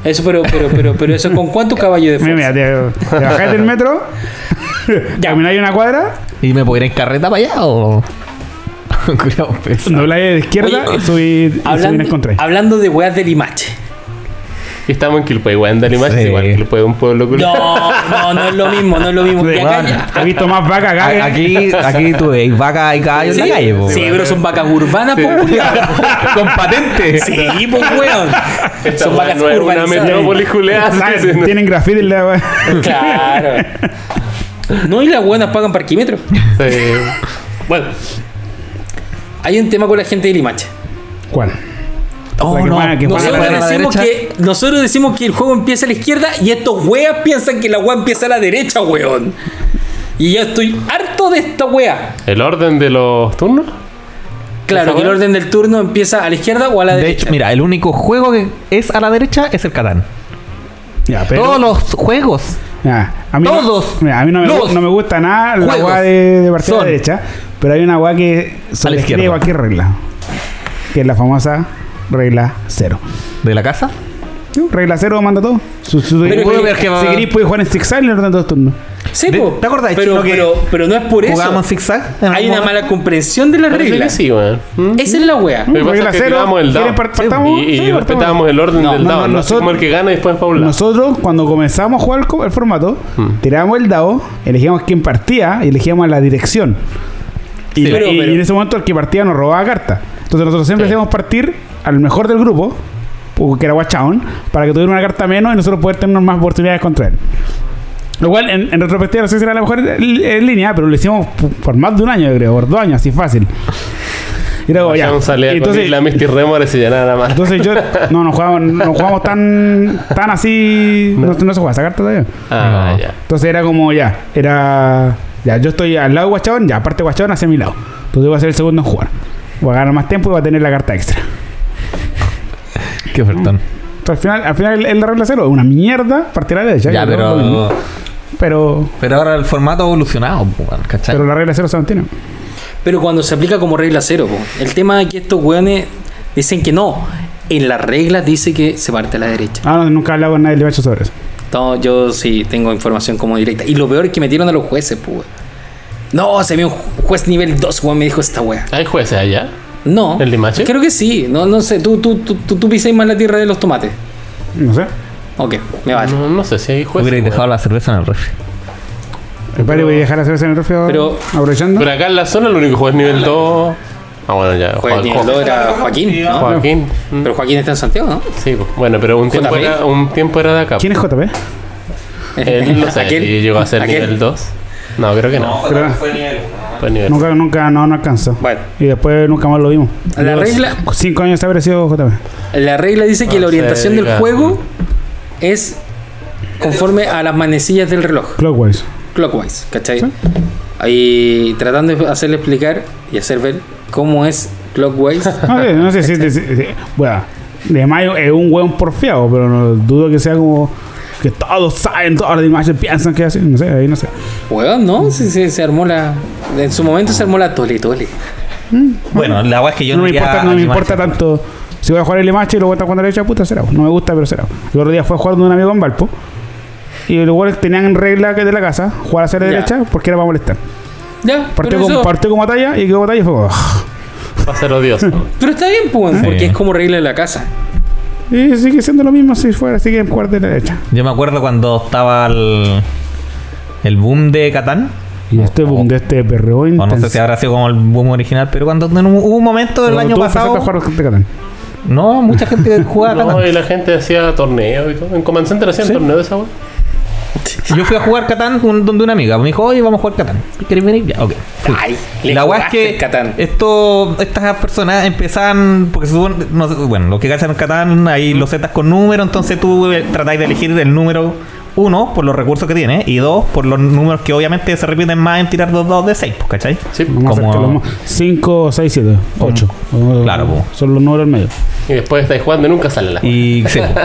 Speaker 3: Eso, pero, pero, pero, pero eso, ¿con cuánto caballo de
Speaker 2: Mira,
Speaker 3: fuerza?
Speaker 2: mira, te, te bajáis del metro, camináis una cuadra,
Speaker 4: ¿Y me puedo ir en carreta para allá o.? Culiao, pues.
Speaker 2: dobláis de izquierda
Speaker 3: Oye,
Speaker 2: y subís y subís al
Speaker 3: Hablando,
Speaker 2: contrario.
Speaker 3: hablando de weas de limache.
Speaker 1: Y estamos en Quilpayhuén de Limache,
Speaker 4: Sí.
Speaker 1: igual Quilpue es un pueblo culo.
Speaker 3: No, no, no es lo mismo, no es lo mismo.
Speaker 2: Sí,
Speaker 3: Y acá-
Speaker 2: bueno, He visto más vacas acá.
Speaker 4: A-
Speaker 2: que-
Speaker 4: Aquí, aquí tú veis vacas y caballos
Speaker 3: Sí,
Speaker 4: en la calle, po,
Speaker 3: sí,
Speaker 4: weón.
Speaker 3: pero son vacas urbanas, po, culiao.
Speaker 4: Con patente.
Speaker 3: Sí, pues, weón.
Speaker 1: Esta
Speaker 3: Son
Speaker 1: weá
Speaker 3: vacas
Speaker 1: no es una
Speaker 3: urbanizadas.
Speaker 1: metrópoli culeada, así que
Speaker 2: ¿sabes?
Speaker 1: se-
Speaker 2: Tienen grafiti en la wea.
Speaker 3: Claro. No, y las buenas pagan parquímetro.
Speaker 1: Sí.
Speaker 3: Bueno, hay un tema con la gente de Limache.
Speaker 2: ¿Cuál?
Speaker 4: Oh,
Speaker 2: La que
Speaker 4: no.
Speaker 2: juega- que
Speaker 4: no
Speaker 2: juega
Speaker 4: se
Speaker 2: la
Speaker 4: puede
Speaker 3: Nosotros
Speaker 4: a la
Speaker 3: decimos,
Speaker 4: derecha.
Speaker 3: que, nosotros decimos que el juego empieza a la izquierda y estos weas piensan que la wea empieza a la derecha, weón. Y yo estoy harto de esta wea.
Speaker 1: ¿El orden de los turnos?
Speaker 3: Claro, que el orden del turno empieza a la izquierda o a la
Speaker 4: De
Speaker 3: derecha.
Speaker 4: hecho, mira, el único juego que es a la derecha es el Catán.
Speaker 2: Ya, pero.
Speaker 4: Todos los juegos
Speaker 2: Ya, a mí
Speaker 4: Todos.
Speaker 2: No, mira, a mí no me,
Speaker 4: Los
Speaker 2: no me gusta nada la
Speaker 4: juegos
Speaker 2: weá de, de partida
Speaker 4: son-
Speaker 2: derecha, pero hay una weá que
Speaker 4: izquierda.
Speaker 2: sobrescribe cualquier regla. Que es la famosa regla cero.
Speaker 4: de la casa.
Speaker 2: Sí, Regla cero manda todo. Su- su-
Speaker 3: Pero
Speaker 2: puede-
Speaker 4: es que-
Speaker 2: si queréis, puedes jugar en Six Island en dos turnos.
Speaker 3: Sí,
Speaker 4: de-
Speaker 3: po.
Speaker 4: ¿te acordás,
Speaker 3: pero,
Speaker 4: Chino, que
Speaker 3: pero, pero no es por eso.
Speaker 4: Jugábamos zigzag. en
Speaker 3: Hay
Speaker 4: algún
Speaker 3: una
Speaker 4: momento.
Speaker 3: mala comprensión de las
Speaker 1: Parece que
Speaker 3: reglas.
Speaker 1: sí, weón. ¿Mm?
Speaker 3: Esa es la wea.
Speaker 1: Lo que pasa
Speaker 2: regla
Speaker 1: es que
Speaker 2: cero,
Speaker 1: tirábamos el dado.
Speaker 2: ¿quieren part- partamos?
Speaker 1: Y, y
Speaker 2: Sí, partamos.
Speaker 1: respetábamos el orden
Speaker 3: No,
Speaker 1: del
Speaker 2: no,
Speaker 1: dado,
Speaker 2: no,
Speaker 1: ¿no? Así
Speaker 2: nosotros-
Speaker 1: como el que gana y después va a un lado.
Speaker 2: Nosotros, cuando comenzamos a jugar el, co- el formato, tiramos el dado, elegíamos quién partía y elegíamos la dirección. Y,
Speaker 3: Sí,
Speaker 2: la-
Speaker 3: pero-
Speaker 2: y
Speaker 3: pero-
Speaker 2: en ese momento el que partía nos robaba carta. Entonces nosotros siempre hacíamos partir al mejor del grupo, o que era Watchown, para que tuviera una carta menos y nosotros poder tener más oportunidades contra él. Lo cual, en, en retrospectiva, no sé si era la mejor eh, línea, pero lo hicimos por- por más de un año, yo creo, por dos años, así fácil. Y luego, ya.
Speaker 1: Vayamos a leer con
Speaker 2: Entonces,
Speaker 1: la Misty Remores y ya nada más.
Speaker 2: entonces yo no nos jugamos, no jugamos tan tan así, no, no se juega esa carta todavía.
Speaker 1: Ah,
Speaker 4: No.
Speaker 1: ya.
Speaker 2: Entonces era como ya, era ya yo estoy al lado de Guachón, ya aparte Guachón hacia mi lado. Entonces voy a ser el segundo en jugar. Voy a ganar más tiempo y voy a tener la carta extra.
Speaker 4: Qué ofertón.
Speaker 2: Entonces al final, al final el, el regla cero es una mierda, partir a la derecha.
Speaker 4: Ya,
Speaker 2: que es lo mismo.
Speaker 4: pero.
Speaker 2: pero
Speaker 4: Pero ahora el formato ha evolucionado, po, weón, ¿cachai?
Speaker 2: pero la regla cero se mantiene.
Speaker 3: Pero cuando se aplica como regla cero, po. el tema es que estos weones dicen que no. En las reglas dice que se parte a la derecha.
Speaker 2: Ah, no, nunca he hablado con nadie de Bacho sobre eso.
Speaker 3: No, yo sí tengo información como directa. Y lo peor es que metieron a los jueces, pues. No, se vio un ju- juez nivel 2, weón, me dijo esta wea.
Speaker 1: ¿Hay jueces allá?
Speaker 3: No.
Speaker 1: ¿El Limache?
Speaker 3: Creo que sí. No, no sé, tú, tú, tú, tú, tú pisáis más la tierra de los tomates.
Speaker 2: No sé.
Speaker 3: Ok, me vale.
Speaker 1: No, no sé si hay jueces.
Speaker 4: Hubierais
Speaker 1: weón.
Speaker 4: dejado la cerveza en el refri.
Speaker 2: El padre voy a dejar hacer eso en el refri ahora,
Speaker 3: pero-
Speaker 2: aprovechando.
Speaker 1: Pero acá en la zona el único juez nivel 2. Ah, bueno, ya.
Speaker 3: Juez
Speaker 1: Joaquín.
Speaker 3: nivel 2 era Joaquín, ¿no?
Speaker 1: Joaquín. Mm,
Speaker 3: Pero Joaquín está en Santiago, ¿no?
Speaker 1: Sí, pues. bueno, pero un tiempo,
Speaker 3: JP.
Speaker 1: era, un tiempo era de acá.
Speaker 2: ¿Quién es JP?
Speaker 1: Eh, no sé
Speaker 3: Aquel-
Speaker 1: si llegó a ser
Speaker 3: aquel.
Speaker 1: nivel 2. No, creo que no.
Speaker 2: Creo-
Speaker 4: fue nivel
Speaker 1: Fue nivel
Speaker 2: Nunca, nunca, no, no alcanzó.
Speaker 3: Bueno,
Speaker 2: Y después nunca más lo vimos.
Speaker 3: La
Speaker 2: Los
Speaker 3: regla-
Speaker 2: Cinco años habría sido JB.
Speaker 3: la regla dice que
Speaker 1: No
Speaker 3: la
Speaker 1: sé,
Speaker 3: orientación del
Speaker 1: diga.
Speaker 3: juego es conforme a las manecillas del reloj.
Speaker 2: Clockwise.
Speaker 3: clockwise, ¿cachai?
Speaker 2: Sí.
Speaker 3: Ahí tratando de hacerle explicar y hacer ver cómo es clockwise.
Speaker 2: No sé, no sé si. si- si- bueno, de mayo es un hueón porfiado, pero no dudo que sea como. Que todos saben, todas las imágenes piensan que así. No sé, ahí no sé.
Speaker 3: Weón, ¿no? Sí, sí, se armó la... En su momento se armó la tole tole.
Speaker 4: Bueno, la weá es que yo
Speaker 2: no me
Speaker 4: iría
Speaker 2: importa,
Speaker 4: a
Speaker 2: no me
Speaker 4: animarse.
Speaker 2: importa tanto. Si voy a jugar el match y lo voy a estar jugando a la derecha, puta, será. No me gusta, pero será. El otro día fue a jugar de un amigo en Valpo. Y los jugadores tenían regla que de la casa, jugar hacia la
Speaker 3: Ya.
Speaker 2: derecha porque era para molestar.
Speaker 3: Ya,
Speaker 2: Partió
Speaker 3: pero,
Speaker 2: con,
Speaker 3: eso-
Speaker 2: partió con batalla y quedó batalla y fue como. "Ah".
Speaker 1: Va a ser odioso.
Speaker 3: pero está bien, pues, weón,
Speaker 4: Sí.
Speaker 3: porque es como regla de la casa.
Speaker 2: Y sigue siendo lo mismo si fuera, sigue en jugar de la derecha.
Speaker 4: Yo me acuerdo cuando estaba el, el boom de Catán.
Speaker 2: Y este boom de este perreo
Speaker 4: O no sé
Speaker 2: intenso.
Speaker 4: si habrá sido como el boom original, pero cuando en un- hubo un momento del
Speaker 2: Cuando
Speaker 4: año
Speaker 2: tú empezaste
Speaker 4: pasado.
Speaker 2: a jugar con Catán.
Speaker 4: No, mucha gente
Speaker 3: Ah,
Speaker 4: jugaba a
Speaker 1: No,
Speaker 4: Catán.
Speaker 1: y la gente hacía torneos y todo. En Command Center hacían torneos de esa wea.
Speaker 4: Yo fui a jugar Catán con- donde una amiga. Me dijo, oye, vamos a jugar Catán. ¿Querés venir? Ya, ok. Fui.
Speaker 3: Ay,
Speaker 4: Y
Speaker 3: le
Speaker 4: la weá es
Speaker 3: jugaste
Speaker 4: que
Speaker 3: el Catán.
Speaker 4: esto, estas personas empezaban, porque supone, no sé, bueno, los que cachan Catán, hay losetas con número, entonces tú eh, tratáis de elegir el número uno por los recursos que tiene y dos por los números que obviamente se repiten más en tirar dos dados de seis, pues, ¿cachai?
Speaker 1: Sí.
Speaker 2: Vamos
Speaker 4: Como-
Speaker 2: a hacer 5, 6, 7, 8.
Speaker 4: Claro, po.
Speaker 2: Son los números del medio.
Speaker 1: Y después estáis jugando y nunca sale la
Speaker 4: Y, sí, po.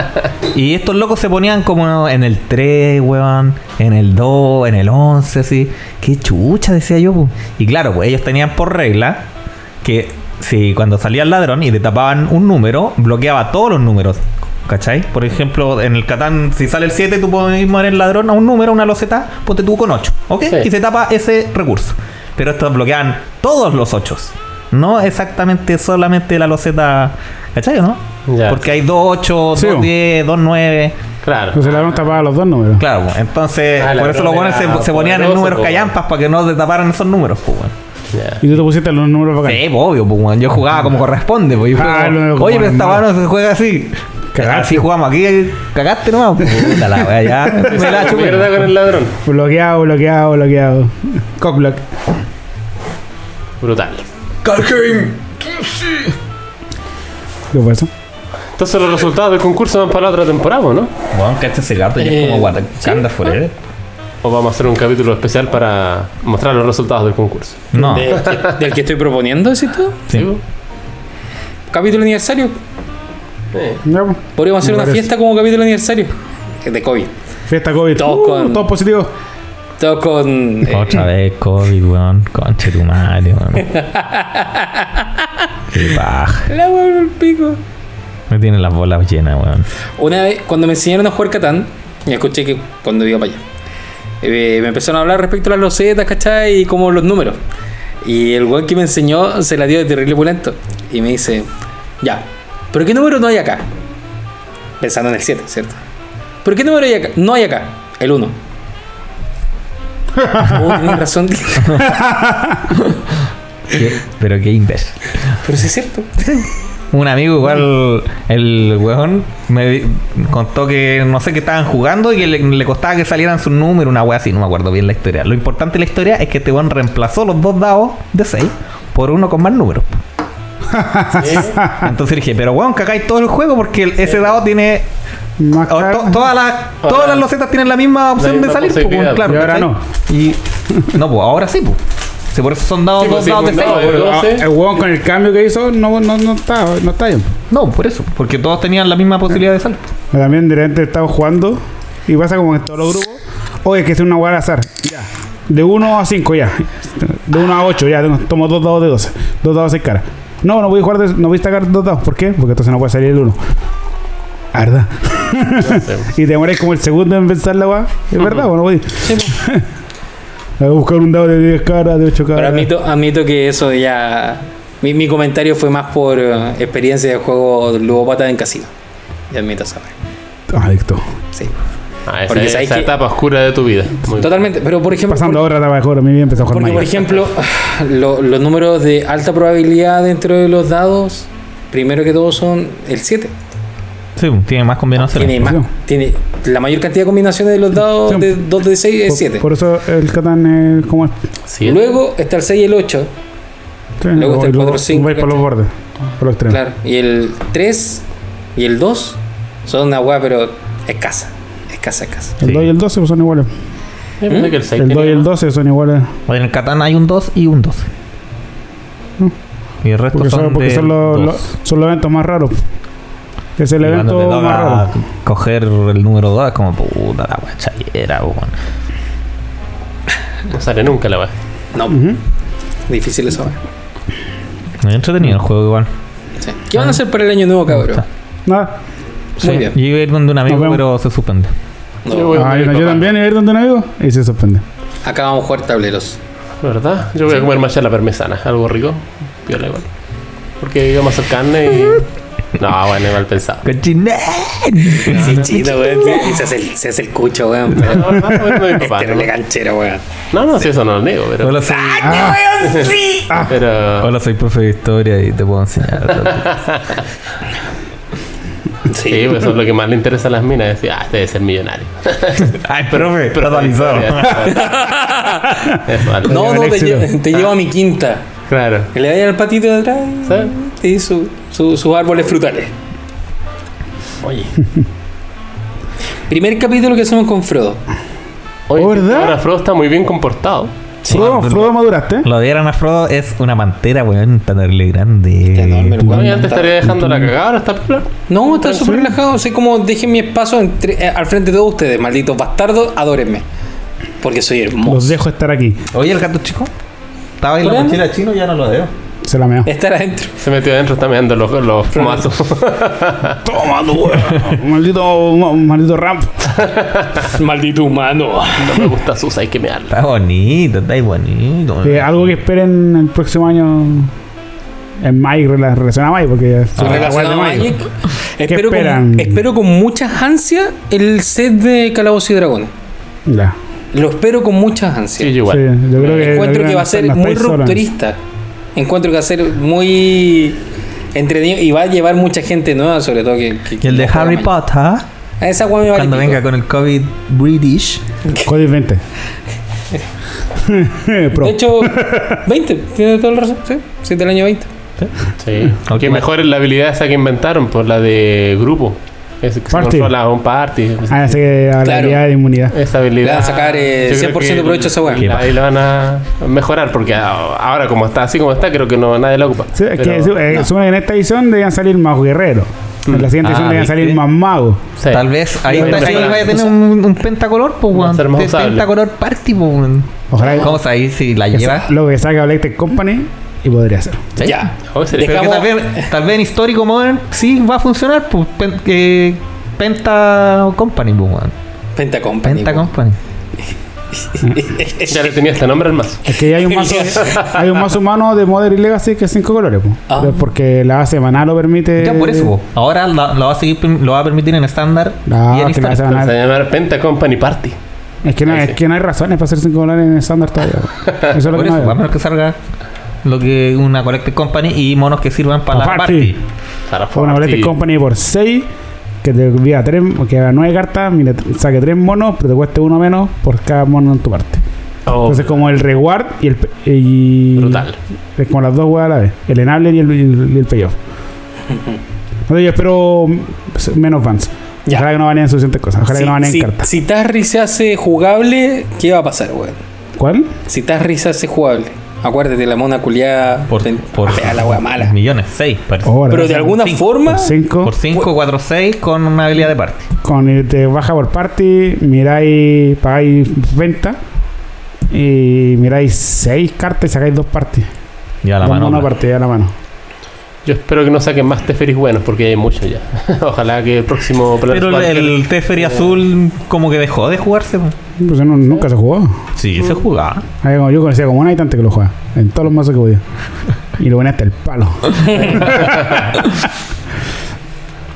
Speaker 4: y estos locos se ponían como en el 3, weón, en el 2, en el 11, así. Qué chucha, decía yo. po. Y claro, pues ellos tenían por regla que si cuando salía el ladrón y te tapaban un número, bloqueaba todos los números. ¿Cachai? Por ejemplo, en el Catán, si sale el 7, tú puedes mover el ladrón a un número, una loseta, ponte tú con 8. ¿Ok?
Speaker 1: Sí.
Speaker 4: Y se tapa ese recurso. Pero estos bloqueaban todos los 8. No exactamente solamente la loseta. ¿Cachai o no?
Speaker 1: Ya.
Speaker 4: Porque hay 2.8,
Speaker 2: Sí, bo.
Speaker 4: 2.10, 2.9.
Speaker 1: Claro.
Speaker 2: Entonces le van a tapar los dos números.
Speaker 4: Claro, bo. entonces
Speaker 1: Ah, la
Speaker 4: por eso los
Speaker 1: broma
Speaker 4: buenos se,
Speaker 1: era
Speaker 4: se ponían en
Speaker 1: poderoso,
Speaker 4: números
Speaker 1: po,
Speaker 4: callampas para que no te taparan esos números, pues, weón.
Speaker 1: Ya.
Speaker 2: Y tú te pusiste los números para acá.
Speaker 4: Sí, bo, obvio, pues, weón. Yo jugaba como corresponde, pues. Yo fui
Speaker 2: Ah,
Speaker 4: como,
Speaker 2: lo veo como
Speaker 4: Oye, pero esta
Speaker 2: normal".
Speaker 4: mano se juega así.
Speaker 2: Cagaste.
Speaker 4: Así jugamos aquí, cagaste nomás. Puta la wea, ya. Me la chupé.
Speaker 1: Mierda con el ladrón.
Speaker 2: Bloqueado, bloqueado, bloqueado. Cockblock.
Speaker 1: Brutal.
Speaker 2: ¿Qué pasa?
Speaker 1: Entonces los resultados del concurso van para la otra temporada, ¿no?
Speaker 4: Weón, cacha ese gato ya es
Speaker 1: Eh,
Speaker 4: como guata.
Speaker 1: sí.
Speaker 4: Canda forever.
Speaker 1: O vamos a hacer un capítulo especial para mostrar los resultados del concurso.
Speaker 4: No.
Speaker 3: De- que- del que estoy proponiendo, ¿es esto?
Speaker 4: Sí.
Speaker 3: Capítulo aniversario.
Speaker 2: Ya, pues. po.
Speaker 3: Podríamos hacer
Speaker 2: Me
Speaker 3: una
Speaker 2: parece.
Speaker 3: fiesta como capítulo aniversario. Eh, De COVID.
Speaker 2: Fiesta COVID.
Speaker 3: Todos
Speaker 2: Uh,
Speaker 3: con-
Speaker 2: Todos positivos.
Speaker 3: Todo con... eh,
Speaker 4: Otra vez COVID, weón. Conche tu madre, weón. Qué baja.
Speaker 3: la weá del pico.
Speaker 4: Me tienen las bolas llenas, weón.
Speaker 3: Una vez, cuando me enseñaron a jugar Catán, y escuché que cuando iba para allá, eh, me empezaron a hablar respecto a las losetas, ¿cachai? Y como los números. Y el weón que me enseñó se la dio de terrible pulento. Y me dice, ya, ¿pero qué número no hay acá? Pensando en el 7, ¿cierto? ¿Pero qué número hay acá? No hay acá, el 1. Oh, tenés razón.
Speaker 4: Qué- Pero qué imbécil.
Speaker 3: Pero sí es cierto.
Speaker 4: Un amigo igual,
Speaker 2: Mm.
Speaker 4: el weón, me di- contó que no sé qué estaban jugando y que le, le costaba que salieran su número, una wea así, no me acuerdo bien la historia. Lo importante de la historia es que este weón reemplazó los dos dados de 6 por uno con más números. Entonces dije, pero weón, cagáis todo el juego porque el- ese dado tiene...
Speaker 2: Más
Speaker 4: o
Speaker 2: caro.
Speaker 4: to- todas las, todas las losetas tienen la misma opción
Speaker 1: misma
Speaker 4: de salir, pues,
Speaker 1: posibilidad.
Speaker 4: weón, claro.
Speaker 2: Y ahora
Speaker 4: ¿cachai? Y, no, pues ahora sí, pues. Si por eso son dados,
Speaker 1: Sí,
Speaker 4: dos
Speaker 1: pues, sí,
Speaker 4: dados de
Speaker 1: pues,
Speaker 4: 6.
Speaker 1: no, eh.
Speaker 2: Ah,
Speaker 1: Entonces-
Speaker 2: el huevón con el cambio que hizo no, no, no está, no está bien.
Speaker 4: No, por eso. Porque todos tenían la misma posibilidad de salir.
Speaker 2: Pero también de repente estaba jugando y pasa como en todos los grupos. Oye, que es una guarda al azar. Ya. De 1 a 5 ya. De 1 a 8 ya. Tengo- Tomo dos dados de 12. Dos dados de cara. No, no voy a jugar de- no voy a sacar dos dados. ¿Por qué? Porque entonces no puede salir el 1. ¿Verdad?
Speaker 3: Ah, eh,
Speaker 2: y te demoráis como el segundo en pensar la guarda. Es verdad, o no voy.
Speaker 3: pues.
Speaker 2: Voy a buscar un dado de 10 caras, de 8
Speaker 3: Pero
Speaker 2: caras.
Speaker 3: admito, admito que eso ya. Mi, mi comentario fue más por eh, experiencia de juego ludópata en casino. Y admito saber.
Speaker 2: Adicto.
Speaker 3: Sí.
Speaker 1: Ah, esa,
Speaker 3: Porque sabes
Speaker 1: esa
Speaker 3: que-
Speaker 1: etapa oscura de tu vida. Muy bien.
Speaker 3: Totalmente. Pero por ejemplo.
Speaker 2: Pasando ahora estaba mejor. A mí bien empezó a jugar
Speaker 3: Porque, por
Speaker 2: Magic.
Speaker 3: ejemplo, lo- los números de alta probabilidad dentro de los dados, primero que todo son el 7.
Speaker 2: Sí.
Speaker 4: Sí, pues, tiene más combinaciones.
Speaker 3: Tiene, más, tiene la mayor cantidad de combinaciones de los dados
Speaker 2: Sí.
Speaker 3: de 2 de 6 es
Speaker 2: Por-
Speaker 3: 7.
Speaker 2: Por, eso el Catán es como es.
Speaker 1: Sí.
Speaker 3: Luego está el 6 y el 8.
Speaker 2: Sí,
Speaker 3: Luego está el
Speaker 2: y luego
Speaker 3: 4-5,
Speaker 2: vais por los
Speaker 3: ¿cachai?
Speaker 2: bordes, por los extremos.
Speaker 3: Claro. Y el 3 y el 2 son una weá, pero escasa. Escasa, escasa.
Speaker 2: El
Speaker 4: Sí.
Speaker 2: 2 y el 12 pues, son iguales.
Speaker 1: Yo pensé que el 6
Speaker 2: El 2 y el 12 son iguales.
Speaker 4: Oye, en el Catán hay un 2 y un 2.
Speaker 2: Mm.
Speaker 4: Y el resto
Speaker 2: Porque
Speaker 4: son,
Speaker 2: son, porque
Speaker 4: de
Speaker 2: son, los,
Speaker 4: dos.
Speaker 2: los- son los eventos más raros. Es el
Speaker 4: Y cuando te
Speaker 2: evento
Speaker 4: toca
Speaker 2: más pues. raro.
Speaker 4: Coger el número 2 es como puta la guachallera, weón.
Speaker 1: No sale nunca la baja.
Speaker 3: No,
Speaker 2: Ujú.
Speaker 3: difícil eso. weá.
Speaker 4: Muy entretenido el juego igual.
Speaker 3: Sí. ¿Qué van a hacer para el año nuevo, cabrón?
Speaker 2: Nada.
Speaker 3: Muy bien.
Speaker 4: Yo iba a ir donde un amigo,
Speaker 2: vemos.
Speaker 4: pero se suspende.
Speaker 3: No.
Speaker 1: Yo voy a
Speaker 2: Ah,
Speaker 1: comer
Speaker 2: yo
Speaker 1: papá.
Speaker 2: también, y a ir donde no vivo, y se sorprende.
Speaker 3: Acá vamos a jugar tableros.
Speaker 1: ¿Verdad? Yo voy a comer más la parmesana, algo rico. Piola igual. Porque íbamos a hacer carne y. No, bueno, mal pensado.
Speaker 4: ¡Cochiné!
Speaker 3: Sí, chido, weón. Sí, y Se hace el, se hace el cucho, weón.
Speaker 1: No,
Speaker 3: Pero
Speaker 1: no, no, no, no, mi
Speaker 3: es
Speaker 1: papá,
Speaker 3: terrible
Speaker 1: no,
Speaker 3: canchero, weón.
Speaker 1: no, no, sí, eso no lo niego, pero.
Speaker 4: Hola, soy,
Speaker 1: Pero.
Speaker 4: hola, soy profe de historia y te puedo enseñar.
Speaker 3: Sí,
Speaker 1: Sí, pues eso es lo que más le interesa a las minas. Decir, ah, este debe ser millonario.
Speaker 4: Ay, profe,
Speaker 1: Pero
Speaker 4: totalizado.
Speaker 1: Eso, algo.
Speaker 3: No, no,
Speaker 2: Lleva el
Speaker 3: te,
Speaker 2: éxito.
Speaker 3: lle- te llevo a mi quinta.
Speaker 1: Claro.
Speaker 3: Que le vayan al patito de atrás
Speaker 1: ¿Oh,
Speaker 3: y su- su- sus árboles frutales.
Speaker 1: Oye.
Speaker 3: Primer capítulo que hacemos con Frodo.
Speaker 1: Oye,
Speaker 2: ¿Verdad?
Speaker 1: Ahora Frodo está muy bien comportado.
Speaker 2: Frodo, Frodo maduraste. ¿eh?
Speaker 4: Lo de Aaron a Frodo es una pantera, weón, tan horrible grande.
Speaker 3: Está enorme, el
Speaker 1: No,
Speaker 3: weón.
Speaker 1: y antes estaría dejando la cagada, ahora está piola.
Speaker 3: No, está súper relajado. Sé como dejen mi espacio entre- eh, al frente de todos ustedes, malditos bastardos. Adórenme. Porque soy hermoso.
Speaker 2: Los dejo estar aquí.
Speaker 4: Oye, el gato chico. Estaba en
Speaker 3: ¿Por
Speaker 4: la
Speaker 3: dónde?
Speaker 4: mochila chino ya no lo veo.
Speaker 2: Se la meo.
Speaker 3: Estar adentro.
Speaker 1: Se metió adentro, está meando los, los fumazos.
Speaker 2: Toma, tu weón. maldito, ma- maldito ramp.
Speaker 3: Maldito humano.
Speaker 1: no me gusta Susa, hay que mearla.
Speaker 4: Está bonito, está ahí bonito.
Speaker 2: Eh, algo que esperen el próximo año en Mike, rela- relacionado a Mike, porque ya se
Speaker 3: Relacionado
Speaker 2: recuerda
Speaker 3: a
Speaker 2: Mike.
Speaker 3: Magic, Espero
Speaker 2: esperan?
Speaker 3: con, espero con muchas ansias el set de Calabozos y Dragones.
Speaker 2: Ya.
Speaker 3: Lo espero con muchas ansias.
Speaker 1: Sí, yo igual.
Speaker 2: Sí, yo creo que
Speaker 3: Encuentro que
Speaker 2: deberían
Speaker 3: va a ser
Speaker 2: las
Speaker 3: muy
Speaker 2: seis horas.
Speaker 3: rupturista. Encuentro que va a ser muy entretenido y va a llevar mucha gente nueva, sobre todo que. que-
Speaker 4: Y el de
Speaker 3: que juega
Speaker 4: Harry
Speaker 3: mal.
Speaker 4: Potter,
Speaker 3: A esa weá me vale
Speaker 4: cuando
Speaker 3: pico.
Speaker 4: venga con el COVID British.
Speaker 2: Código 20. Pro.
Speaker 3: De hecho, 20, tiene toda la razón, sí. Sí, del año 20.
Speaker 1: Sí.
Speaker 4: Ok,
Speaker 1: Que
Speaker 4: bueno.
Speaker 1: mejoren la habilidad esa que inventaron, por la de grupo. Es que se
Speaker 2: Party.
Speaker 1: controla un party.
Speaker 2: Ah, así que la
Speaker 3: Claro.
Speaker 2: habilidad de inmunidad.
Speaker 1: Esa
Speaker 3: Le
Speaker 1: habilidad.
Speaker 3: van a sacar eh,
Speaker 1: yo creo
Speaker 3: 100%
Speaker 1: que
Speaker 3: provecho a esa
Speaker 1: la-
Speaker 3: weá.
Speaker 1: Ahí la van a mejorar, porque a- ahora como está, así como está, creo que no nadie la ocupa.
Speaker 2: Sí, es que
Speaker 1: Pero-
Speaker 2: sí, eh, supongo que en esta edición debían salir más guerreros. En la siguiente
Speaker 4: Ah,
Speaker 2: edición debían
Speaker 4: ¿viste?
Speaker 2: salir más magos.
Speaker 1: sí.
Speaker 4: Tal vez ahí,
Speaker 1: Yo
Speaker 4: está,
Speaker 1: creo
Speaker 4: ahí
Speaker 1: que-
Speaker 4: vaya a tener un, un pentacolor, pues,
Speaker 1: Va a
Speaker 4: weón.
Speaker 1: ser más
Speaker 4: De
Speaker 1: usable.
Speaker 4: Pentacolor party, pues, weón.
Speaker 2: Ojalá
Speaker 4: ¿Cómo ahí si la
Speaker 2: que,
Speaker 4: lleva?
Speaker 2: sa- lo que saca Black Company y podría ser.
Speaker 1: Sí.
Speaker 3: Ya.
Speaker 1: Joder, sería-
Speaker 4: Pero que tal,
Speaker 3: Digamos-
Speaker 4: vez, tal vez en histórico modern sí va a funcionar, pues, pen- que Penta Company, pues, weón.
Speaker 3: Penta Company.
Speaker 4: Penta
Speaker 3: weón.
Speaker 4: Company.
Speaker 1: Ya le tenía este nombre al mazo.
Speaker 2: Es que ya hay un mazo, hay un mazo humano de Modern y Legacy que es cinco colores. po.
Speaker 3: Ah.
Speaker 2: Pero es Porque la base maná lo permite.
Speaker 4: Ya por eso, po. ahora la- lo va a seguir, perm- lo va a permitir en estándar
Speaker 2: No,
Speaker 4: y
Speaker 2: Ah,
Speaker 4: en
Speaker 2: que la base
Speaker 4: histórico.
Speaker 1: Se va a
Speaker 2: banal-
Speaker 1: llamar Penta Company Party.
Speaker 2: es, que no,
Speaker 1: Ahí
Speaker 2: es
Speaker 1: sí.
Speaker 2: que no hay razones para hacer cinco colores en estándar todavía. po. Eso es lo
Speaker 4: Por
Speaker 2: que no
Speaker 4: eso,
Speaker 2: veo.
Speaker 4: a menos que salga lo que una Collected Company y monos que sirvan para la
Speaker 2: Para
Speaker 4: party.
Speaker 2: party.
Speaker 1: Para
Speaker 2: Fue una
Speaker 1: Party.
Speaker 2: Black Company por 6. Que te envía tres, que haga nueve cartas, mira, saque tres monos, pero te cueste uno menos por cada mono en tu parte.
Speaker 1: Oh,
Speaker 2: Entonces como el reward y el... pe- Y,
Speaker 1: brutal.
Speaker 2: Es como las dos weas a la vez. El enable y el, y el, y el payoff. Entonces yo espero mm, menos bans.
Speaker 3: Ya.
Speaker 2: Ojalá que no baneen suficientes cosas. Ojalá que no baneen
Speaker 3: Si, si,
Speaker 2: cartas.
Speaker 3: si Tarry se hace jugable, ¿qué va a pasar, weón?
Speaker 2: ¿Cuál?
Speaker 3: Si Tarry se hace jugable, acuérdate, la mona culiada.
Speaker 4: Por, por
Speaker 3: Fea la weá mala.
Speaker 4: millones, 6 parece.
Speaker 2: Ahora.
Speaker 3: Pero de alguna
Speaker 4: Cinco.
Speaker 3: forma.
Speaker 2: Por 5.
Speaker 4: Por 5, 4, 6 con una habilidad de party.
Speaker 2: Con el te baja por party, miráis, pagáis venta. Y miráis 6 cartas y sacáis dos parties.
Speaker 4: Ya la
Speaker 2: dos
Speaker 4: mano.
Speaker 2: monos partida a la mano.
Speaker 1: Yo espero que no saquen más Teferis buenos, porque ya hay muchos ya. Ojalá que el próximo Planet
Speaker 4: Pero
Speaker 1: Walker-
Speaker 4: el Teferi azul como que dejó de jugarse. po.
Speaker 2: Pues no- nunca se jugó.
Speaker 4: Sí, se
Speaker 2: Mm.
Speaker 4: jugaba.
Speaker 2: Ahí como- Yo conocía como un habitante que lo juega. En todos los mazos que podía. Y lo ponía hasta el palo.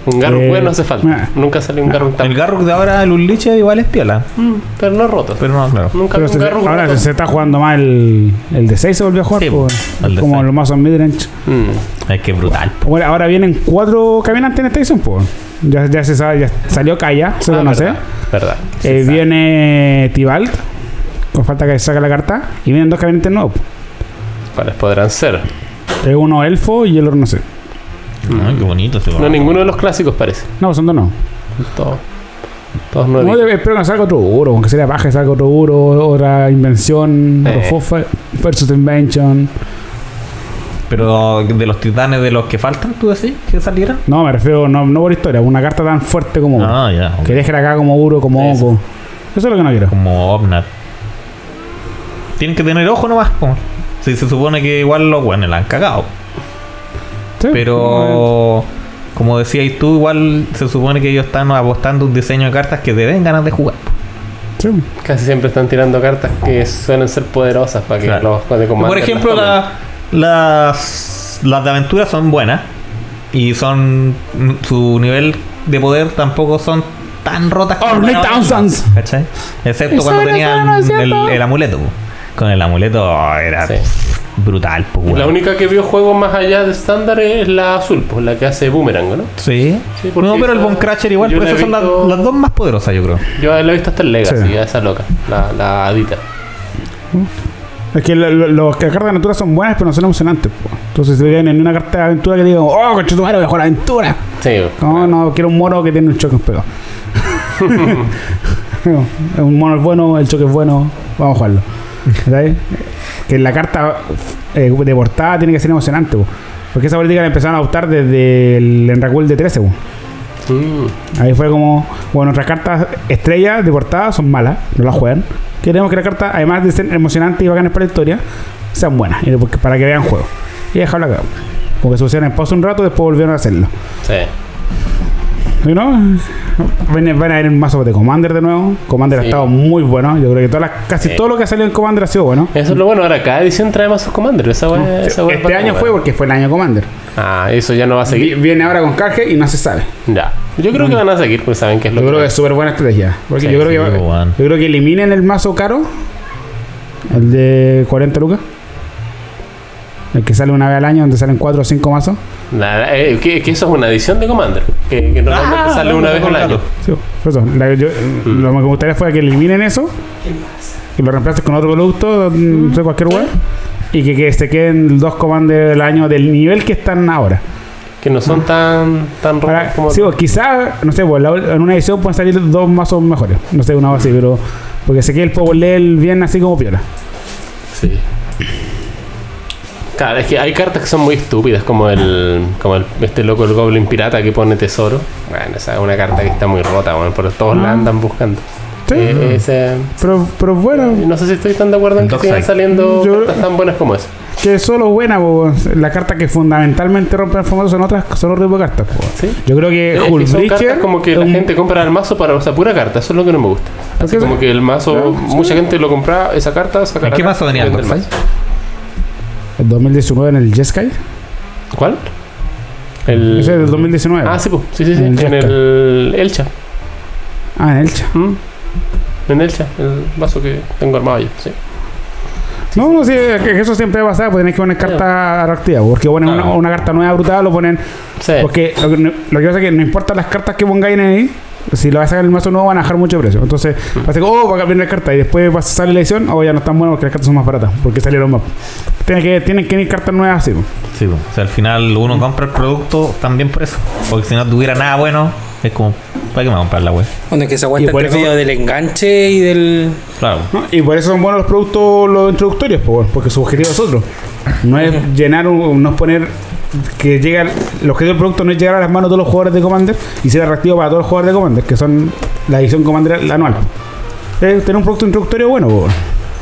Speaker 1: Un garro
Speaker 2: Eh,
Speaker 1: bueno no hace falta.
Speaker 2: mira.
Speaker 1: Nunca salió un garro tan.
Speaker 4: El Garruk de ahora, el Unliche, igual es piola.
Speaker 1: Mm, Pero no roto.
Speaker 4: Pero no, claro.
Speaker 1: Nunca vi
Speaker 2: Pero este
Speaker 1: un
Speaker 2: se-
Speaker 1: garro
Speaker 2: ahora
Speaker 1: roto.
Speaker 2: se está jugando más el, el de 6 se volvió a jugar.
Speaker 4: Sí,
Speaker 2: po,
Speaker 4: el de
Speaker 2: como
Speaker 4: seis.
Speaker 2: los mazos midrange.
Speaker 1: Mm.
Speaker 4: Es que brutal.
Speaker 2: Ahora, ahora vienen cuatro caminantes en esta edición, po. Ya, ya se sabe, ya salió Kaya, se
Speaker 1: Ah,
Speaker 2: conoce.
Speaker 1: verdad, verdad.
Speaker 2: Eh, viene Tibalt, con falta que saque la carta. Y vienen dos gabinetes nuevos.
Speaker 1: ¿Cuáles podrán ser?
Speaker 2: Es uno elfo y el otro no sé. Mm.
Speaker 5: Ay, qué bonito ese
Speaker 1: No, ninguno de los clásicos parece.
Speaker 2: No, son dos no.
Speaker 1: Todos. Todos
Speaker 2: No,
Speaker 1: nueve.
Speaker 2: de- espero que salga otro duro, aunque sea baja, salga otro duro, otra invención,
Speaker 1: Eh.
Speaker 2: otro fofa, versus invention.
Speaker 4: Pero de los titanes de los que faltan, tú decís que salieran.
Speaker 2: No, me refiero, no, no por historia, una carta tan fuerte como Uro.
Speaker 5: Ah, ya. ok.
Speaker 2: Oh. que deje acá como duro, como
Speaker 3: Eso.
Speaker 2: oco. Eso es lo que no quiero.
Speaker 5: Como Omnat.
Speaker 4: Tienen que tener ojo nomás. po. Si se supone que igual los buenos la han cagado.
Speaker 2: Sí.
Speaker 4: Pero como decías tú, igual se supone que ellos están apostando un diseño de cartas que te den ganas de jugar.
Speaker 2: Sí.
Speaker 1: Casi siempre están tirando cartas que suelen ser poderosas para que
Speaker 4: Claro.
Speaker 1: los de combate.
Speaker 4: Por ejemplo,
Speaker 1: las tomen.
Speaker 4: la- las, las de aventura son buenas y son su nivel de poder tampoco son tan rotas como
Speaker 2: Only
Speaker 4: para aventura,
Speaker 2: thousands.
Speaker 4: ¿cachai? Excepto cuando tenían el, el amuleto. po. Con el amuleto era
Speaker 1: Sí.
Speaker 4: brutal. po,
Speaker 1: La
Speaker 4: weón.
Speaker 1: única que vio juegos más allá de estándar es la azul, pues la que hace boomerang, ¿no?
Speaker 4: Sí.
Speaker 1: Sí, porque
Speaker 4: no, pero el
Speaker 1: esa-
Speaker 4: Von Crusher igual,
Speaker 1: yo
Speaker 4: por
Speaker 1: la he
Speaker 4: eso son las,
Speaker 1: visto-
Speaker 4: las dos más poderosas, yo creo.
Speaker 1: Yo la he visto hasta en Legacy,
Speaker 2: Sí.
Speaker 1: a esa loca, la, la Adita.
Speaker 2: Es que lo- lo- los que las cartas de aventura son buenas, pero no son emocionantes. po. Entonces, si viene en una carta de aventura que digo, oh, coche tu madre, voy a jugar aventura.
Speaker 1: Sí, pues.
Speaker 2: No, no, quiero un mono que tiene un choque en pegado. un mono es bueno, el choque es bueno, vamos a jugarlo. ¿Cachai? que la carta eh, de portada tiene que ser emocionante, po. porque esa política la empezaron a adoptar desde el Enracul de 13. po.
Speaker 1: Mm,
Speaker 2: Ahí fue como, bueno, nuestras cartas estrellas de portada son malas, no las juegan. Queremos que las cartas, además de ser emocionantes y bacanas para la historia, sean buenas, y porque- para que vean juego. Y dejarlo acá. Porque se pusieron en pausa un rato, después volvieron a hacerlo.
Speaker 1: sí.
Speaker 2: ¿Sí, ¿No? Van, van a ir mazos de Commander de nuevo. Commander ha
Speaker 1: Sí.
Speaker 2: estado muy bueno. Yo creo que todas las- casi
Speaker 1: Sí.
Speaker 2: todo lo que ha salido en Commander ha sido bueno.
Speaker 1: Eso es lo bueno, ahora cada edición trae más sus commanders. Esa wea- esa wea es
Speaker 2: Este
Speaker 1: bacán,
Speaker 2: año
Speaker 1: wea.
Speaker 2: fue porque fue el año Commander.
Speaker 1: Ah, eso ya no va a
Speaker 2: Vi-
Speaker 1: seguir.
Speaker 2: Viene ahora con Carge y no se sabe.
Speaker 1: Ya. Yo creo que van a seguir, pues saben que es lo
Speaker 2: Yo creo que
Speaker 1: que.
Speaker 2: es súper buena estrategia. Porque
Speaker 1: Sí,
Speaker 2: yo, creo
Speaker 5: sí,
Speaker 2: que,
Speaker 5: bueno.
Speaker 2: yo creo que eliminen el mazo caro. El de 40 lucas. El que sale una vez al año, donde salen 4 o 5 mazos.
Speaker 1: Nada, eh, que, que eso es una edición de commander. Que, que normalmente
Speaker 4: Ah,
Speaker 1: sale
Speaker 4: no,
Speaker 1: una
Speaker 4: no,
Speaker 1: vez al
Speaker 4: no,
Speaker 1: año.
Speaker 4: no.
Speaker 2: Sí, por eso. La- yo-
Speaker 1: Mm.
Speaker 2: Lo que me gustaría fue que eliminen eso. Que lo reemplaces con otro producto mm, de cualquier web. Y que, que se queden dos comandos del año del nivel que están ahora.
Speaker 1: Que no son tan, tan rotas
Speaker 2: Para,
Speaker 1: como.
Speaker 2: sí, pues, quizá, no sé, pues, la- en una edición pueden salir dos mazos mejores. No sé, una o así, pero. Porque sé que el Power Level bien así como piola.
Speaker 1: Sí. Claro, es que hay cartas que son muy estúpidas, como el. como el- este loco el Goblin Pirata que pone tesoro. Bueno, esa es una carta que está muy rota, bueno, por todos la andan buscando.
Speaker 2: Ah. Sí.
Speaker 1: Eh, ese-
Speaker 2: Pero, pero bueno,
Speaker 1: no sé si estoy tan de acuerdo en que
Speaker 4: Dockside.
Speaker 1: sigan saliendo
Speaker 2: Yo-
Speaker 1: cartas tan buenas como esa.
Speaker 2: que solo buena, pues, la carta que fundamentalmente rompe el formato son otras, son otro tipo de cartas. pues.
Speaker 1: Sí.
Speaker 2: Yo creo que
Speaker 1: Es que son cartas
Speaker 2: Hulbricher.
Speaker 1: como que la
Speaker 2: un-
Speaker 1: gente compra el mazo para usar pura carta, eso es lo que no me gusta.
Speaker 2: ¿Por
Speaker 1: Así
Speaker 2: qué?
Speaker 1: como que el mazo,
Speaker 2: Claro,
Speaker 1: mucha gente lo compra, esa carta, saca
Speaker 4: ¿En
Speaker 1: la
Speaker 4: qué
Speaker 1: carta,
Speaker 4: mazo venía el
Speaker 1: vende el
Speaker 4: Dockside?
Speaker 1: mazo.
Speaker 2: El 2019 en el Jeskai.
Speaker 1: ¿Cuál? El...
Speaker 2: Ese es del 2019.
Speaker 1: Ah, sí, po. sí, sí, sí.
Speaker 2: En
Speaker 1: En
Speaker 2: el
Speaker 1: el Elcha.
Speaker 2: Ah, en Elche.
Speaker 1: ¿Mm? En Elcha, el vaso que tengo armado yo, sí.
Speaker 2: No, no, sí, es que eso siempre va a pasar, pues tenés que poner carta reactiva, pues, porque ponen una, una carta nueva brutal, lo ponen.
Speaker 1: Sí.
Speaker 2: Porque lo que, lo que pasa es que no importa las cartas que pongáis ahí, si lo vas a sacar el mazo nuevo van a bajar mucho precio. Entonces,
Speaker 1: Mm.
Speaker 2: va a ser, como, oh, va a cambiar la carta, y después va a salir la edición, oh, ya no están buenas porque las cartas son más baratas, porque salieron más. Tienen que, tienen que ir cartas nuevas así. pues.
Speaker 4: Sí, po. o sea, al final uno compra el producto también por eso. Porque si no tuviera nada bueno, es como, ¿para qué me va a comprar la web?
Speaker 3: Bueno, es que se
Speaker 2: Y
Speaker 3: aguanta
Speaker 2: por
Speaker 3: entre
Speaker 2: eso-
Speaker 3: medio del enganche y del.
Speaker 4: Claro.
Speaker 2: ¿no? Y por eso son buenos los productos, los introductorios, pues, bueno, porque su objetivo es otro. No es llenar, un- no es poner que llega el objetivo del producto no es llegar a las manos de todos los jugadores de Commander y ser atractivo para todos los jugadores de Commander, que son la edición Commander anual. Es tener un producto introductorio bueno, pues, bueno.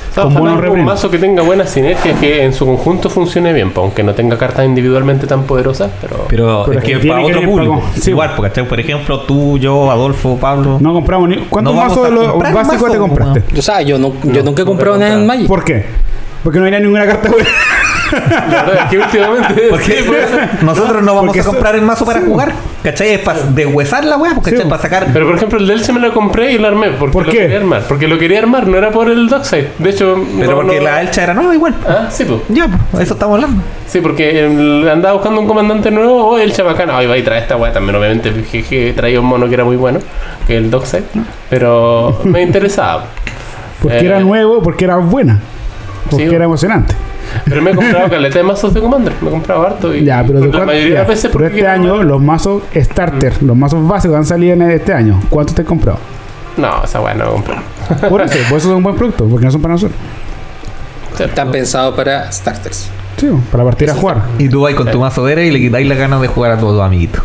Speaker 1: Estamos
Speaker 2: con buenos
Speaker 1: hablando de un
Speaker 2: reprints.
Speaker 1: mazo que tenga buenas sinergias, que en su conjunto funcione bien, po, aunque no tenga cartas individualmente tan poderosas, pero...
Speaker 4: Pero,
Speaker 2: Pero
Speaker 4: es que,
Speaker 2: es que
Speaker 4: para
Speaker 2: tiene
Speaker 4: otro
Speaker 2: que ir
Speaker 4: público.
Speaker 2: para con- sí,
Speaker 4: igual, porque ¿cachai? por ejemplo, tú, yo, Adolfo, Pablo.
Speaker 2: No compramos ni. ¿Cuántos
Speaker 4: No vamos
Speaker 2: mazos
Speaker 4: a
Speaker 2: de los
Speaker 4: comprar
Speaker 2: básicos
Speaker 4: mazo,
Speaker 2: te compraste?
Speaker 4: weón.
Speaker 3: O sea, yo, no, yo nunca he
Speaker 1: nunca
Speaker 3: comprado nada en
Speaker 1: compraba.
Speaker 3: Magic.
Speaker 2: ¿Por qué? Porque no había ninguna carta buena.
Speaker 1: La verdad es que últimamente...
Speaker 4: ¿Por qué? Por eso Nosotros no vamos
Speaker 2: Porque
Speaker 4: a
Speaker 2: eso-
Speaker 4: comprar el mazo para
Speaker 2: sí,
Speaker 4: jugar. ¿Cachai? Es para deshuesar la weá, pues, ¿cachai?
Speaker 2: Sí.
Speaker 4: Para sacar.
Speaker 1: Pero por ejemplo, el DLC me lo compré y lo armé. Porque
Speaker 2: ¿Por
Speaker 1: lo
Speaker 2: qué?
Speaker 1: quería armar. Porque lo quería armar, no era por el Dockside. De hecho,
Speaker 4: Pero
Speaker 1: no-
Speaker 4: porque
Speaker 1: no-
Speaker 4: la Elcha era nueva igual.
Speaker 1: Ah, sí, pues.
Speaker 4: Ya, pues, eso estamos hablando.
Speaker 1: Sí, porque el- andaba buscando un comandante nuevo o el chabacano. Ay, va y trae esta weá también, obviamente. Jeje, traía un mono que era muy bueno, que es el Dockside. Pero me interesaba.
Speaker 2: Porque
Speaker 1: Eh.
Speaker 2: era nuevo, porque era buena. Porque
Speaker 1: Sí.
Speaker 2: era emocionante.
Speaker 1: Pero me he comprado caleta de mazos de Commander. Me he comprado harto. Y,
Speaker 2: Ya, pero, de
Speaker 1: la
Speaker 2: cuán-
Speaker 1: mayoría
Speaker 2: ya,
Speaker 1: de las veces.
Speaker 2: pero
Speaker 1: porque Mm.
Speaker 2: este
Speaker 1: quiero-
Speaker 2: año los mazos starter, los mazos básicos han salido en este año. ¿Cuántos te he comprado?
Speaker 1: No, esa weá no la he comprado.
Speaker 2: Por eso, por eso son un buen producto, porque no son para nosotros.
Speaker 1: Cierto.
Speaker 3: Están pensados para starters.
Speaker 2: Sí, para partir a jugar.
Speaker 4: Y tú vais con tu mazo de y le quitáis las ganas de jugar a todos tus amiguitos.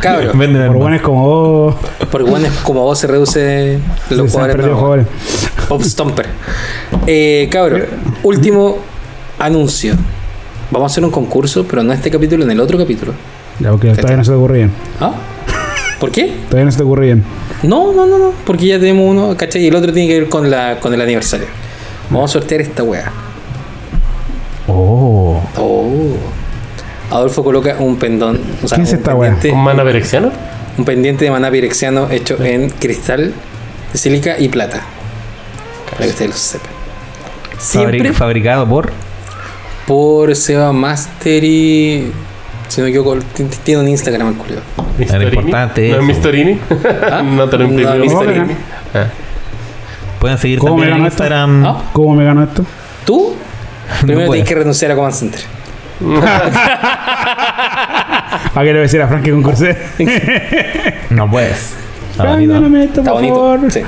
Speaker 3: Cabros,
Speaker 4: Venden
Speaker 2: Por buenos como vos,
Speaker 3: porque bueno, es como vos se reduce
Speaker 2: se
Speaker 3: los
Speaker 2: han
Speaker 3: jugadores.
Speaker 2: perdido
Speaker 3: nuevos.
Speaker 2: jugadores.
Speaker 3: Pop Stomper. Eh, cabrón, último anuncio. Vamos a hacer un concurso, pero no en este capítulo, en el otro capítulo.
Speaker 2: Ya, porque todavía no se te ocurre bien.
Speaker 3: ¿Ah? ¿Por qué?
Speaker 2: Todavía no se te ocurre bien.
Speaker 3: No, no, no, no. Porque ya tenemos uno, ¿cachai? Y el otro tiene que ver con, la, con el aniversario. Vamos a sortear esta weá.
Speaker 4: Oh.
Speaker 3: Oh. Adolfo coloca un pendón. O sea,
Speaker 2: ¿Qué es
Speaker 3: un
Speaker 2: esta weá?
Speaker 1: ¿Un
Speaker 3: pendiente,
Speaker 1: mana berexiano?
Speaker 3: un pendiente de maná pirexiano hecho en cristal, de sílica y plata. Para que ustedes lo sepan. Siempre
Speaker 4: Fabri- fabricado por.
Speaker 3: por Seba Mastery. Si no me equivoco, t- t- tiene un Instagram el culiao.
Speaker 1: Mistorini. ¿No
Speaker 4: importante eso.
Speaker 1: es Mistorini?
Speaker 3: ¿Ah?
Speaker 1: no te lo
Speaker 3: No,
Speaker 1: imprimió.
Speaker 3: Mistorini.
Speaker 2: ¿Cómo?
Speaker 1: Ah.
Speaker 4: Pueden seguir
Speaker 2: ¿Cómo
Speaker 4: también
Speaker 2: me
Speaker 4: en
Speaker 2: ganó esto?
Speaker 4: Instagram.
Speaker 3: ¿Ah?
Speaker 2: ¿Cómo me ganó esto?
Speaker 3: Tú primero
Speaker 4: puedo.
Speaker 3: tienes que renunciar a Command Center.
Speaker 2: ¿A qué le voy a Ah, decir a Frank que concursé?
Speaker 4: No puedes.
Speaker 2: Frank, gáname esto,
Speaker 3: Está
Speaker 2: por
Speaker 3: bonito.
Speaker 2: favor.
Speaker 3: sí.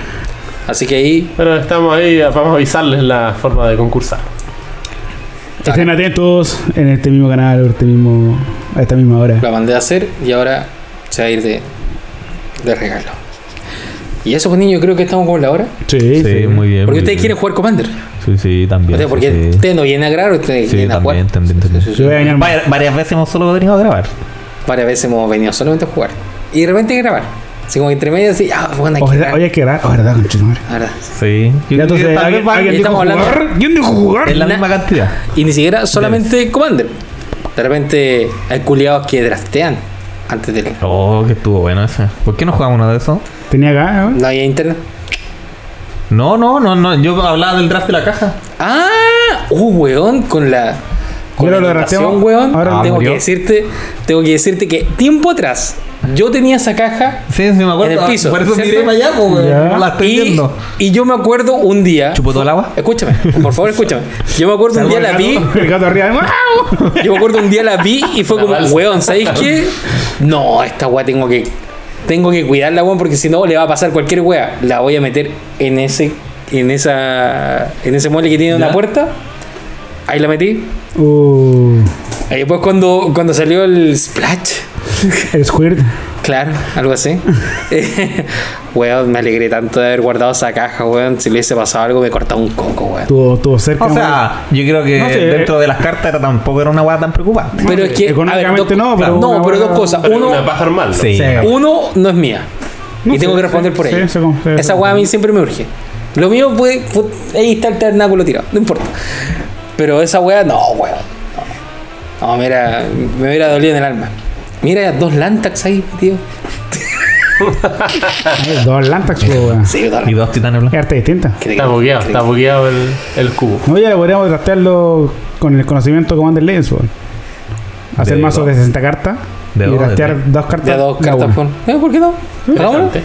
Speaker 3: Así que ahí.
Speaker 1: Bueno, estamos ahí. Vamos a avisarles la forma de concursar.
Speaker 2: Estén atentos en este mismo canal, en este mismo, a esta misma hora.
Speaker 3: La mandé a hacer y ahora se va a ir de, de regalo. Y eso, pues niños, creo que estamos con la hora.
Speaker 2: Sí,
Speaker 5: Sí,
Speaker 2: sí.
Speaker 5: muy bien. muy
Speaker 3: Porque ustedes
Speaker 5: bien.
Speaker 3: quieren jugar Commander.
Speaker 5: Sí, sí, también.
Speaker 3: O sea,
Speaker 5: sí,
Speaker 3: porque
Speaker 5: sí.
Speaker 3: ustedes no vienen a grabar, ustedes
Speaker 5: Sí,
Speaker 3: vienen a jugar.
Speaker 5: también, también, también.
Speaker 3: Sí, sí,
Speaker 2: Yo voy a
Speaker 3: sí.
Speaker 2: ganar más.
Speaker 4: Varias, varias veces hemos solo venido a grabar.
Speaker 3: Varias veces hemos venido solamente a jugar. Y de repente grabar. Así como que entre medio así, ah, bueno, hay que
Speaker 2: Oye,
Speaker 3: grabar.
Speaker 2: oye, hay que grabar. Oh, verdad, conchetumare.
Speaker 3: Ahora,
Speaker 4: Sí. Yo
Speaker 2: Ya,
Speaker 4: creo que
Speaker 2: entonces,
Speaker 4: tal vez
Speaker 2: ¿alguien,
Speaker 4: va-
Speaker 2: alguien dijo
Speaker 3: estamos hablando-
Speaker 2: jugar? ¿Quién dijo jugar?
Speaker 4: es la
Speaker 3: Na-
Speaker 4: misma cantidad.
Speaker 3: Y ni siquiera solamente Commander. De repente hay culiados que draftean antes del.
Speaker 5: Oh, que estuvo bueno ese.
Speaker 4: ¿Por qué no jugamos uno de esos?
Speaker 2: Tenía acá, ¿eh?
Speaker 3: No hay internet.
Speaker 4: No, no, no, no. Yo hablaba del draft de la caja.
Speaker 3: ¡Ah! ¡Uh, weón! Con la. Con
Speaker 2: Ahora
Speaker 3: la
Speaker 2: lo
Speaker 3: anotación,
Speaker 2: drafteamos.
Speaker 3: weón.
Speaker 2: Ahora
Speaker 4: lo-
Speaker 3: tengo que
Speaker 4: murió.
Speaker 3: decirte. Tengo que decirte que tiempo atrás yo tenía esa caja.
Speaker 4: Sí, sí, me acuerdo.
Speaker 3: En el piso,
Speaker 4: Por eso
Speaker 3: ¿cierto?
Speaker 4: tiré para allá, po, güey.
Speaker 2: Ya.
Speaker 4: No la estoy
Speaker 3: Y,
Speaker 4: viendo.
Speaker 3: y yo me acuerdo un día.
Speaker 4: ¿Chupó todo el agua?
Speaker 3: Escúchame, por favor, escúchame. Yo me acuerdo un día la vi.
Speaker 2: El gato arriba. ¡guau!
Speaker 3: Yo me acuerdo un día la vi y fue como,
Speaker 1: balsa.
Speaker 3: weón, ¿sabéis qué? No, esta weá tengo que. Tengo que cuidarla, weón, porque si no le va a pasar cualquier weá. La voy a meter en ese. En esa. En ese mueble que tiene una puerta. Ahí la metí.
Speaker 2: Uh,
Speaker 3: Y después cuando, cuando salió el splash.
Speaker 2: el squirt.
Speaker 3: Claro, algo así. Eh, weón, me alegré tanto de haber guardado esa caja, weón. Si le hubiese pasado algo, me cortaba un coco, weón.
Speaker 2: Tuvo, tuvo cerca.
Speaker 4: O sea, yo creo que
Speaker 2: No sé.
Speaker 3: eh.
Speaker 4: dentro de las cartas era tampoco era una guada tan preocupante.
Speaker 3: Pero es que. a ver,
Speaker 2: económicamente
Speaker 3: dos-
Speaker 2: no, pero
Speaker 3: No,
Speaker 2: una
Speaker 3: pero
Speaker 2: weá-
Speaker 3: dos cosas.
Speaker 1: Pero
Speaker 3: Uno,
Speaker 1: una paja armarlo.
Speaker 4: Sí.
Speaker 3: uno no es mía.
Speaker 2: No
Speaker 3: y
Speaker 2: sé,
Speaker 3: tengo que
Speaker 2: sí,
Speaker 3: responder por
Speaker 2: sí,
Speaker 3: ella.
Speaker 2: sí, como- sí,
Speaker 3: Esa
Speaker 2: sí.
Speaker 3: weá a mí siempre me urge. Lo mío puede. pu- ahí está el ternáculo tirado, no importa. Pero esa weá, no, weón. No, No, mira, me hubiera dolido en el alma. Mira, dos Lantax ahí, tío.
Speaker 2: Eh, Dos Lantax, po, weón.
Speaker 3: Sí, dos
Speaker 4: Y
Speaker 3: Lantax.
Speaker 4: dos titanes
Speaker 2: Es
Speaker 4: blancos.
Speaker 2: arte distinta.
Speaker 3: Que te
Speaker 1: Está
Speaker 3: creo,
Speaker 1: bugueado,
Speaker 3: que te
Speaker 1: está
Speaker 3: creo.
Speaker 1: bugueado el, el cubo.
Speaker 2: No, ya podríamos trastearlo con el conocimiento de Commander Legends, weón. Hacer
Speaker 4: De
Speaker 2: mazos
Speaker 4: dos.
Speaker 2: de 60 cartas
Speaker 4: De
Speaker 2: y
Speaker 4: dos, de
Speaker 2: trastear dos cartas.
Speaker 3: De dos
Speaker 2: cada
Speaker 3: cartas
Speaker 2: una.
Speaker 3: por. Eh, ¿Por qué no? Hagámoslo.
Speaker 1: Interesante.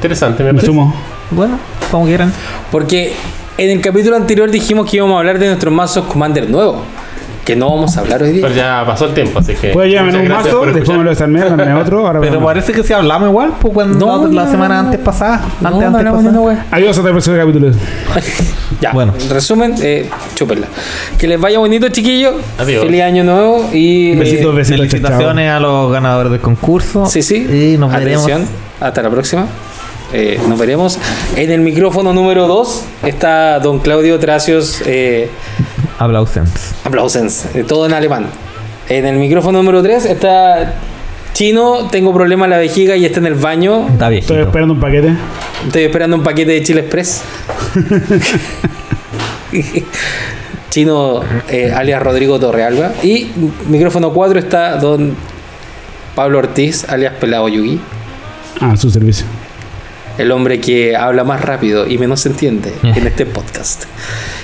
Speaker 1: Interesante, me
Speaker 2: Me
Speaker 1: parece.
Speaker 2: sumo.
Speaker 4: Bueno, como quieran.
Speaker 3: Porque en el capítulo anterior dijimos que íbamos a hablar de nuestros mazos Commander nuevos. Que no vamos a hablar hoy día.
Speaker 1: Pero ya pasó el tiempo, así que.
Speaker 2: Puedo llevarme
Speaker 1: muchas
Speaker 2: un
Speaker 1: gracias
Speaker 2: mazo,
Speaker 1: por
Speaker 2: después me lo
Speaker 1: escuchar.
Speaker 2: desarmé, armé otro. Ahora
Speaker 4: Pero
Speaker 2: me-
Speaker 4: parece que si hablamos igual, pues cuando
Speaker 3: No,
Speaker 4: la
Speaker 3: no,
Speaker 4: semana
Speaker 3: no, no.
Speaker 4: antes pasada. Antes,
Speaker 3: No, no
Speaker 4: antes
Speaker 3: hablamos de
Speaker 4: pasada.
Speaker 3: una wea.
Speaker 2: Adiós hasta el próximo capítulo.
Speaker 3: Ya, bueno.
Speaker 4: Bueno.
Speaker 3: resumen, eh, chúpenla. Que les vaya bonito, chiquillos.
Speaker 1: Adiós.
Speaker 3: Feliz año nuevo y. eh,
Speaker 2: Besitos, besitos,
Speaker 4: Felicitaciones a los ganadores del concurso.
Speaker 3: Sí, sí.
Speaker 4: Y nos veremos.
Speaker 3: Atención, Hasta la próxima. Eh, nos veremos. En el micrófono número 2 está don Claudio Tracios eh,
Speaker 4: Aplausens.
Speaker 3: Applausens, eh, todo en alemán. En el micrófono número 3 está Chino, tengo problema en la vejiga y está en el baño.
Speaker 4: Está
Speaker 2: Estoy
Speaker 4: viejito.
Speaker 2: esperando un paquete.
Speaker 3: Estoy esperando un paquete de Chile Express. Chino, eh, alias Rodrigo Torrealba. Y micrófono 4 está Don Pablo Ortiz, alias Pelado Yugi,
Speaker 2: Ah, su servicio.
Speaker 3: el hombre que habla más rápido y menos se entiende en este podcast.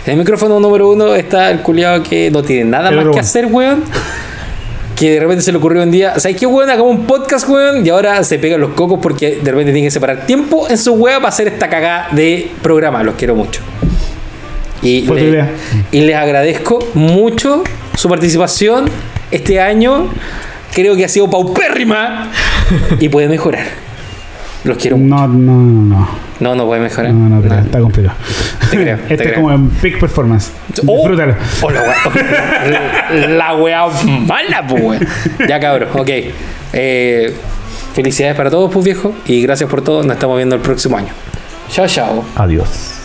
Speaker 3: En el micrófono número uno está el culiado que no tiene nada
Speaker 2: El
Speaker 3: más
Speaker 2: otro
Speaker 3: que
Speaker 2: weón.
Speaker 3: hacer, weón. Que de repente se le ocurrió un día, ¿sabes qué, weón? Hagamos un podcast, weón. Y ahora se pegan los cocos porque de repente tienen que separar tiempo en su weá para hacer esta cagada de programa. Los quiero mucho. Y,
Speaker 2: Fue tu
Speaker 3: le-
Speaker 2: idea.
Speaker 3: y les agradezco mucho su participación este año. Creo que ha sido paupérrima y puede mejorar. Los quiero mucho.
Speaker 2: No, no, no, no.
Speaker 3: No, no puede mejorar.
Speaker 2: No, no, no,
Speaker 3: No,
Speaker 2: está complicado.
Speaker 3: te creo, te
Speaker 2: Este es
Speaker 3: creo.
Speaker 2: como en peak performance.
Speaker 3: Oh.
Speaker 2: Disfrútalo.
Speaker 3: Oh, la weá. La weá mala, pues, weón. Ya, cabrón. Ok. Eh, felicidades para todos, pues, viejo. Y gracias por todo. Nos estamos viendo el próximo año. Chao, chao.
Speaker 5: Adiós.